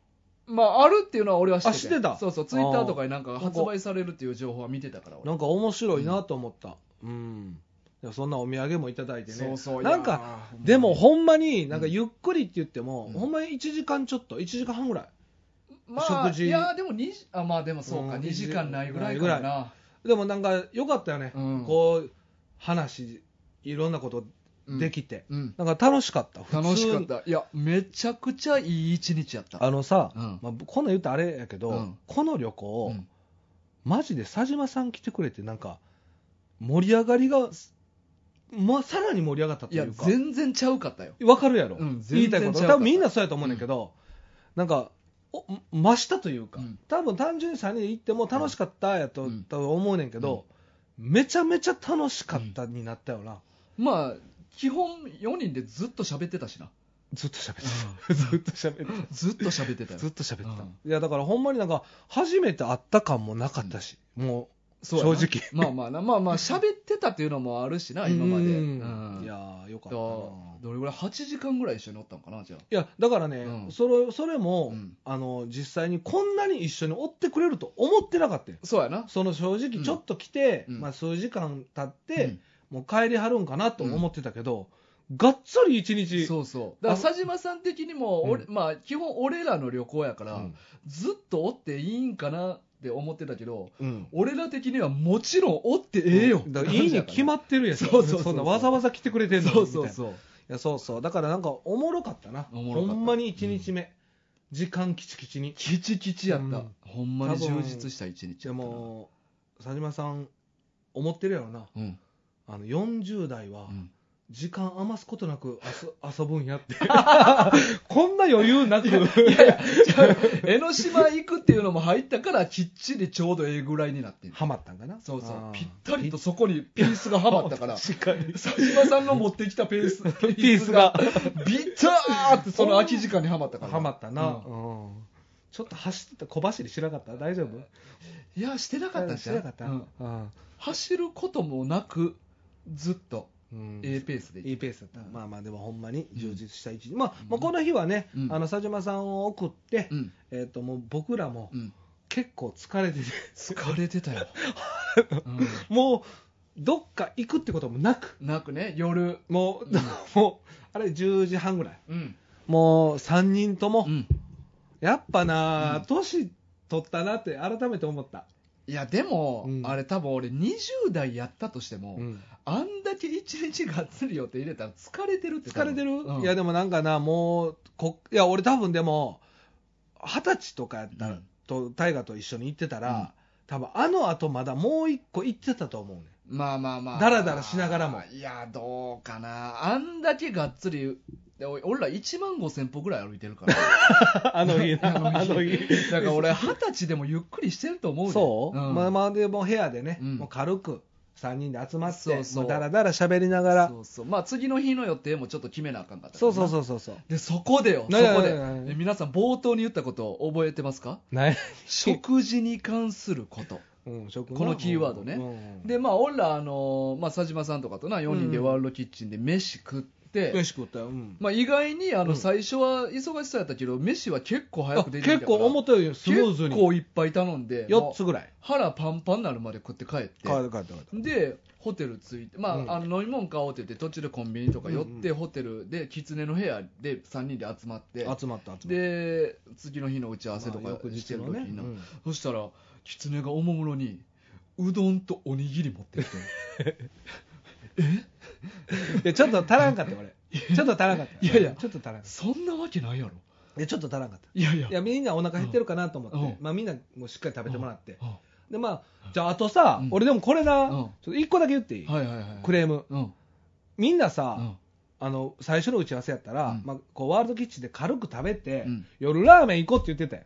Speaker 1: まああるっていうのは俺は知って
Speaker 2: あ知ってた
Speaker 1: そうそうツイッターとかになんか発売されるっていう情報は見てたから俺
Speaker 2: なんか面白いなと思ったうん、でもそんなお土産もいただいてね
Speaker 1: そうそう
Speaker 2: なん
Speaker 1: いや
Speaker 2: か
Speaker 1: ーほんまに
Speaker 2: でもほんまになんかゆっくりって言っても、
Speaker 1: うん
Speaker 2: ほんまに1時間ちょっと1時間半ぐらい
Speaker 1: まあ、
Speaker 2: 食事
Speaker 1: いやでも2あまあでもそうか、
Speaker 2: うん
Speaker 1: 2時間ないぐらいか
Speaker 2: ない
Speaker 1: な
Speaker 2: ぐでもなんか良かったよね、
Speaker 1: うん
Speaker 2: こう話いろんなことできて、
Speaker 1: うん、
Speaker 2: なんか楽しかった普通に
Speaker 1: 楽しかったいやめちゃくちゃいい一日やった
Speaker 2: あのさ、
Speaker 1: うん
Speaker 2: まあ、こんなん言うとあれやけど、
Speaker 1: うん
Speaker 2: この旅行、
Speaker 1: うん
Speaker 2: マジで佐島さん来てくれてなんか盛り上がりが、まあ、さらに盛り上がったと
Speaker 1: い
Speaker 2: い
Speaker 1: や
Speaker 2: うか
Speaker 1: 全然ちゃうかったよ
Speaker 2: わかるやろ、
Speaker 1: うん
Speaker 2: 言いたいこ
Speaker 1: 全然
Speaker 2: と
Speaker 1: ちゃうか
Speaker 2: 多
Speaker 1: った
Speaker 2: 分みんなそうやと思うねんだけど、なんかお増したというか、
Speaker 1: うん
Speaker 2: 多分単純に3人で行っても楽しかったやと、
Speaker 1: うん
Speaker 2: 多分思うねんけど、めちゃめちゃ楽しかったになったよな、
Speaker 1: まあ基本4人でずっと喋ってたしな
Speaker 2: ずっと喋ってた ずっと喋ってた
Speaker 1: ずっと喋ってたよ
Speaker 2: ずっと喋ってた、
Speaker 1: うん
Speaker 2: いやだからほんまになんか初めて会った感もなかったし、もう
Speaker 1: そうやな
Speaker 2: 正直
Speaker 1: まあまあなま あまあ喋ってたっていうのもあるしな 今まで、
Speaker 2: うん
Speaker 1: うん
Speaker 2: いやーよかったな
Speaker 1: だどれぐらい8時間ぐらい一緒におったんかなじゃあ
Speaker 2: いやだからね、
Speaker 1: うん
Speaker 2: それそれも、
Speaker 1: うん
Speaker 2: あの実際にこんなに一緒に追ってくれると思ってなかったよ
Speaker 1: そうやな
Speaker 2: その正
Speaker 1: う
Speaker 2: 直
Speaker 1: ん
Speaker 2: ちょっと来て、
Speaker 1: うん
Speaker 2: まあ、数時間経って、もう帰りはるんかなと思ってたけど、がっつり一日
Speaker 1: そうそうだから佐島さん的にも俺、まあ、基本俺らの旅行やから、
Speaker 2: うん
Speaker 1: ずっとおっていいんかなって思ってたけど
Speaker 2: うん
Speaker 1: 俺ら的にはもちろんおってええよ、
Speaker 2: だからいいに決ま
Speaker 1: っ
Speaker 2: ってるやん
Speaker 1: そうそうそう
Speaker 2: そんなわざわざ来てくれて
Speaker 1: て
Speaker 2: んのに
Speaker 1: そうそう
Speaker 2: みたいな
Speaker 1: そ
Speaker 2: い
Speaker 1: う
Speaker 2: やそうそうだからなんかおもろかったな
Speaker 1: おもろかった
Speaker 2: ほんまに1日目、時間きちきちに
Speaker 1: キチキチやった、
Speaker 2: うん
Speaker 1: ほんまに充実した一日
Speaker 2: じ
Speaker 1: や
Speaker 2: ゃ
Speaker 1: っ
Speaker 2: あ
Speaker 1: たな
Speaker 2: もう佐島さん思ってるやろな
Speaker 1: うん、
Speaker 2: あの40代は
Speaker 1: うん
Speaker 2: 時間余すことなく遊遊ぶん やって こんな余裕なく
Speaker 1: 江ノ島行くっていうのも入ったからきっちりちょうどええぐらいになってん
Speaker 2: ハマったんかな
Speaker 1: そうそ
Speaker 2: あ
Speaker 1: う
Speaker 2: ー
Speaker 1: ぴったりとそこにピースがはまったから
Speaker 2: 確かに
Speaker 1: 佐島さんの持ってきたペース
Speaker 2: ピースが
Speaker 1: ビターってその空き時間にはまったから
Speaker 2: ハマったな、
Speaker 1: う
Speaker 2: うんちょっと走ってた小走りしなかった大丈夫
Speaker 1: いやしてなかったん
Speaker 2: し
Speaker 1: ちゃう
Speaker 2: なかった、
Speaker 1: うん
Speaker 2: うん
Speaker 1: 走ることもなくずっと
Speaker 2: うん
Speaker 1: ええペースで
Speaker 2: い
Speaker 1: 行
Speaker 2: い
Speaker 1: っ
Speaker 2: ペースだった、
Speaker 1: うん
Speaker 2: まあまあでもほんまに
Speaker 1: うん
Speaker 2: 充実した一日、まあ
Speaker 1: うん
Speaker 2: まあこの日はね、
Speaker 1: うん
Speaker 2: あの佐島さんを送って、
Speaker 1: たうん
Speaker 2: えっ、ともう僕らも
Speaker 1: うん
Speaker 2: 結構疲れてて、
Speaker 1: 疲れてたよ う
Speaker 2: もうどっか行くってこともなく
Speaker 1: んなくね夜
Speaker 2: もう、
Speaker 1: うん
Speaker 2: もうあれ10時半ぐらい
Speaker 1: うん
Speaker 2: もう3人とも、
Speaker 1: うん
Speaker 2: やっぱなあ
Speaker 1: うん
Speaker 2: 年、取ったなって改めて思った、
Speaker 1: いやでも、
Speaker 2: うん
Speaker 1: あれ多分俺20代やったとしても、
Speaker 2: うん
Speaker 1: あんだけ一日がっつり予定入れたら疲れてるって多
Speaker 2: 疲
Speaker 1: 分
Speaker 2: れてる、
Speaker 1: うん
Speaker 2: いやでもなんかなもうこいや俺多分でも二十歳とかやったら、
Speaker 1: うん
Speaker 2: と大河と一緒に行ってたら、
Speaker 1: うん
Speaker 2: 多分あの後まだもう一個行ってたと思うね
Speaker 1: まあまあまあ
Speaker 2: だらだらしながらも
Speaker 1: いやどうかなあんだけがっつりでおい俺ら1万5000歩ぐらい歩いてるから
Speaker 2: あの日な あ
Speaker 1: あ
Speaker 2: の
Speaker 1: の
Speaker 2: 日
Speaker 1: だから俺二十歳でもゆっくりしてると思うで
Speaker 2: そう、
Speaker 1: ん
Speaker 2: まあまあでも部屋でね、
Speaker 1: うん
Speaker 2: もう軽く3人で集まって
Speaker 1: そうそう
Speaker 2: もうだらだら喋りながら
Speaker 1: そうそうまあ次の日の予定もちょっと決めなあかんかった
Speaker 2: そうそう
Speaker 1: う
Speaker 2: そうそうそう
Speaker 1: でそこでよそ
Speaker 2: なに
Speaker 1: こで
Speaker 2: なになに
Speaker 1: え皆さん冒頭に言ったことを覚えてますか
Speaker 2: ない、
Speaker 1: 食事に関すること
Speaker 2: うん、食
Speaker 1: このキーワードね
Speaker 2: うん
Speaker 1: でまあ俺らあのまあ佐島さんとかとな4人でワールドキッチンで飯食って、
Speaker 2: よし食ったよ、うん
Speaker 1: まあ、意外にあ
Speaker 2: うん
Speaker 1: の最初は忙しそうやったけど、飯は結構早
Speaker 2: あ
Speaker 1: く出てきた
Speaker 2: 結
Speaker 1: から
Speaker 2: 構思ったよりスムーズ
Speaker 1: 結
Speaker 2: に
Speaker 1: 構いっぱい頼んで
Speaker 2: 4つぐらい
Speaker 1: 腹パンパンになるまで食って帰って
Speaker 2: 変わる変わる変わる
Speaker 1: でホテル着いて、まあ
Speaker 2: うん
Speaker 1: あの飲み物買おうって言って途中でコンビニとか寄って、
Speaker 2: うん
Speaker 1: ホテルで狐の部屋で3人で集まって
Speaker 2: 集まった集まった
Speaker 1: で次の日の打ち合わせと
Speaker 2: まあ
Speaker 1: か
Speaker 2: 翌日
Speaker 1: してる時
Speaker 2: のね
Speaker 1: にな、
Speaker 2: うん
Speaker 1: そしたら狐がおもむろにうどんとおにぎり持っ てきて
Speaker 2: いやちょっと足らんかった俺ちょっと足らんかった
Speaker 1: いやいや
Speaker 2: ちょっと足らんかった
Speaker 1: そんなわけないやろ
Speaker 2: いやちょっと足らんかった
Speaker 1: いやいや
Speaker 2: いやみんなお腹減ってるかなと思って、
Speaker 1: うん
Speaker 2: まあ、みんなもうしっかり食べてもらって、
Speaker 1: あ
Speaker 2: でまあじゃああとさ、
Speaker 1: うん
Speaker 2: 俺でもこれな、
Speaker 1: うん
Speaker 2: ちょっと1個だけ言っていい、
Speaker 1: はいはいはい
Speaker 2: クレーム
Speaker 1: うん
Speaker 2: みんなさ、
Speaker 1: うん
Speaker 2: あの最初の打ち合わせやったら、
Speaker 1: うん
Speaker 2: まあ、こうワールドキッチンで軽く食べて、
Speaker 1: うん
Speaker 2: 夜ラーメン行こうって言ってたよ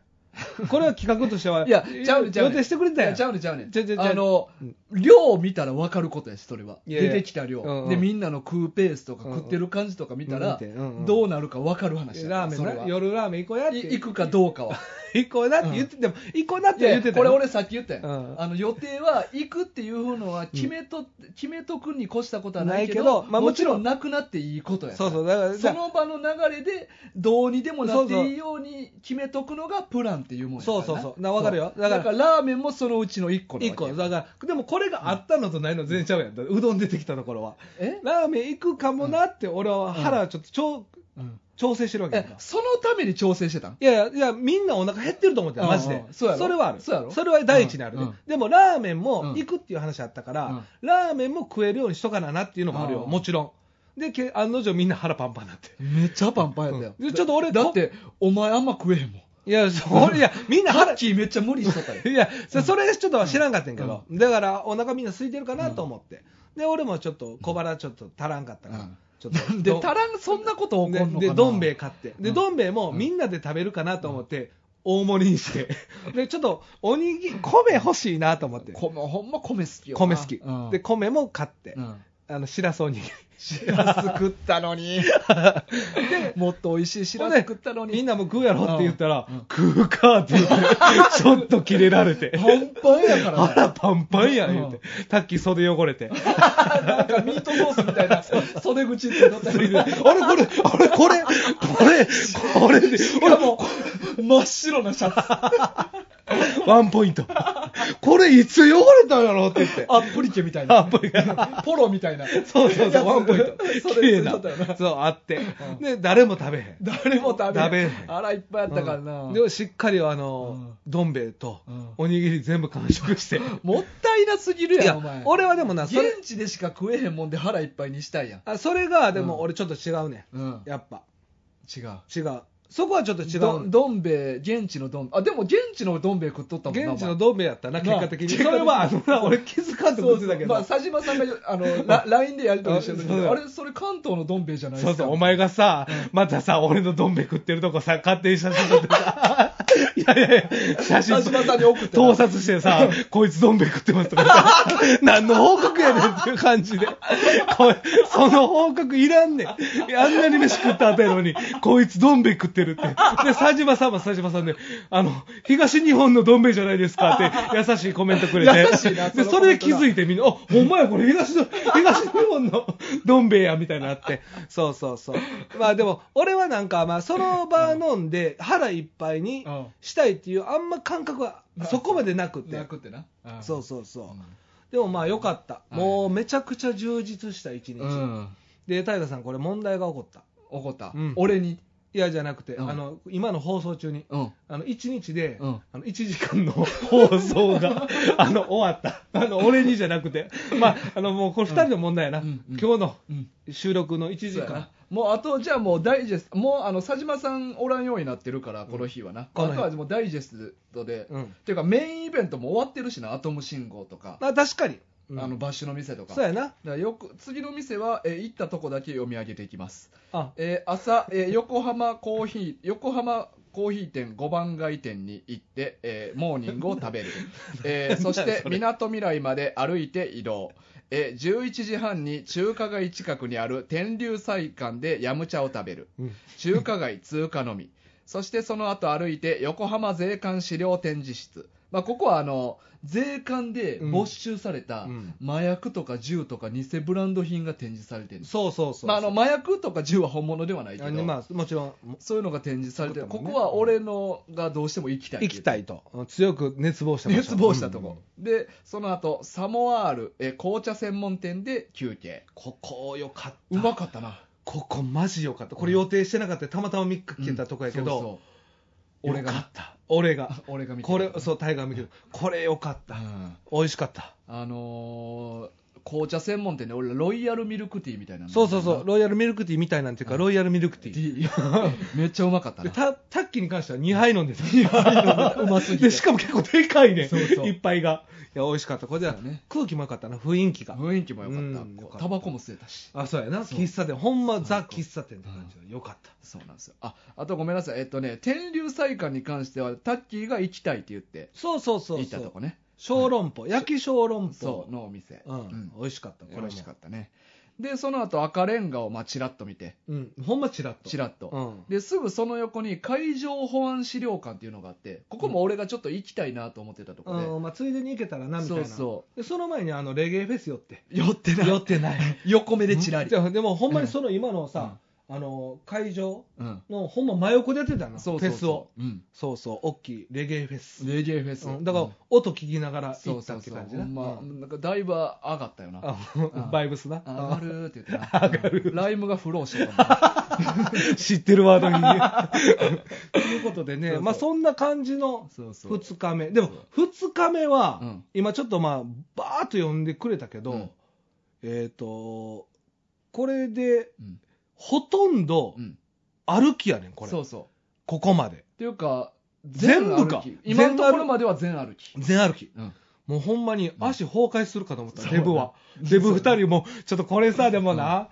Speaker 2: これは企画とし てはい
Speaker 1: や、ちゃうねんちゃう
Speaker 2: 予
Speaker 1: ねん。
Speaker 2: 定してくれた
Speaker 1: い
Speaker 2: や
Speaker 1: や
Speaker 2: ん
Speaker 1: ちゃうねんちゃうねん。
Speaker 2: ちゃうちゃうちゃう
Speaker 1: あの
Speaker 2: うん、
Speaker 1: 量を見たら分かることやし、それは。
Speaker 2: いやいや
Speaker 1: 出てきた量、
Speaker 2: うんうん
Speaker 1: で、みんなの食うペースとか
Speaker 2: うんうん
Speaker 1: 食ってる感じとか見た
Speaker 2: うん
Speaker 1: ら、
Speaker 2: 見てうんうん
Speaker 1: どうなるか分かる話やから
Speaker 2: ラーメ
Speaker 1: そ
Speaker 2: ン
Speaker 1: れ
Speaker 2: な
Speaker 1: は
Speaker 2: 夜ラーメン行こうやって
Speaker 1: い行くかどうかは。
Speaker 2: 行こうなって言ってても、行こうなって
Speaker 1: いや
Speaker 2: 言ってた
Speaker 1: こ
Speaker 2: よ
Speaker 1: れ俺さっき言ったやん、
Speaker 2: うん
Speaker 1: あの予定は行くっていうのは決めと、決めとくに越したことはないけど
Speaker 2: ないけどまあ
Speaker 1: も
Speaker 2: もち
Speaker 1: ち
Speaker 2: ろ
Speaker 1: ろ
Speaker 2: ん
Speaker 1: んなくなっていいことやから
Speaker 2: そうそうだから
Speaker 1: その場の流れでどうにでもなっていいように決めとくのがプランっていうもんやからな
Speaker 2: そうそうそうなわかるよだ
Speaker 1: だ
Speaker 2: か
Speaker 1: かららラーメンもそのうちの一個なわけ
Speaker 2: 一個だからでもこれがあったのとないの全然ちゃうやんだからうどん出てきたところは
Speaker 1: え、
Speaker 2: ラーメン行くかもなって俺は腹ちょっと調調整してるわけやん
Speaker 1: え
Speaker 2: か
Speaker 1: そのために調整してたん
Speaker 2: いやいやいやみんなお腹減ってると思ってたマジ
Speaker 1: うん
Speaker 2: で
Speaker 1: うんそうや
Speaker 2: そ
Speaker 1: ろ
Speaker 2: れはある
Speaker 1: そうやろ
Speaker 2: それは第一にあるね
Speaker 1: うんうん
Speaker 2: でもラーメン
Speaker 1: うん
Speaker 2: も行くっていう話あったか
Speaker 1: う
Speaker 2: ら
Speaker 1: ん
Speaker 2: ラーメンも食えるようにしとかななっていうのもあるよ
Speaker 1: うん
Speaker 2: もちろんでけ案の定みんな腹パンパンになって
Speaker 1: めっちゃパンパンやったよ、
Speaker 2: うんでちょっと俺
Speaker 1: だってお前あんま食えへんもん
Speaker 2: いやそれいやみんな
Speaker 1: タ
Speaker 2: 腹
Speaker 1: ッキーめっちゃ無理しとったよ
Speaker 2: いや、そそれちょっと知らんかったんやけど、だからお腹みんな空いてるかなと思って、で俺もちょっと小腹ちょっと足らんかったから、
Speaker 1: うん
Speaker 2: ちょっと
Speaker 1: なんで
Speaker 2: どん
Speaker 1: たらんそんなこと起こんのかな
Speaker 2: ででどん兵衛買って、で
Speaker 1: うん
Speaker 2: どん兵衛もみんなで食べるかなと思って、大盛りにして、でちょっとおにぎり、米欲しいなと思って、
Speaker 1: 米ほんま米好きよな
Speaker 2: 米好き、
Speaker 1: うん
Speaker 2: で米も買って、
Speaker 1: うん
Speaker 2: あのしらすおにぎり。
Speaker 1: しらす食ったの にもっと美味しいしらす食ったの
Speaker 2: みん
Speaker 1: に
Speaker 2: なも食うやろって言ったら、
Speaker 1: うんうん
Speaker 2: 食うかって言って、 ちょっとキレられて、
Speaker 1: パンパンやからね
Speaker 2: 腹パンパンやん言って、タッキー袖汚れて。
Speaker 1: なんかミートソースみたいな袖口で乗った
Speaker 2: つい
Speaker 1: り
Speaker 2: であれこれ、あれこれ、これ、これで、
Speaker 1: 俺も真っ白なシャツ
Speaker 2: ワンポイント。これいつ汚れたんやろって言って。
Speaker 1: アップリケみたいな。
Speaker 2: アップリケ
Speaker 1: ポロみたいな。
Speaker 2: そうそう
Speaker 1: や
Speaker 2: そう、
Speaker 1: つ
Speaker 2: ワンポイント。
Speaker 1: そ
Speaker 2: 綺
Speaker 1: れ
Speaker 2: 麗
Speaker 1: ずっ
Speaker 2: な
Speaker 1: とだよな。。
Speaker 2: そう、あって。で、誰も食べへん。
Speaker 1: 誰も食べ
Speaker 2: 食べへん
Speaker 1: あら、いっぱいあったからな。
Speaker 2: でもしっかりあの、どん兵衛と
Speaker 1: うん
Speaker 2: おにぎり全部完食して。
Speaker 1: もったいなすぎる
Speaker 2: い
Speaker 1: やん、
Speaker 2: や
Speaker 1: お前。、
Speaker 2: 俺はでもな、それ
Speaker 1: 現、地でしか食えへんもんで腹いっぱいにしたいやん。
Speaker 2: あそれがで
Speaker 1: う
Speaker 2: も
Speaker 1: ん
Speaker 2: 俺ちょっと違うね
Speaker 1: うん
Speaker 2: ん。。やっぱ。
Speaker 1: 違う。
Speaker 2: 違う。そこはちょっと違
Speaker 1: ど
Speaker 2: うねん。
Speaker 1: どん兵衛、現地のどん、あ、でも現地のどん兵衛食っとったもんな。
Speaker 2: 現地の
Speaker 1: どん
Speaker 2: どん兵衛やったな、
Speaker 1: な
Speaker 2: 結果的に。
Speaker 1: 結果
Speaker 2: そ
Speaker 1: 的に
Speaker 2: れは、あのな、俺気づかんと思ってたけ
Speaker 1: まあ、
Speaker 2: ど。
Speaker 1: 佐島さんが、あの、 ラ LINE でやり取りしてる時
Speaker 2: あそう
Speaker 1: に、
Speaker 2: だ
Speaker 1: あれ、それ関東のどん兵衛じゃないです
Speaker 2: そ
Speaker 1: か。
Speaker 2: うそう、お前がさ、またさ、俺のどん兵衛食ってるとこさ、勝手に写真撮ってさ、 いやいやいや、写真
Speaker 1: 佐島さんに送って
Speaker 2: 盗撮してさ、こいつどん兵衛食ってますとかさ、 何の報告やねんっていう感じで、こいその報告いらんねん。あんなに飯食った後やのに、こいつどん兵衛食ってるって。で、佐島さんも佐島さんで、あの、東日本のどん兵衛じゃないですかって、 優しいコメントくれて。
Speaker 1: 優しいな
Speaker 2: で、
Speaker 1: そのコ
Speaker 2: そ
Speaker 1: メ
Speaker 2: れ
Speaker 1: ン
Speaker 2: で
Speaker 1: トな
Speaker 2: 気づいて見てみんな、あ、ほんまや、これ東の、東日本のどん兵衛や、みたいなのあって。そうそうそう。まあでも、俺はなんか、まあその場飲んで腹いっぱいに
Speaker 1: うん
Speaker 2: したいっていう、あんま感覚はそこまでなくて
Speaker 1: な。くってな。ん。
Speaker 2: そうそうそううんでもまあよかった。もうめちゃくちゃ充実した一
Speaker 1: う
Speaker 2: 日。
Speaker 1: ん。
Speaker 2: で、平さん、これ問題が起こった。
Speaker 1: 怒った。
Speaker 2: うん
Speaker 1: 俺に。
Speaker 2: いや、じゃなくて、
Speaker 1: うん
Speaker 2: あの、今の放送中に。
Speaker 1: うん。
Speaker 2: あの1日で、
Speaker 1: うん
Speaker 2: あの1時間の放送が あの終わった、あの俺にじゃなくて、まあ、あのもうこれ2人の問題やな、
Speaker 1: うんうん
Speaker 2: 今日の
Speaker 1: うん。
Speaker 2: 収録の1時
Speaker 1: そうや
Speaker 2: 間
Speaker 1: な、もうあとじゃあもうダイジェストもうあの佐島さんおらんようになってるからこの日はな、
Speaker 2: この
Speaker 1: あ
Speaker 2: 日
Speaker 1: とはもうダイジェストで、
Speaker 2: うん
Speaker 1: っていうかメインイベントも終わってるしなアトム信号とか、
Speaker 2: まあ、確かに、
Speaker 1: あ
Speaker 2: あ
Speaker 1: の
Speaker 2: の
Speaker 1: バッシュの店とか
Speaker 2: そうやな、
Speaker 1: だからよく次の店は、えー行ったとこだけ読み上げていきます、
Speaker 2: あ
Speaker 1: えー朝、えー横浜コーヒー横浜コーヒー店5番街店に行って、えーモーニングを食 べる、えーそしてみなとみらいまで歩いて移動、えー11時半に中華街近くにある天竜祭館でヤムチャを食べる
Speaker 2: うん
Speaker 1: 中華街通過のみそしてその後歩いて横浜税関資料展示室、まあ、ここはあの税関で没収された
Speaker 2: うん
Speaker 1: 麻薬とか銃とか偽ブランド品が展示されてるんです
Speaker 2: そうそうそう、
Speaker 1: まあ、あの麻薬とか銃は本物ではないけ
Speaker 2: あ
Speaker 1: ど、
Speaker 2: のまあ、もちろん
Speaker 1: そういうのが展示されてる、こ
Speaker 2: 作ったもんね
Speaker 1: こは俺のがどうしても行きたい
Speaker 2: 行きたいと、強く熱望した場所
Speaker 1: 熱望したとこ、でその後サモアールえ紅茶専門店で休憩
Speaker 2: ここよかった、
Speaker 1: うまかったな
Speaker 2: ここ、マジよかった、これ予定してなかった、たまたま3日来てたとこやけど、
Speaker 1: うんそうそう俺
Speaker 2: よかっ
Speaker 1: が
Speaker 2: た、俺が、
Speaker 1: 俺が見て、
Speaker 2: これ、そうう、タイガー見てる、これよかった
Speaker 1: う。ん
Speaker 2: 美味しかった
Speaker 1: あのー紅茶専門店で俺らロイヤルミルクティーみたいなの
Speaker 2: そうそうそうロイヤルミルクティーみたいなんていうかロイヤルミルクティ
Speaker 1: テ
Speaker 2: ー
Speaker 1: ィー めっちゃうまかった
Speaker 2: で
Speaker 1: な
Speaker 2: タタッキーに関しては2杯飲んでた
Speaker 1: うますぎて
Speaker 2: でしかも結構でかいね
Speaker 1: そうそう
Speaker 2: 一杯がいや美味しかったこれじゃ、
Speaker 1: そうね
Speaker 2: 空気も良かったな雰囲気が
Speaker 1: 雰囲気も良かった
Speaker 2: うん
Speaker 1: こ
Speaker 2: よか
Speaker 1: う
Speaker 2: った
Speaker 1: タバコも吸えたし
Speaker 2: あそうやな
Speaker 1: そう
Speaker 2: 喫茶店ほんまザ喫茶店って感じでよかった
Speaker 1: そうなんですよああとごめんなさいえっとね天竜祭館に関してはタッキーが行きたいって言って
Speaker 2: そうそうそう
Speaker 1: 行っ
Speaker 2: そ
Speaker 1: たと
Speaker 2: う
Speaker 1: こね
Speaker 2: 小籠包焼き小籠
Speaker 1: そ
Speaker 2: 包
Speaker 1: うのお店
Speaker 2: うん美味しかったこ
Speaker 1: 美
Speaker 2: れも
Speaker 1: 味しかったねでその後赤レンガをまあチラッと見て
Speaker 2: うんほんまチラッと
Speaker 1: チラッと、
Speaker 2: うん
Speaker 1: ですぐその横に海上保安資料館っていうのがあってここも俺がちょっと行きたいなと思ってたとこで、
Speaker 2: うんまあついでに行けたらなみたい
Speaker 1: そう
Speaker 2: な
Speaker 1: そ
Speaker 2: でその前にあのレゲエフェス寄って
Speaker 1: 寄ってない
Speaker 2: 寄ってない
Speaker 1: 横目でチラリ
Speaker 2: じ、ゃあでもほんまにその今のさ、あの会場
Speaker 1: うん、
Speaker 2: のほんま真横でやってたな
Speaker 1: そうそうそう
Speaker 2: フェスを
Speaker 1: うん、
Speaker 2: そうそう大きいレゲエフェス、
Speaker 1: レゲエフェス、
Speaker 2: うんだから、
Speaker 1: うん
Speaker 2: 音聞きながら
Speaker 1: そ
Speaker 2: 行
Speaker 1: う
Speaker 2: っ
Speaker 1: そ
Speaker 2: た
Speaker 1: う
Speaker 2: って
Speaker 1: そう
Speaker 2: 感じ
Speaker 1: ほ
Speaker 2: ね
Speaker 1: んま、
Speaker 2: うん
Speaker 1: なんかだいぶ上がったよな
Speaker 2: あ
Speaker 1: うん
Speaker 2: バイブスな
Speaker 1: 上がるって言って なライムがフローしてたもんな
Speaker 2: 知ってるワ ードにねということでね
Speaker 1: そうそう
Speaker 2: まあそんな感じの
Speaker 1: そうそう
Speaker 2: 2日目でも2日目は、
Speaker 1: うん
Speaker 2: 今ちょっとまあバーッと呼んでくれたけど、
Speaker 1: うん
Speaker 2: えっ、とこれで
Speaker 1: うん
Speaker 2: ほとんど
Speaker 1: うん
Speaker 2: 歩きやねんこれ
Speaker 1: そうそう
Speaker 2: ここまで
Speaker 1: っていうか
Speaker 2: 全部
Speaker 1: 歩き
Speaker 2: か
Speaker 1: 今のところまでは全歩き
Speaker 2: 全歩き
Speaker 1: うん
Speaker 2: もうほんまに足崩壊するかと思った、
Speaker 1: そう
Speaker 2: デブは。
Speaker 1: うん
Speaker 2: デブ2人も、ちょっとこれさ、でもな、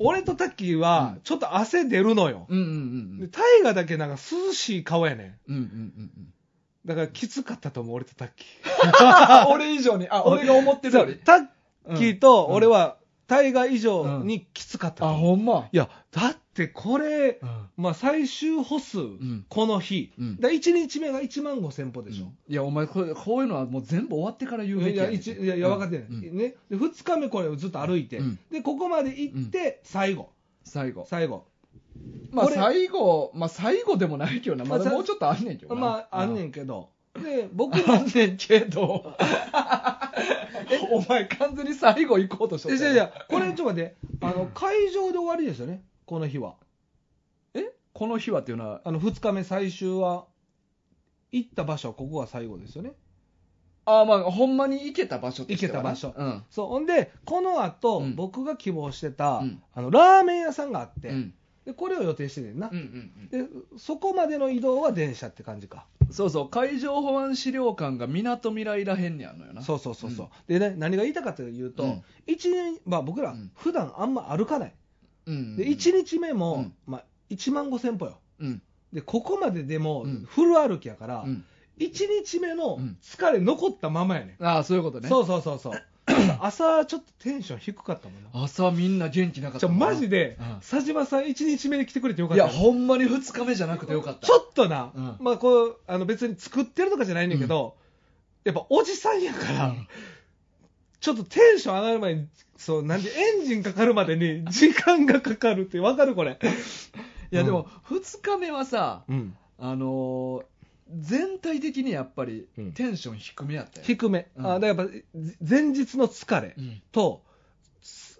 Speaker 2: 俺とタッキーは
Speaker 1: うん、
Speaker 2: ちょっと汗出るのよ。
Speaker 1: うんうん
Speaker 2: で、タイガだけなんか涼しい顔やね
Speaker 1: う
Speaker 2: ん。
Speaker 1: んうんうんうんうん
Speaker 2: だからきつかったと思う、俺とタッキー。
Speaker 1: あ 俺以上にあ俺が思ってるより
Speaker 2: タッキーと俺は、タイガ以上にきつかったと
Speaker 1: あ
Speaker 2: 思
Speaker 1: ほ
Speaker 2: う、
Speaker 1: んま
Speaker 2: いや、だってこれ、
Speaker 1: うん
Speaker 2: まあ最終歩数、
Speaker 1: ん
Speaker 2: この日。
Speaker 1: うん
Speaker 2: だ1日目が1万5000歩でしょ。
Speaker 1: いやお前これこういうのはもう全部終わってから言うべ
Speaker 2: い
Speaker 1: き
Speaker 2: や
Speaker 1: や
Speaker 2: いちいやいや分かってない、
Speaker 1: うんうん
Speaker 2: ね、で2日目これをずっと歩いて、
Speaker 1: うん
Speaker 2: でここまで行って最後、
Speaker 1: 最後
Speaker 2: 最後
Speaker 1: まあ
Speaker 2: これ
Speaker 1: 最後まあ最後でもないけどなま
Speaker 2: ま
Speaker 1: だ
Speaker 2: あ
Speaker 1: もうちょっとあんねんけどな
Speaker 2: まああんねんけど、で、 僕
Speaker 1: な
Speaker 2: も、
Speaker 1: んねんけ ど。お前完全に最後行こうとしと
Speaker 2: い
Speaker 1: っ
Speaker 2: やい
Speaker 1: た
Speaker 2: や
Speaker 1: よ
Speaker 2: いや、これちょっと待って、あの、会場で終わりですよね、この日は。
Speaker 1: この日はっていうのは、
Speaker 2: あの、2日目最終は、行った場所、ここが最後ですよね。
Speaker 1: ああまあ、ほんまに行けた場所としてはね
Speaker 2: 行けた場所
Speaker 1: うん。
Speaker 2: そう、ほんで、この後、
Speaker 1: うん
Speaker 2: 僕が希望してた、
Speaker 1: うん
Speaker 2: あの、ラーメン屋さんがあって、
Speaker 1: うん
Speaker 2: で、これを予定しててんな、
Speaker 1: うんうん
Speaker 2: で、そこまでの移動は電車って感じか。
Speaker 1: うんそうそう、海上保安資料館がみなとみらいらへんにあるのよな。
Speaker 2: そうそうそうそう。でね、何が言いたかというと、
Speaker 1: うん
Speaker 2: 一年、まあ僕ら
Speaker 1: うん、
Speaker 2: 普段あんま歩かない。
Speaker 1: うん。
Speaker 2: で、1日目も、
Speaker 1: うん
Speaker 2: まあ、1万5千歩よ。
Speaker 1: うん。
Speaker 2: で、ここまででも
Speaker 1: うん、
Speaker 2: フル歩きやか
Speaker 1: う
Speaker 2: ら、
Speaker 1: ん。
Speaker 2: 一1日目の
Speaker 1: うん
Speaker 2: 疲れ残ったままやね、
Speaker 1: ああ、そういうこと
Speaker 2: ん。
Speaker 1: ね。
Speaker 2: そうそうそうそ う。だから朝ちょっとテンション低かったもんな。
Speaker 1: 朝みんな元気なかった
Speaker 2: じゃあ
Speaker 1: もんな。
Speaker 2: マジで、
Speaker 1: うん
Speaker 2: 佐島さん1日目に来てくれてよか
Speaker 1: い
Speaker 2: った
Speaker 1: や、
Speaker 2: よ
Speaker 1: ほんまに2日目じゃなくてよかった。
Speaker 2: ちょっとな、
Speaker 1: うん
Speaker 2: まあこう、あの別に作ってるとかじゃないねんけど、やっぱおじさんやから、
Speaker 1: うん
Speaker 2: ちょっとテンション上がる前に、そう、なんでエンジンかかるまでに時間がかかるってわかるこれ。
Speaker 1: いや、でも、2日目はさ、
Speaker 2: うん。
Speaker 1: あのー全体的にやっぱり
Speaker 2: うん
Speaker 1: テンション低めやったよ。
Speaker 2: 低め。
Speaker 1: うん
Speaker 2: あだからやっぱ前日の疲れ
Speaker 1: うん
Speaker 2: と、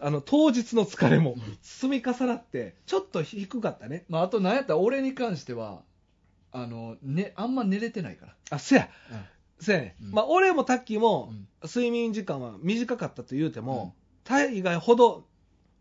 Speaker 2: あの当日の疲れも
Speaker 1: うん
Speaker 2: 積み重なって、ちょっと低かったね。
Speaker 1: まあ、あと、なんやったら俺に関しては、あの、ね、あんま寝れてないから。
Speaker 2: あ、せや、せやね、
Speaker 1: うん
Speaker 2: まあ俺もタッキーも、
Speaker 1: うん
Speaker 2: 睡眠時間は短かったと言うても、大概ほど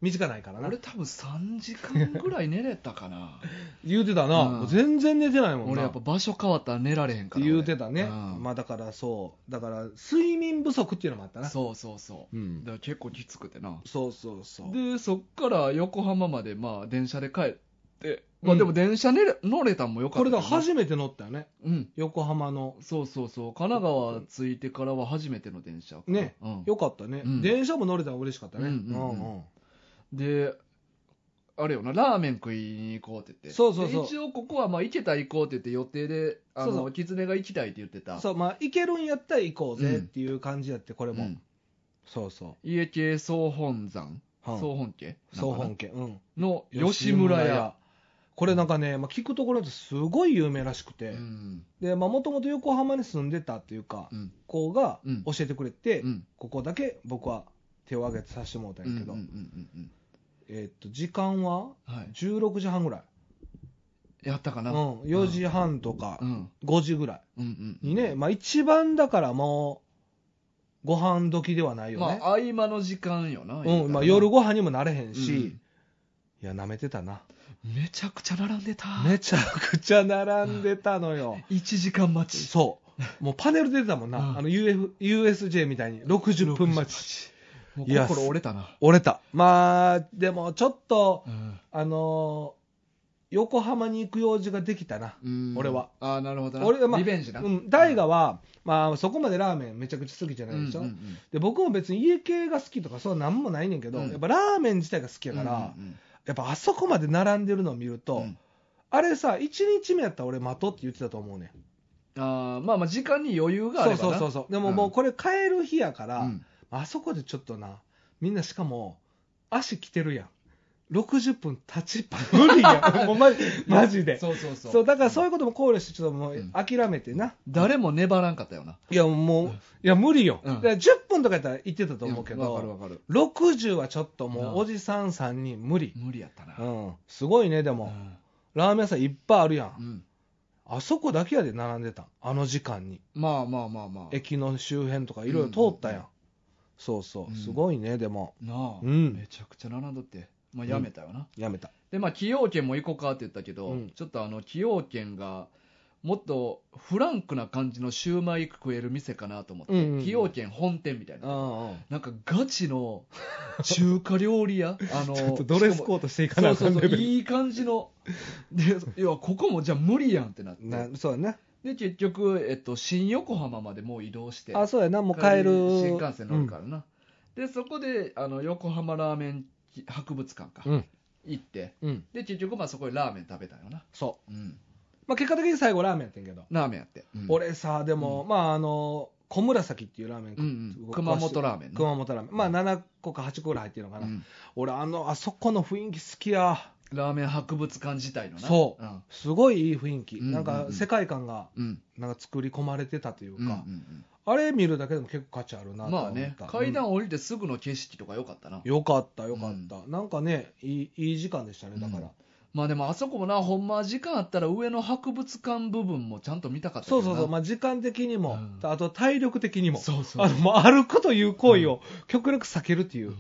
Speaker 2: 短ないからな
Speaker 1: 俺多分3時間ぐらい寝れたか な
Speaker 2: 言うてたな、
Speaker 1: うん
Speaker 2: もう全然寝てないもんな
Speaker 1: 俺やっぱ場所変わったら寝られへん
Speaker 2: っ
Speaker 1: か
Speaker 2: て
Speaker 1: ら
Speaker 2: 言うてたね、
Speaker 1: うん
Speaker 2: まあだからそうだから睡眠不足っていうのもあった
Speaker 1: 俺
Speaker 2: な
Speaker 1: そうそうそう、
Speaker 2: うん
Speaker 1: だから結構きつくてな
Speaker 2: そうそうそう
Speaker 1: でそっから横浜までまあ電車で帰って、ま
Speaker 2: う
Speaker 1: あ、
Speaker 2: ん
Speaker 1: でも電車寝れ乗れたんもよか
Speaker 2: こ
Speaker 1: ったけ
Speaker 2: れ
Speaker 1: ど
Speaker 2: が
Speaker 1: な
Speaker 2: 初めて乗ったよね
Speaker 1: うん
Speaker 2: 横浜の
Speaker 1: そうそうそう神奈川着いてからは初めての電車かな
Speaker 2: ね、
Speaker 1: うん、
Speaker 2: よかったね、
Speaker 1: うん
Speaker 2: 電車も乗れたら嬉しかったね、
Speaker 1: うんうんうんであれよなラーメン食いに行こうって言って
Speaker 2: そうそうそう
Speaker 1: で一応ここはまあ行けたら行こうって言って予定であの
Speaker 2: そうそう
Speaker 1: キツネが行きたいって言ってた
Speaker 2: そうまあ行けるんやったら行こうぜっていう感じやってこれも、
Speaker 1: うん
Speaker 2: そうそ
Speaker 1: 家系総本山
Speaker 2: う、うん、
Speaker 1: 総本家
Speaker 2: 総本家うん
Speaker 1: の吉村屋、
Speaker 2: これなんかね、まあ、聞くところだとすごい有名らしくて、
Speaker 1: うん
Speaker 2: でまあもともと横浜に住んでたっていうか、
Speaker 1: うん
Speaker 2: 子が
Speaker 1: うん
Speaker 2: 教えてくれて、
Speaker 1: うん
Speaker 2: ここだけ僕は手を挙げてさせてもらった
Speaker 1: うんん
Speaker 2: や
Speaker 1: う
Speaker 2: け
Speaker 1: ん
Speaker 2: ど、
Speaker 1: うん
Speaker 2: えーっと時間は
Speaker 1: うんはい
Speaker 2: 16時半ぐらい、
Speaker 1: やったか
Speaker 2: う、
Speaker 1: なん
Speaker 2: 4時半とか
Speaker 1: うん
Speaker 2: 5時ぐら
Speaker 1: うんうん
Speaker 2: いにね、まあ、一番だからもうご飯時ではないよ
Speaker 1: ま
Speaker 2: ね、
Speaker 1: あ合間の時間よな言うた
Speaker 2: うん
Speaker 1: ら
Speaker 2: まあ、夜ご飯にもなれへんし、
Speaker 1: うん
Speaker 2: いや舐めてたな
Speaker 1: めちゃくちゃ並んでた
Speaker 2: めちゃくちゃ並んでたのよ
Speaker 1: 1時間待ち
Speaker 2: そう。もうパネル出てたもんな。
Speaker 1: うん
Speaker 2: あの、UF、USJ みたいに60分待ち。
Speaker 1: もう
Speaker 2: いや
Speaker 1: 心折れたな
Speaker 2: 折れた。まあ、でもちょっと、
Speaker 1: うん
Speaker 2: あのー横浜に行く用事ができたな。
Speaker 1: うん
Speaker 2: 俺は
Speaker 1: ああなるほどな
Speaker 2: 俺は、まあ、
Speaker 1: リベンジな
Speaker 2: うん。大河は、まあ、そこまでラーメンめちゃくちゃ好きじゃないでしょ。
Speaker 1: うんうんうん
Speaker 2: で、僕も別に家系が好きとか、そうなんもないねんけど、
Speaker 1: うん
Speaker 2: やっぱラーメン自体が好きやから、
Speaker 1: うんうん
Speaker 2: やっぱあそこまで並んでるのを見る
Speaker 1: う
Speaker 2: と、
Speaker 1: ん
Speaker 2: あれさ、1日目やったら俺待とうって言ってたと思うねん。
Speaker 1: あーまあまあ時間に余裕があ
Speaker 2: そ
Speaker 1: れ
Speaker 2: う
Speaker 1: ば
Speaker 2: そう
Speaker 1: な
Speaker 2: そうそう。でももうこれ帰る日やから、
Speaker 1: うん
Speaker 2: あそこでちょっとな、みんなしかも、足来てる やん。60分立ちっぱ、無理やん。もうマジ マジで。
Speaker 1: そうそうそう
Speaker 2: そう、だからそういうことも考慮して、ちょっとも
Speaker 1: う
Speaker 2: うん諦めてな。
Speaker 1: 誰も粘らんかったよない
Speaker 2: や、もう、いや、無理よ。
Speaker 1: うん
Speaker 2: だから10分とかやったら行ってたと思うけ
Speaker 1: わかるわ
Speaker 2: ど、
Speaker 1: かる
Speaker 2: 60はちょっと
Speaker 1: うん
Speaker 2: もう、おじさんさんに無理。
Speaker 1: 無理やったな
Speaker 2: うん。すごいね、で
Speaker 1: う
Speaker 2: も。
Speaker 1: ん
Speaker 2: ラーメン屋さんいっぱいあるやん。
Speaker 1: うん
Speaker 2: あそこだけやで並んでた。あの時間に。
Speaker 1: まあまあまあまあ
Speaker 2: 駅の周辺とかいろいろ通ったや。
Speaker 1: うん
Speaker 2: そうそうう。
Speaker 1: ん
Speaker 2: すごいね、でも。
Speaker 1: なあ、
Speaker 2: うん
Speaker 1: めちゃくちゃ並んどって、まあ、やめたよな、
Speaker 2: やめた。
Speaker 1: でまあ崎陽軒も行こうかって言ったけど、
Speaker 2: うん
Speaker 1: ちょっとあの崎陽軒がもっとフランクな感じのシューマイ食える店かなと思って、
Speaker 2: うんうんうん
Speaker 1: 崎陽軒本店みたいな、
Speaker 2: んうん。
Speaker 1: なんかガチの中華料理 屋あの
Speaker 2: ちょっとドレスコートしていかな
Speaker 1: そう
Speaker 2: あ
Speaker 1: そ
Speaker 2: かん
Speaker 1: う
Speaker 2: レ
Speaker 1: そ
Speaker 2: ベ
Speaker 1: う
Speaker 2: ル
Speaker 1: いい感じのでいやここもじゃあ無理やんってなって
Speaker 2: なそうだね。
Speaker 1: で結局、えっと、新横浜までもう移動して
Speaker 2: あ、そうやな、もう帰る。
Speaker 1: 新幹線乗るからな、でそこであの横浜ラーメン博物館か、
Speaker 2: うん。
Speaker 1: 行って
Speaker 2: うん。うん。
Speaker 1: で結局まあそこでラーメン食べたよな、
Speaker 2: そ
Speaker 1: うん、
Speaker 2: う。まあ、結果的に最後ラーメンやってんけど。
Speaker 1: ラーメンやって、
Speaker 2: 俺さ、でも、まあ、あの、小紫っていうラーメン
Speaker 1: うんうん熊本
Speaker 2: ラ
Speaker 1: ラーメンな
Speaker 2: 熊本ラーメン。まあ、7個か8個ぐらい入ってるのかな。
Speaker 1: うん
Speaker 2: 俺、あの、あそこの雰囲気好きや。
Speaker 1: ラーメン博物館自体のな
Speaker 2: そう
Speaker 1: うん
Speaker 2: すごいいい雰囲気、
Speaker 1: うんうんうん
Speaker 2: なんか世界観が
Speaker 1: うん
Speaker 2: なんか作り込まれてたというか、
Speaker 1: うんうん
Speaker 2: あれ見るだけでも結構価値あるな
Speaker 1: うん、
Speaker 2: とは
Speaker 1: ま
Speaker 2: 思
Speaker 1: あ
Speaker 2: った、
Speaker 1: ね階
Speaker 2: うん
Speaker 1: 段降りてすぐの景色とか良かったな、
Speaker 2: よかったよかった、なんかねいいいい時間でしたねだから、
Speaker 1: まあでもあそこもなほんま時間あったら上の博物館部分もちゃんと見たかったけ
Speaker 2: そ
Speaker 1: ど
Speaker 2: う
Speaker 1: な
Speaker 2: そうそう、まあ、時間的にも、
Speaker 1: うん
Speaker 2: あと体力的にも
Speaker 1: そうそう
Speaker 2: あのもう歩くという行為を極力避けるっていう、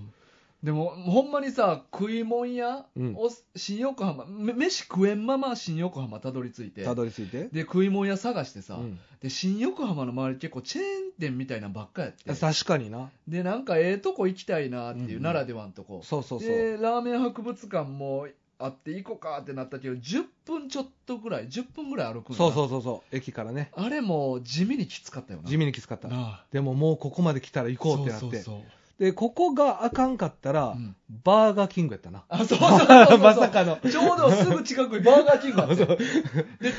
Speaker 1: でもほんまにさ食いもん屋
Speaker 2: うん
Speaker 1: を新横浜、め飯食えんまま新横浜たどり着いて
Speaker 2: たどり着いて、
Speaker 1: で食いもん屋探してさ、
Speaker 2: うん
Speaker 1: で新横浜の周り結構チェーン店みたいなのばっかやって
Speaker 2: 確かにな
Speaker 1: でなんかええとこ行きたいなって
Speaker 2: うん
Speaker 1: いううんならではのとこ、
Speaker 2: そうそうそう、
Speaker 1: でラーメン博物館もあって行こうかってなったけど10分ちょっとぐらい10分ぐらい歩くんだ
Speaker 2: そうそうそうそう駅からね
Speaker 1: あれも地味にきつかったよな
Speaker 2: 地味にきつかった
Speaker 1: なあ
Speaker 2: でももうここまで来たら行こうってなって
Speaker 1: そうそうそう
Speaker 2: でここがあかんかったら、
Speaker 1: うん
Speaker 2: バーガーキングやったな
Speaker 1: あそうそうそうそう そう
Speaker 2: まさかの
Speaker 1: ちょうどすぐ近くにバーガーキングがあって。で、タ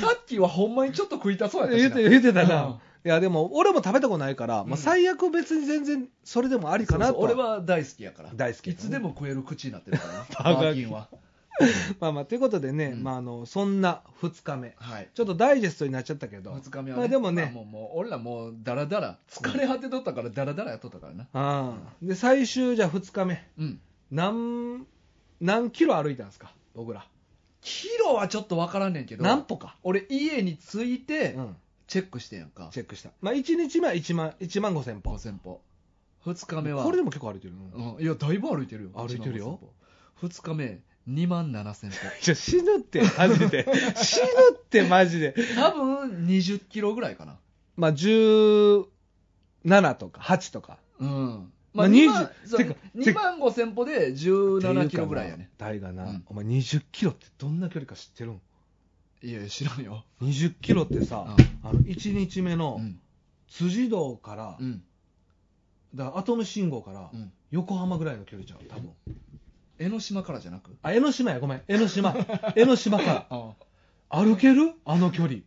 Speaker 1: ッキーはほんまにちょっと食いたそうやったし
Speaker 2: 言
Speaker 1: な。
Speaker 2: って言ってた
Speaker 1: うん
Speaker 2: な、いやでも俺も食べたことないから、
Speaker 1: うん
Speaker 2: まあ、最悪別に全然それでもありかな
Speaker 1: そう
Speaker 2: と
Speaker 1: そう俺は大好きやから。
Speaker 2: 大好き、
Speaker 1: いつでも食える口になってるからな
Speaker 2: バーガー
Speaker 1: バーガーキンは。
Speaker 2: まあまあということでね、
Speaker 1: うん
Speaker 2: まあ、あのそんな2日目
Speaker 1: はい。
Speaker 2: ちょっとダイジェストになっちゃったけど
Speaker 1: 二日目は、ね。
Speaker 2: まあでもね
Speaker 1: もう、もう、俺らもう、だらだら、疲れ果てとったから、だらだらやっとったからな。
Speaker 2: うんで最終じゃあ2日目
Speaker 1: うん。
Speaker 2: 何何キロ歩いたんですか僕ら
Speaker 1: キロはちょっとわからんねんけど、
Speaker 2: 何歩か、
Speaker 1: 俺、家に着いて
Speaker 2: う、ん、
Speaker 1: チェックしてんやんか。
Speaker 2: チェックした、まあ、1日目は1万 ,1 万5000歩
Speaker 1: 5000歩。二日目は。
Speaker 2: これでも結構歩いてるの、い
Speaker 1: うん、いや、だいぶ歩いてるよ。
Speaker 2: 歩いてるよ
Speaker 1: 1万5000歩。二日目、2万7000歩。
Speaker 2: や死ぬってマ ジで死ぬってマジで
Speaker 1: 多分20キロぐらいかな。
Speaker 2: まあ17とか8とか
Speaker 1: うん。
Speaker 2: まあ
Speaker 1: 二
Speaker 2: 20
Speaker 1: そう
Speaker 2: てかて
Speaker 1: 2万5千歩で17キロぐらいやね。
Speaker 2: 大がな、
Speaker 1: うん
Speaker 2: お前20キロってどんな距離か知ってるん
Speaker 1: いやいや、知らんよ。
Speaker 2: 20キロってさ、あの1日目
Speaker 1: う
Speaker 2: の
Speaker 1: ん。
Speaker 2: 辻堂から、
Speaker 1: うん。
Speaker 2: だからアトム信号から
Speaker 1: うん。
Speaker 2: 横浜ぐらいの距離ちゃう多分
Speaker 1: 江ノ島からじゃなく
Speaker 2: あ江ノ島やごめん江ノ島江ノ島から
Speaker 1: あ
Speaker 2: 歩けるあの距離
Speaker 1: い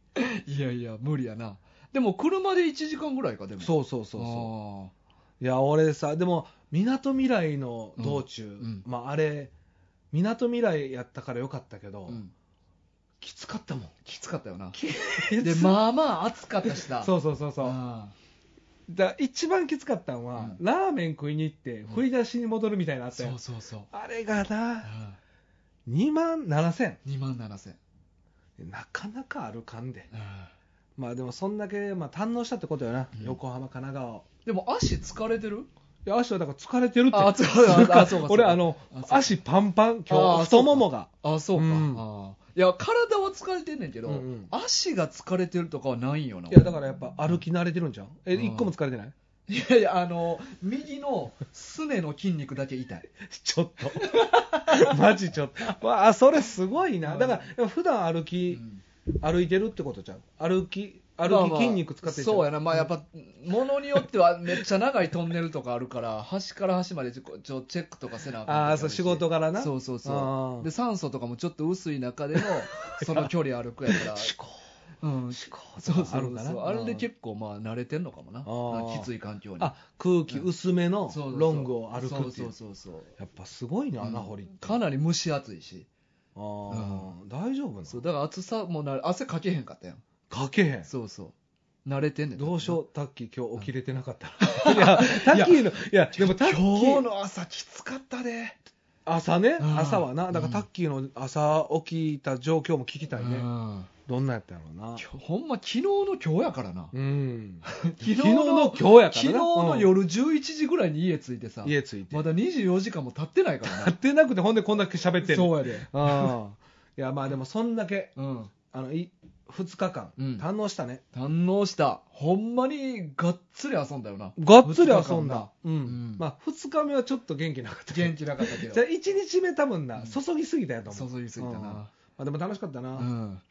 Speaker 1: やいや、無理やな。でも、車で1時間ぐらいか、でも。う
Speaker 2: そうそうそうそ
Speaker 1: そう
Speaker 2: いや俺さでもみなとみらいの道中、
Speaker 1: ん
Speaker 2: まああれみなとみらいやったからよかったけど、
Speaker 1: うん。
Speaker 2: きつかったもん
Speaker 1: きつかったよな。で、まあまあ暑かったしな。
Speaker 2: そうそうそうそう
Speaker 1: あ
Speaker 2: だから一番きつかったのは、
Speaker 1: う
Speaker 2: ラーメン食いに行って振り出しに戻るみたいなのあ
Speaker 1: あ
Speaker 2: ったよ、
Speaker 1: そうそうそう。
Speaker 2: あれがな
Speaker 1: あ
Speaker 2: 2万7000
Speaker 1: あ2万7千。
Speaker 2: なかなか歩かんで
Speaker 1: ああ
Speaker 2: まあでもそんだけ、まあ、堪能したってことよな、
Speaker 1: うん
Speaker 2: 横浜神奈川
Speaker 1: でも、足疲れてる
Speaker 2: いや足はだから疲れてるって
Speaker 1: あ疲れてるあそうかそうか
Speaker 2: 俺あの
Speaker 1: あそうか
Speaker 2: 足パンパン今
Speaker 1: あ
Speaker 2: 日
Speaker 1: ー
Speaker 2: 太ももが
Speaker 1: あそうか、
Speaker 2: うん
Speaker 1: あーいや体は疲れてんねんけど、
Speaker 2: うんうん
Speaker 1: 足が疲れてるとかはないんよない
Speaker 2: やだからやっぱ歩き慣れてるんじゃんえ
Speaker 1: うん
Speaker 2: 一個も疲れてない
Speaker 1: いやいやあの右のすねの筋肉だけ痛い
Speaker 2: ちょっ とマジちょっとわあそれすごいなだから普段歩き、歩いてるってことじゃん歩き歩
Speaker 1: ま
Speaker 2: き
Speaker 1: あ
Speaker 2: 筋肉使ってんじゃん
Speaker 1: そうやなまあやっぱものによっては めっちゃ長いトンネルとかあるから端から端までちょちょチェックとかせなあかん時
Speaker 2: あ
Speaker 1: る
Speaker 2: あ
Speaker 1: し
Speaker 2: そう仕事柄な
Speaker 1: そうそう
Speaker 2: あ
Speaker 1: そ
Speaker 2: ー
Speaker 1: うで酸素とかもちょっと薄い中で のその距離歩くやから
Speaker 2: 思考
Speaker 1: うん
Speaker 2: 思
Speaker 1: そう
Speaker 2: 考
Speaker 1: そう
Speaker 2: あ
Speaker 1: そ
Speaker 2: るかな
Speaker 1: うあれで
Speaker 2: 構
Speaker 1: 結構まあ慣れてんのかもな
Speaker 2: あー
Speaker 1: きつい環境に
Speaker 2: あ空気薄めの
Speaker 1: そうそうそう
Speaker 2: ロングを歩
Speaker 1: そう
Speaker 2: くってい
Speaker 1: うそうそうそう
Speaker 2: やっぱすごいな穴掘りって
Speaker 1: かなり蒸し暑いし
Speaker 2: あー大丈夫な
Speaker 1: そう
Speaker 2: の
Speaker 1: だから暑さもな汗かけへんかったやん
Speaker 2: かけへん
Speaker 1: そうそう慣れてんねん
Speaker 2: どうしようタッキー今日起きれてなかったらいやタッキーのいやでもタッキ
Speaker 1: 今日
Speaker 2: ー
Speaker 1: の朝きつかったで
Speaker 2: 朝ね
Speaker 1: うん
Speaker 2: 朝はなだから
Speaker 1: うん
Speaker 2: タッキーの朝起きた状況も聞きたい
Speaker 1: うん
Speaker 2: ね
Speaker 1: 今
Speaker 2: どんなんやったんやろうな
Speaker 1: 日ほんま昨日の今日やからな
Speaker 2: うん
Speaker 1: 昨
Speaker 2: 昨日の今日やからな
Speaker 1: 昨日の夜11時ぐらいに家着いてさ
Speaker 2: 家着いて
Speaker 1: まだ24時間も経ってないから
Speaker 2: やってなくてほんでこんだけ喋って
Speaker 1: な
Speaker 2: る
Speaker 1: そうやで
Speaker 2: あーいやまあでもそんだけ
Speaker 1: うん
Speaker 2: あのい2日間、
Speaker 1: うん
Speaker 2: 堪能したね
Speaker 1: 堪能したほんまにがっつり遊んだよな
Speaker 2: がっつり遊んだ、うん
Speaker 1: うん
Speaker 2: まあ、2日目はちょっと元気なかった
Speaker 1: 元気なか ったけ
Speaker 2: じゃ
Speaker 1: ど
Speaker 2: あ1日目多分な、
Speaker 1: うん
Speaker 2: 注ぎすぎたやと思う
Speaker 1: 注ぎすぎたな
Speaker 2: まあ、でも楽しかったな、
Speaker 1: うん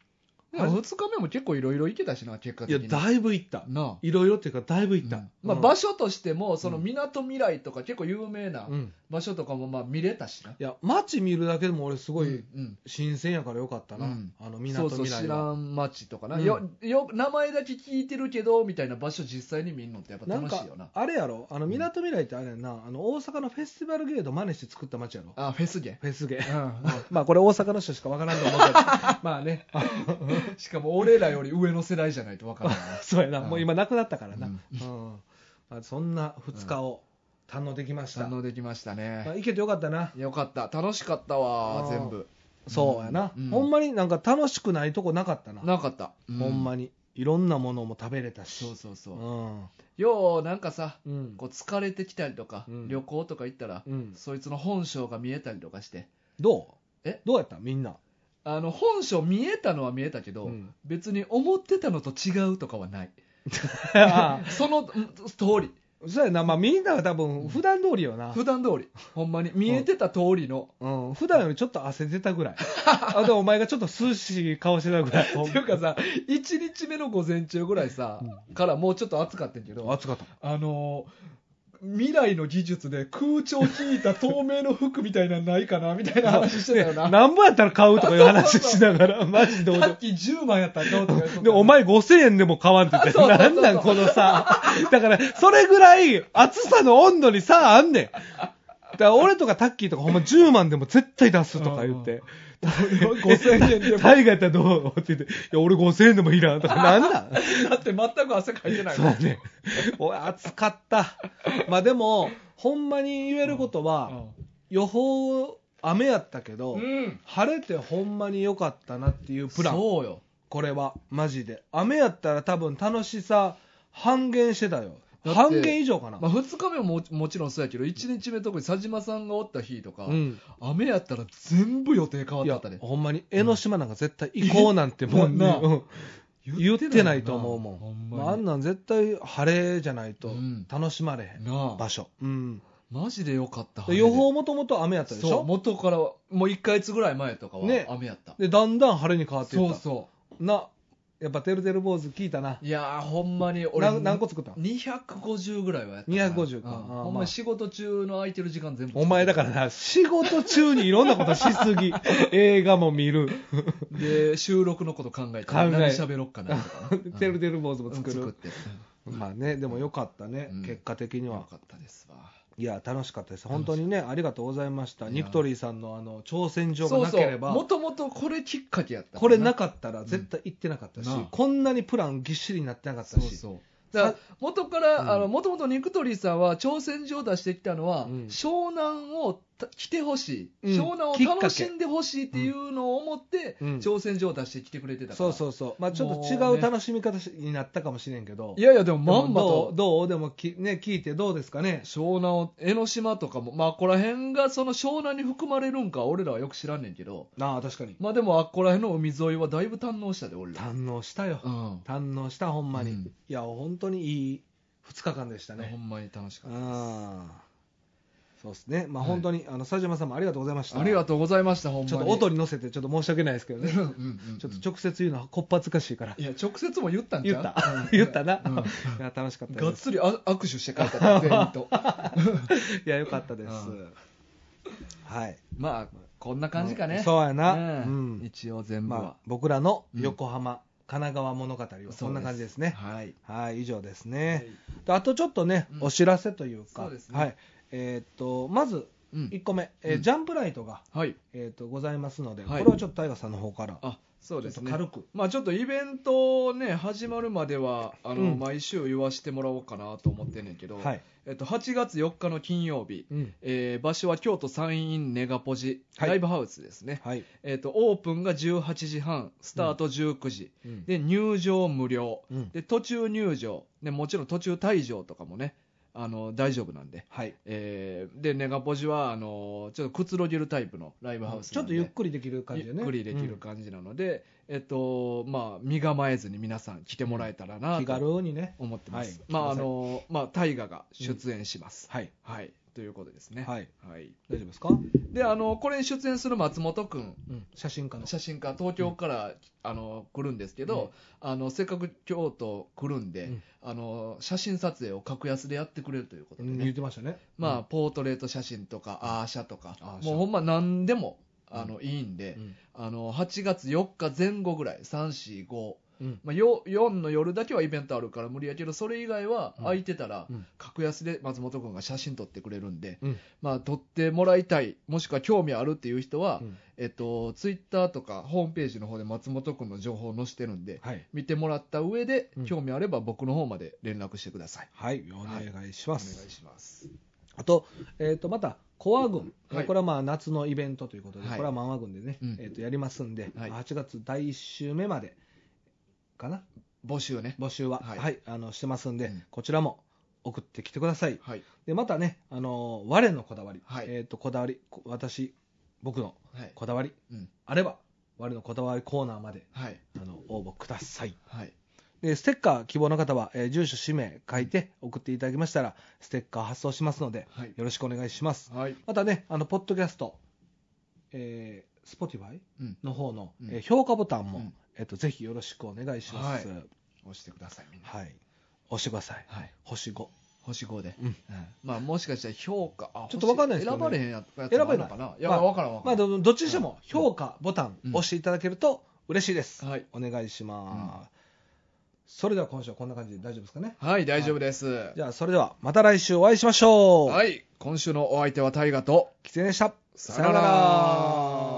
Speaker 1: でも2日目も結構いろいろ行けたしな結果
Speaker 2: い
Speaker 1: 的
Speaker 2: や
Speaker 1: に
Speaker 2: だいぶ行った
Speaker 1: なあ
Speaker 2: いろいろっていうかだいぶ行った、
Speaker 1: まあ、場所としてもそのみなとみらいとか結構有名な
Speaker 2: うん
Speaker 1: 場所とかもまあ見れたしな。
Speaker 2: いや街見るだけでも俺すご
Speaker 1: う
Speaker 2: い
Speaker 1: ん
Speaker 2: 新鮮やからよかったな、
Speaker 1: うん
Speaker 2: あの
Speaker 1: うん、
Speaker 2: 港
Speaker 1: そう
Speaker 2: 未来
Speaker 1: そう知らん町とかな、
Speaker 2: うん
Speaker 1: よよ名前だけ聞いてるけどみたいな場所実際に見るのってやっぱ
Speaker 2: なん
Speaker 1: 楽し
Speaker 2: か
Speaker 1: いよな
Speaker 2: あれやろあの港未来ってあれやんな、あの大阪のフェスティバルゲート真似して作った街やろ
Speaker 1: あフェスゲ
Speaker 2: フェスゲー
Speaker 1: う
Speaker 2: まあこれ大阪の人しかわからんと思うけど まあねあ
Speaker 1: ん、しかも俺らより上の世代じゃないと分からない
Speaker 2: そうやな、
Speaker 1: うん
Speaker 2: もう今なくなったからな、
Speaker 1: う
Speaker 2: うんんまあ、そんな2日を 堪能できました、
Speaker 1: 堪能できました
Speaker 2: まあ、
Speaker 1: ね
Speaker 2: 行けてよかったな
Speaker 1: よかった楽しかったわ
Speaker 2: うん
Speaker 1: 全部
Speaker 2: そうやな、
Speaker 1: うん
Speaker 2: ほんまになんか楽しくないとこなかったな
Speaker 1: なかった、うん
Speaker 2: ほんまにいろんなものも食べれたし
Speaker 1: そうそうそう、
Speaker 2: うん
Speaker 1: ようなんかさ
Speaker 2: うん
Speaker 1: こう疲れてきたりとか、
Speaker 2: うん
Speaker 1: 旅行とか行ったら、
Speaker 2: うん
Speaker 1: そいつの本性が見えたりとかして
Speaker 2: どう
Speaker 1: え
Speaker 2: どうやったみんな
Speaker 1: あの本性見えたのは見えたけど、
Speaker 2: うん
Speaker 1: 別に思ってたのと違うとかはない
Speaker 2: あ
Speaker 1: そのうん通り
Speaker 2: あそうやなまあみんなが多分普段通りよな
Speaker 1: 普段通りほんまに見えてた通りの、
Speaker 2: うん、普段よりちょっと汗出たぐらい あとお前がちょっと涼しい顔してたぐらい
Speaker 1: っていうかさ1日目の午前中ぐらいさ、からもうちょっと暑かったんけど
Speaker 2: 暑かった
Speaker 1: あのー未来の技術で空調効いた透明の服みたいなのないかなみたいな話してたよな。
Speaker 2: なんぼやったら買うとかいう話しながら マジで
Speaker 1: さっき10万やったらどうとか言うとった
Speaker 2: で お前5000円でも買わんって言って
Speaker 1: そうそうそう
Speaker 2: なんなんこのさだからそれぐらい暑さの温度にさあんねんだから俺とかタッキーとかほんま10万でも絶対出すとか言って
Speaker 1: 5000円でも
Speaker 2: タイガやったらどうって言っていや俺5000円でもいらんとかなんなん
Speaker 1: だって全く汗かいてない
Speaker 2: そう
Speaker 1: もん
Speaker 2: だね。おい、暑かった。まあでも、ほんまに言えることは、予報、雨やったけど、
Speaker 1: うん
Speaker 2: 晴れてほんまに良かったなっていうプラン。
Speaker 1: そうよ
Speaker 2: これは、マジで。雨やったら多分楽しさ、半減してたよ。
Speaker 1: だって
Speaker 2: 半減以上かな。
Speaker 1: まあ、2日目もももちろんそうやけど1日目特に佐島さんがおった日とか、
Speaker 2: うん。
Speaker 1: 雨やったら全部予定変わっ
Speaker 2: い
Speaker 1: てあ
Speaker 2: や
Speaker 1: ったね、
Speaker 2: ほんまに、江ノ島なんか絶対行こうなんてもう、
Speaker 1: うんな
Speaker 2: うん言ってないと思うもん。
Speaker 1: ほん
Speaker 2: まあ、
Speaker 1: ま
Speaker 2: あん
Speaker 1: に
Speaker 2: なん絶対晴れじゃないと
Speaker 1: うん
Speaker 2: 楽しまれへん、
Speaker 1: なあ
Speaker 2: 場所。うん。
Speaker 1: マジでよかった
Speaker 2: で予報もともと雨やったでし
Speaker 1: そう
Speaker 2: ょ
Speaker 1: 元からもう1か月ぐらい前とかは
Speaker 2: ね
Speaker 1: 雨やった、
Speaker 2: でだんだん晴れに変わっていっ
Speaker 1: そ
Speaker 2: た
Speaker 1: うそ
Speaker 2: なやっぱてるてる坊主聞いたな
Speaker 1: ういやーほんまに俺
Speaker 2: な何個作ったの
Speaker 1: 250ぐらいはやった
Speaker 2: 250か
Speaker 1: うん
Speaker 2: あー
Speaker 1: ほん
Speaker 2: ま
Speaker 1: ま
Speaker 2: あ
Speaker 1: に仕事中の空いてる時間全部
Speaker 2: お前だからな仕事中にいろんなことしす ぎ映画も見る
Speaker 1: で収録のこと考えて
Speaker 2: 考え
Speaker 1: 何喋ろっかなとか な
Speaker 2: てるてる坊主
Speaker 1: う
Speaker 2: も
Speaker 1: ん
Speaker 2: 作る、
Speaker 1: 作って
Speaker 2: まあねでもよかったね、
Speaker 1: うん
Speaker 2: 結果的に
Speaker 1: よ
Speaker 2: は
Speaker 1: かったですわ
Speaker 2: いや楽しかったです本当にねありがとうございました
Speaker 1: いや
Speaker 2: ニクトリーさんのあの挑戦状が
Speaker 1: そう
Speaker 2: な
Speaker 1: そ
Speaker 2: けれ
Speaker 1: う
Speaker 2: ば
Speaker 1: もともとこれきっかけやった
Speaker 2: これな
Speaker 1: か
Speaker 2: かったら絶対行ってなかったし、
Speaker 1: うんなあ
Speaker 2: こんなにプランぎっしりになってなかっ
Speaker 1: ったた
Speaker 2: し
Speaker 1: しそうだから元から、
Speaker 2: うん
Speaker 1: あの元々ニクトリーさんは挑戦状を出してきたのは、
Speaker 2: うん
Speaker 1: 湘南をた来てほしい、
Speaker 2: うん
Speaker 1: 湘
Speaker 2: きっ
Speaker 1: 南
Speaker 2: か
Speaker 1: を楽
Speaker 2: け
Speaker 1: しんでほしいっていうのを思って、
Speaker 2: うん
Speaker 1: 挑戦状を出してきてくれてたから
Speaker 2: そうそうそうまあちょっと違
Speaker 1: もう
Speaker 2: う
Speaker 1: ね
Speaker 2: 楽しみ方しになったかもしれんけど
Speaker 1: いやいやでも
Speaker 2: で
Speaker 1: ま
Speaker 2: も
Speaker 1: んま
Speaker 2: どう
Speaker 1: と
Speaker 2: どうでもき、ね、聞いてどうですかね
Speaker 1: 湘南を江ノ島とかもまあここら辺がその湘南に含まれるんかは俺らはよく知らんねんけど
Speaker 2: ああ確かに
Speaker 1: まあでもあっこら辺の海沿いはだいぶ堪能したで俺ら
Speaker 2: 堪能したよ、
Speaker 1: うん
Speaker 2: 堪能したほんまに、
Speaker 1: うん
Speaker 2: いや本当にいい2日間でした
Speaker 1: ほ
Speaker 2: ね
Speaker 1: んまに楽しかっ
Speaker 2: あーそうですねまあ
Speaker 1: はい
Speaker 2: 本当に、あの佐島さんもありがとうございました
Speaker 1: たありが
Speaker 2: と
Speaker 1: とうございましたほんまに
Speaker 2: ちょっと音に乗せてちょっと申し訳ないですけどね
Speaker 1: うんうんうん
Speaker 2: ちょっと直接言うのはこっぱずかしいから
Speaker 1: いや直接も言ったんち
Speaker 2: 言
Speaker 1: ゃ
Speaker 2: っ
Speaker 1: う
Speaker 2: た
Speaker 1: うん
Speaker 2: 言ったな、
Speaker 1: うん
Speaker 2: いや楽しかった
Speaker 1: がっ
Speaker 2: です
Speaker 1: つりあ握手して帰った から全員と
Speaker 2: いやよかったです、
Speaker 1: うん
Speaker 2: はい
Speaker 1: まあこんな感じかね、
Speaker 2: そうやな、
Speaker 1: う
Speaker 2: うんん
Speaker 1: 一応全部は、
Speaker 2: まあ、僕らの横浜、神奈川物語はそんな感じですね
Speaker 1: はい
Speaker 2: はい以上ですね、であとちょっとね、
Speaker 1: うん
Speaker 2: お知らせというか
Speaker 1: そうですね
Speaker 2: はいえーっとまず
Speaker 1: うん
Speaker 2: 1個目、えー
Speaker 1: うん
Speaker 2: ジャンプライトが、
Speaker 1: はい
Speaker 2: えーっとございますので、
Speaker 1: はい
Speaker 2: これをちょっとタイガーさんの方から
Speaker 1: あそうですね
Speaker 2: ちょっと軽く
Speaker 1: まあちょっとイベントね始まるまではあの、
Speaker 2: うん
Speaker 1: 毎週言わしてもらおうかなと思ってんねんけど、
Speaker 2: はい、
Speaker 1: えっと、8月4日の金曜日、
Speaker 2: うん
Speaker 1: えー場所は京都山陰ネガポジ、
Speaker 2: はい
Speaker 1: ライブハウスですね、
Speaker 2: はい
Speaker 1: えっと、オープンが18時半スタート19時、
Speaker 2: うん
Speaker 1: で入場無料、
Speaker 2: うん
Speaker 1: で途中入場でもちろん途中退場とかもねあの大丈夫なんで、
Speaker 2: はい
Speaker 1: えーでネガポジはあのちょっとくつろげるタイプのライブハウス
Speaker 2: ち
Speaker 1: な
Speaker 2: ょっ
Speaker 1: ん
Speaker 2: と
Speaker 1: で
Speaker 2: ゆっくりできる感じ
Speaker 1: ゆ
Speaker 2: で
Speaker 1: っ
Speaker 2: ね
Speaker 1: くりできる感じなので、えっとまあ、身構えずに皆さん来てもらえたら
Speaker 2: うん
Speaker 1: な
Speaker 2: 気
Speaker 1: と
Speaker 2: 軽にね
Speaker 1: 思ってます、
Speaker 2: はい
Speaker 1: まああ
Speaker 2: 来てください
Speaker 1: のまあ大河が出演します、
Speaker 2: はい
Speaker 1: はいということですね。
Speaker 2: はい。
Speaker 1: はい。
Speaker 2: 大丈夫ですか、
Speaker 1: で、あの、これに出演する松本くん、
Speaker 2: 写真家の。
Speaker 1: 写真家、東京から、あの、来るんですけど、あの、せっかく京都来るんで、
Speaker 2: うん
Speaker 1: あの、写真撮影を格安でやってくれるということで
Speaker 2: うん
Speaker 1: ね。
Speaker 2: 言ってましたね。
Speaker 1: まあ、ポートレート写真とか、アーシャとか
Speaker 2: アー、シャ
Speaker 1: もうほんま何でも、あ
Speaker 2: う
Speaker 1: の、いいんで、
Speaker 2: うん
Speaker 1: あの、8月4日前後ぐらい、3、4、5。
Speaker 2: うん
Speaker 1: まあ、よ4の夜だけはイベントあるから無理やけどそれ以外は
Speaker 2: うん
Speaker 1: 空いてたら
Speaker 2: うん
Speaker 1: 格安で松本君が写真撮ってくれるんで、
Speaker 2: うん
Speaker 1: まあ、撮ってもらいたいもしくは興味あるっていう人は、
Speaker 2: うん
Speaker 1: えっと、ツイッターとかホームページの方で松本君の情報を載せてるんで
Speaker 2: はい。
Speaker 1: 見てもらった上で、
Speaker 2: うん
Speaker 1: 興味あれば僕の方まで連絡してください。
Speaker 2: はい、お願いしま
Speaker 1: お
Speaker 2: す。
Speaker 1: 願いします。
Speaker 2: あと、えっとまた、コア軍、
Speaker 1: はい
Speaker 2: これはまあ夏のイベントということで、
Speaker 1: はい
Speaker 2: これはマンワ軍でね、
Speaker 1: うん
Speaker 2: えっとやりますんで、
Speaker 1: はい
Speaker 2: 8月第1週目までかな、
Speaker 1: 募集ね。
Speaker 2: 募集は、は
Speaker 1: はいい
Speaker 2: あのしてますんで、
Speaker 1: うん
Speaker 2: こちらも送ってきてください。
Speaker 1: はい。
Speaker 2: でまたね、あの我のこだわり、
Speaker 1: はい
Speaker 2: えっとこだわり、こ私、僕の
Speaker 1: はい。
Speaker 2: こだわり、
Speaker 1: うん。
Speaker 2: あれば、我のこだわりコーナーまで
Speaker 1: はい。
Speaker 2: あの応募ください。
Speaker 1: はい。
Speaker 2: でステッカー希望の方は、えー住所、氏名書いて送っていただきましたら、ステッカー発送しますので、
Speaker 1: はい。
Speaker 2: よろしくお願いします。
Speaker 1: はい。
Speaker 2: またね、あの、ポッドキャスト、えー、Spotify
Speaker 1: うん。
Speaker 2: の方の、
Speaker 1: うん
Speaker 2: えー評価ボタンも、
Speaker 1: うん
Speaker 2: えっと、ぜひよろしくお願いします。は。
Speaker 1: はい押してください、みんな。
Speaker 2: 押してください。
Speaker 1: はい。
Speaker 2: 星5。
Speaker 1: 星5で。
Speaker 2: うん
Speaker 1: まあもしかしたら評価、あ
Speaker 2: ちょっとわかんないですけど
Speaker 1: 選ばれ
Speaker 2: ね
Speaker 1: へんやつ選
Speaker 2: 選ばれ
Speaker 1: れない
Speaker 2: な
Speaker 1: いのかな。い
Speaker 2: ま
Speaker 1: や、
Speaker 2: あ
Speaker 1: わからんわか
Speaker 2: まあ、
Speaker 1: らん。
Speaker 2: どどっちにしても、評価ボタン
Speaker 1: うん
Speaker 2: 押していただけると嬉しいです。
Speaker 1: はい。
Speaker 2: お願いします。それでは今週はこんな感じで大丈夫ですかね。
Speaker 1: はい、大丈夫です。
Speaker 2: じゃあ、それではまた来週お会いしましょう。
Speaker 1: はい、今週のお相手は大ガと、
Speaker 2: キツネでした。
Speaker 1: さよなら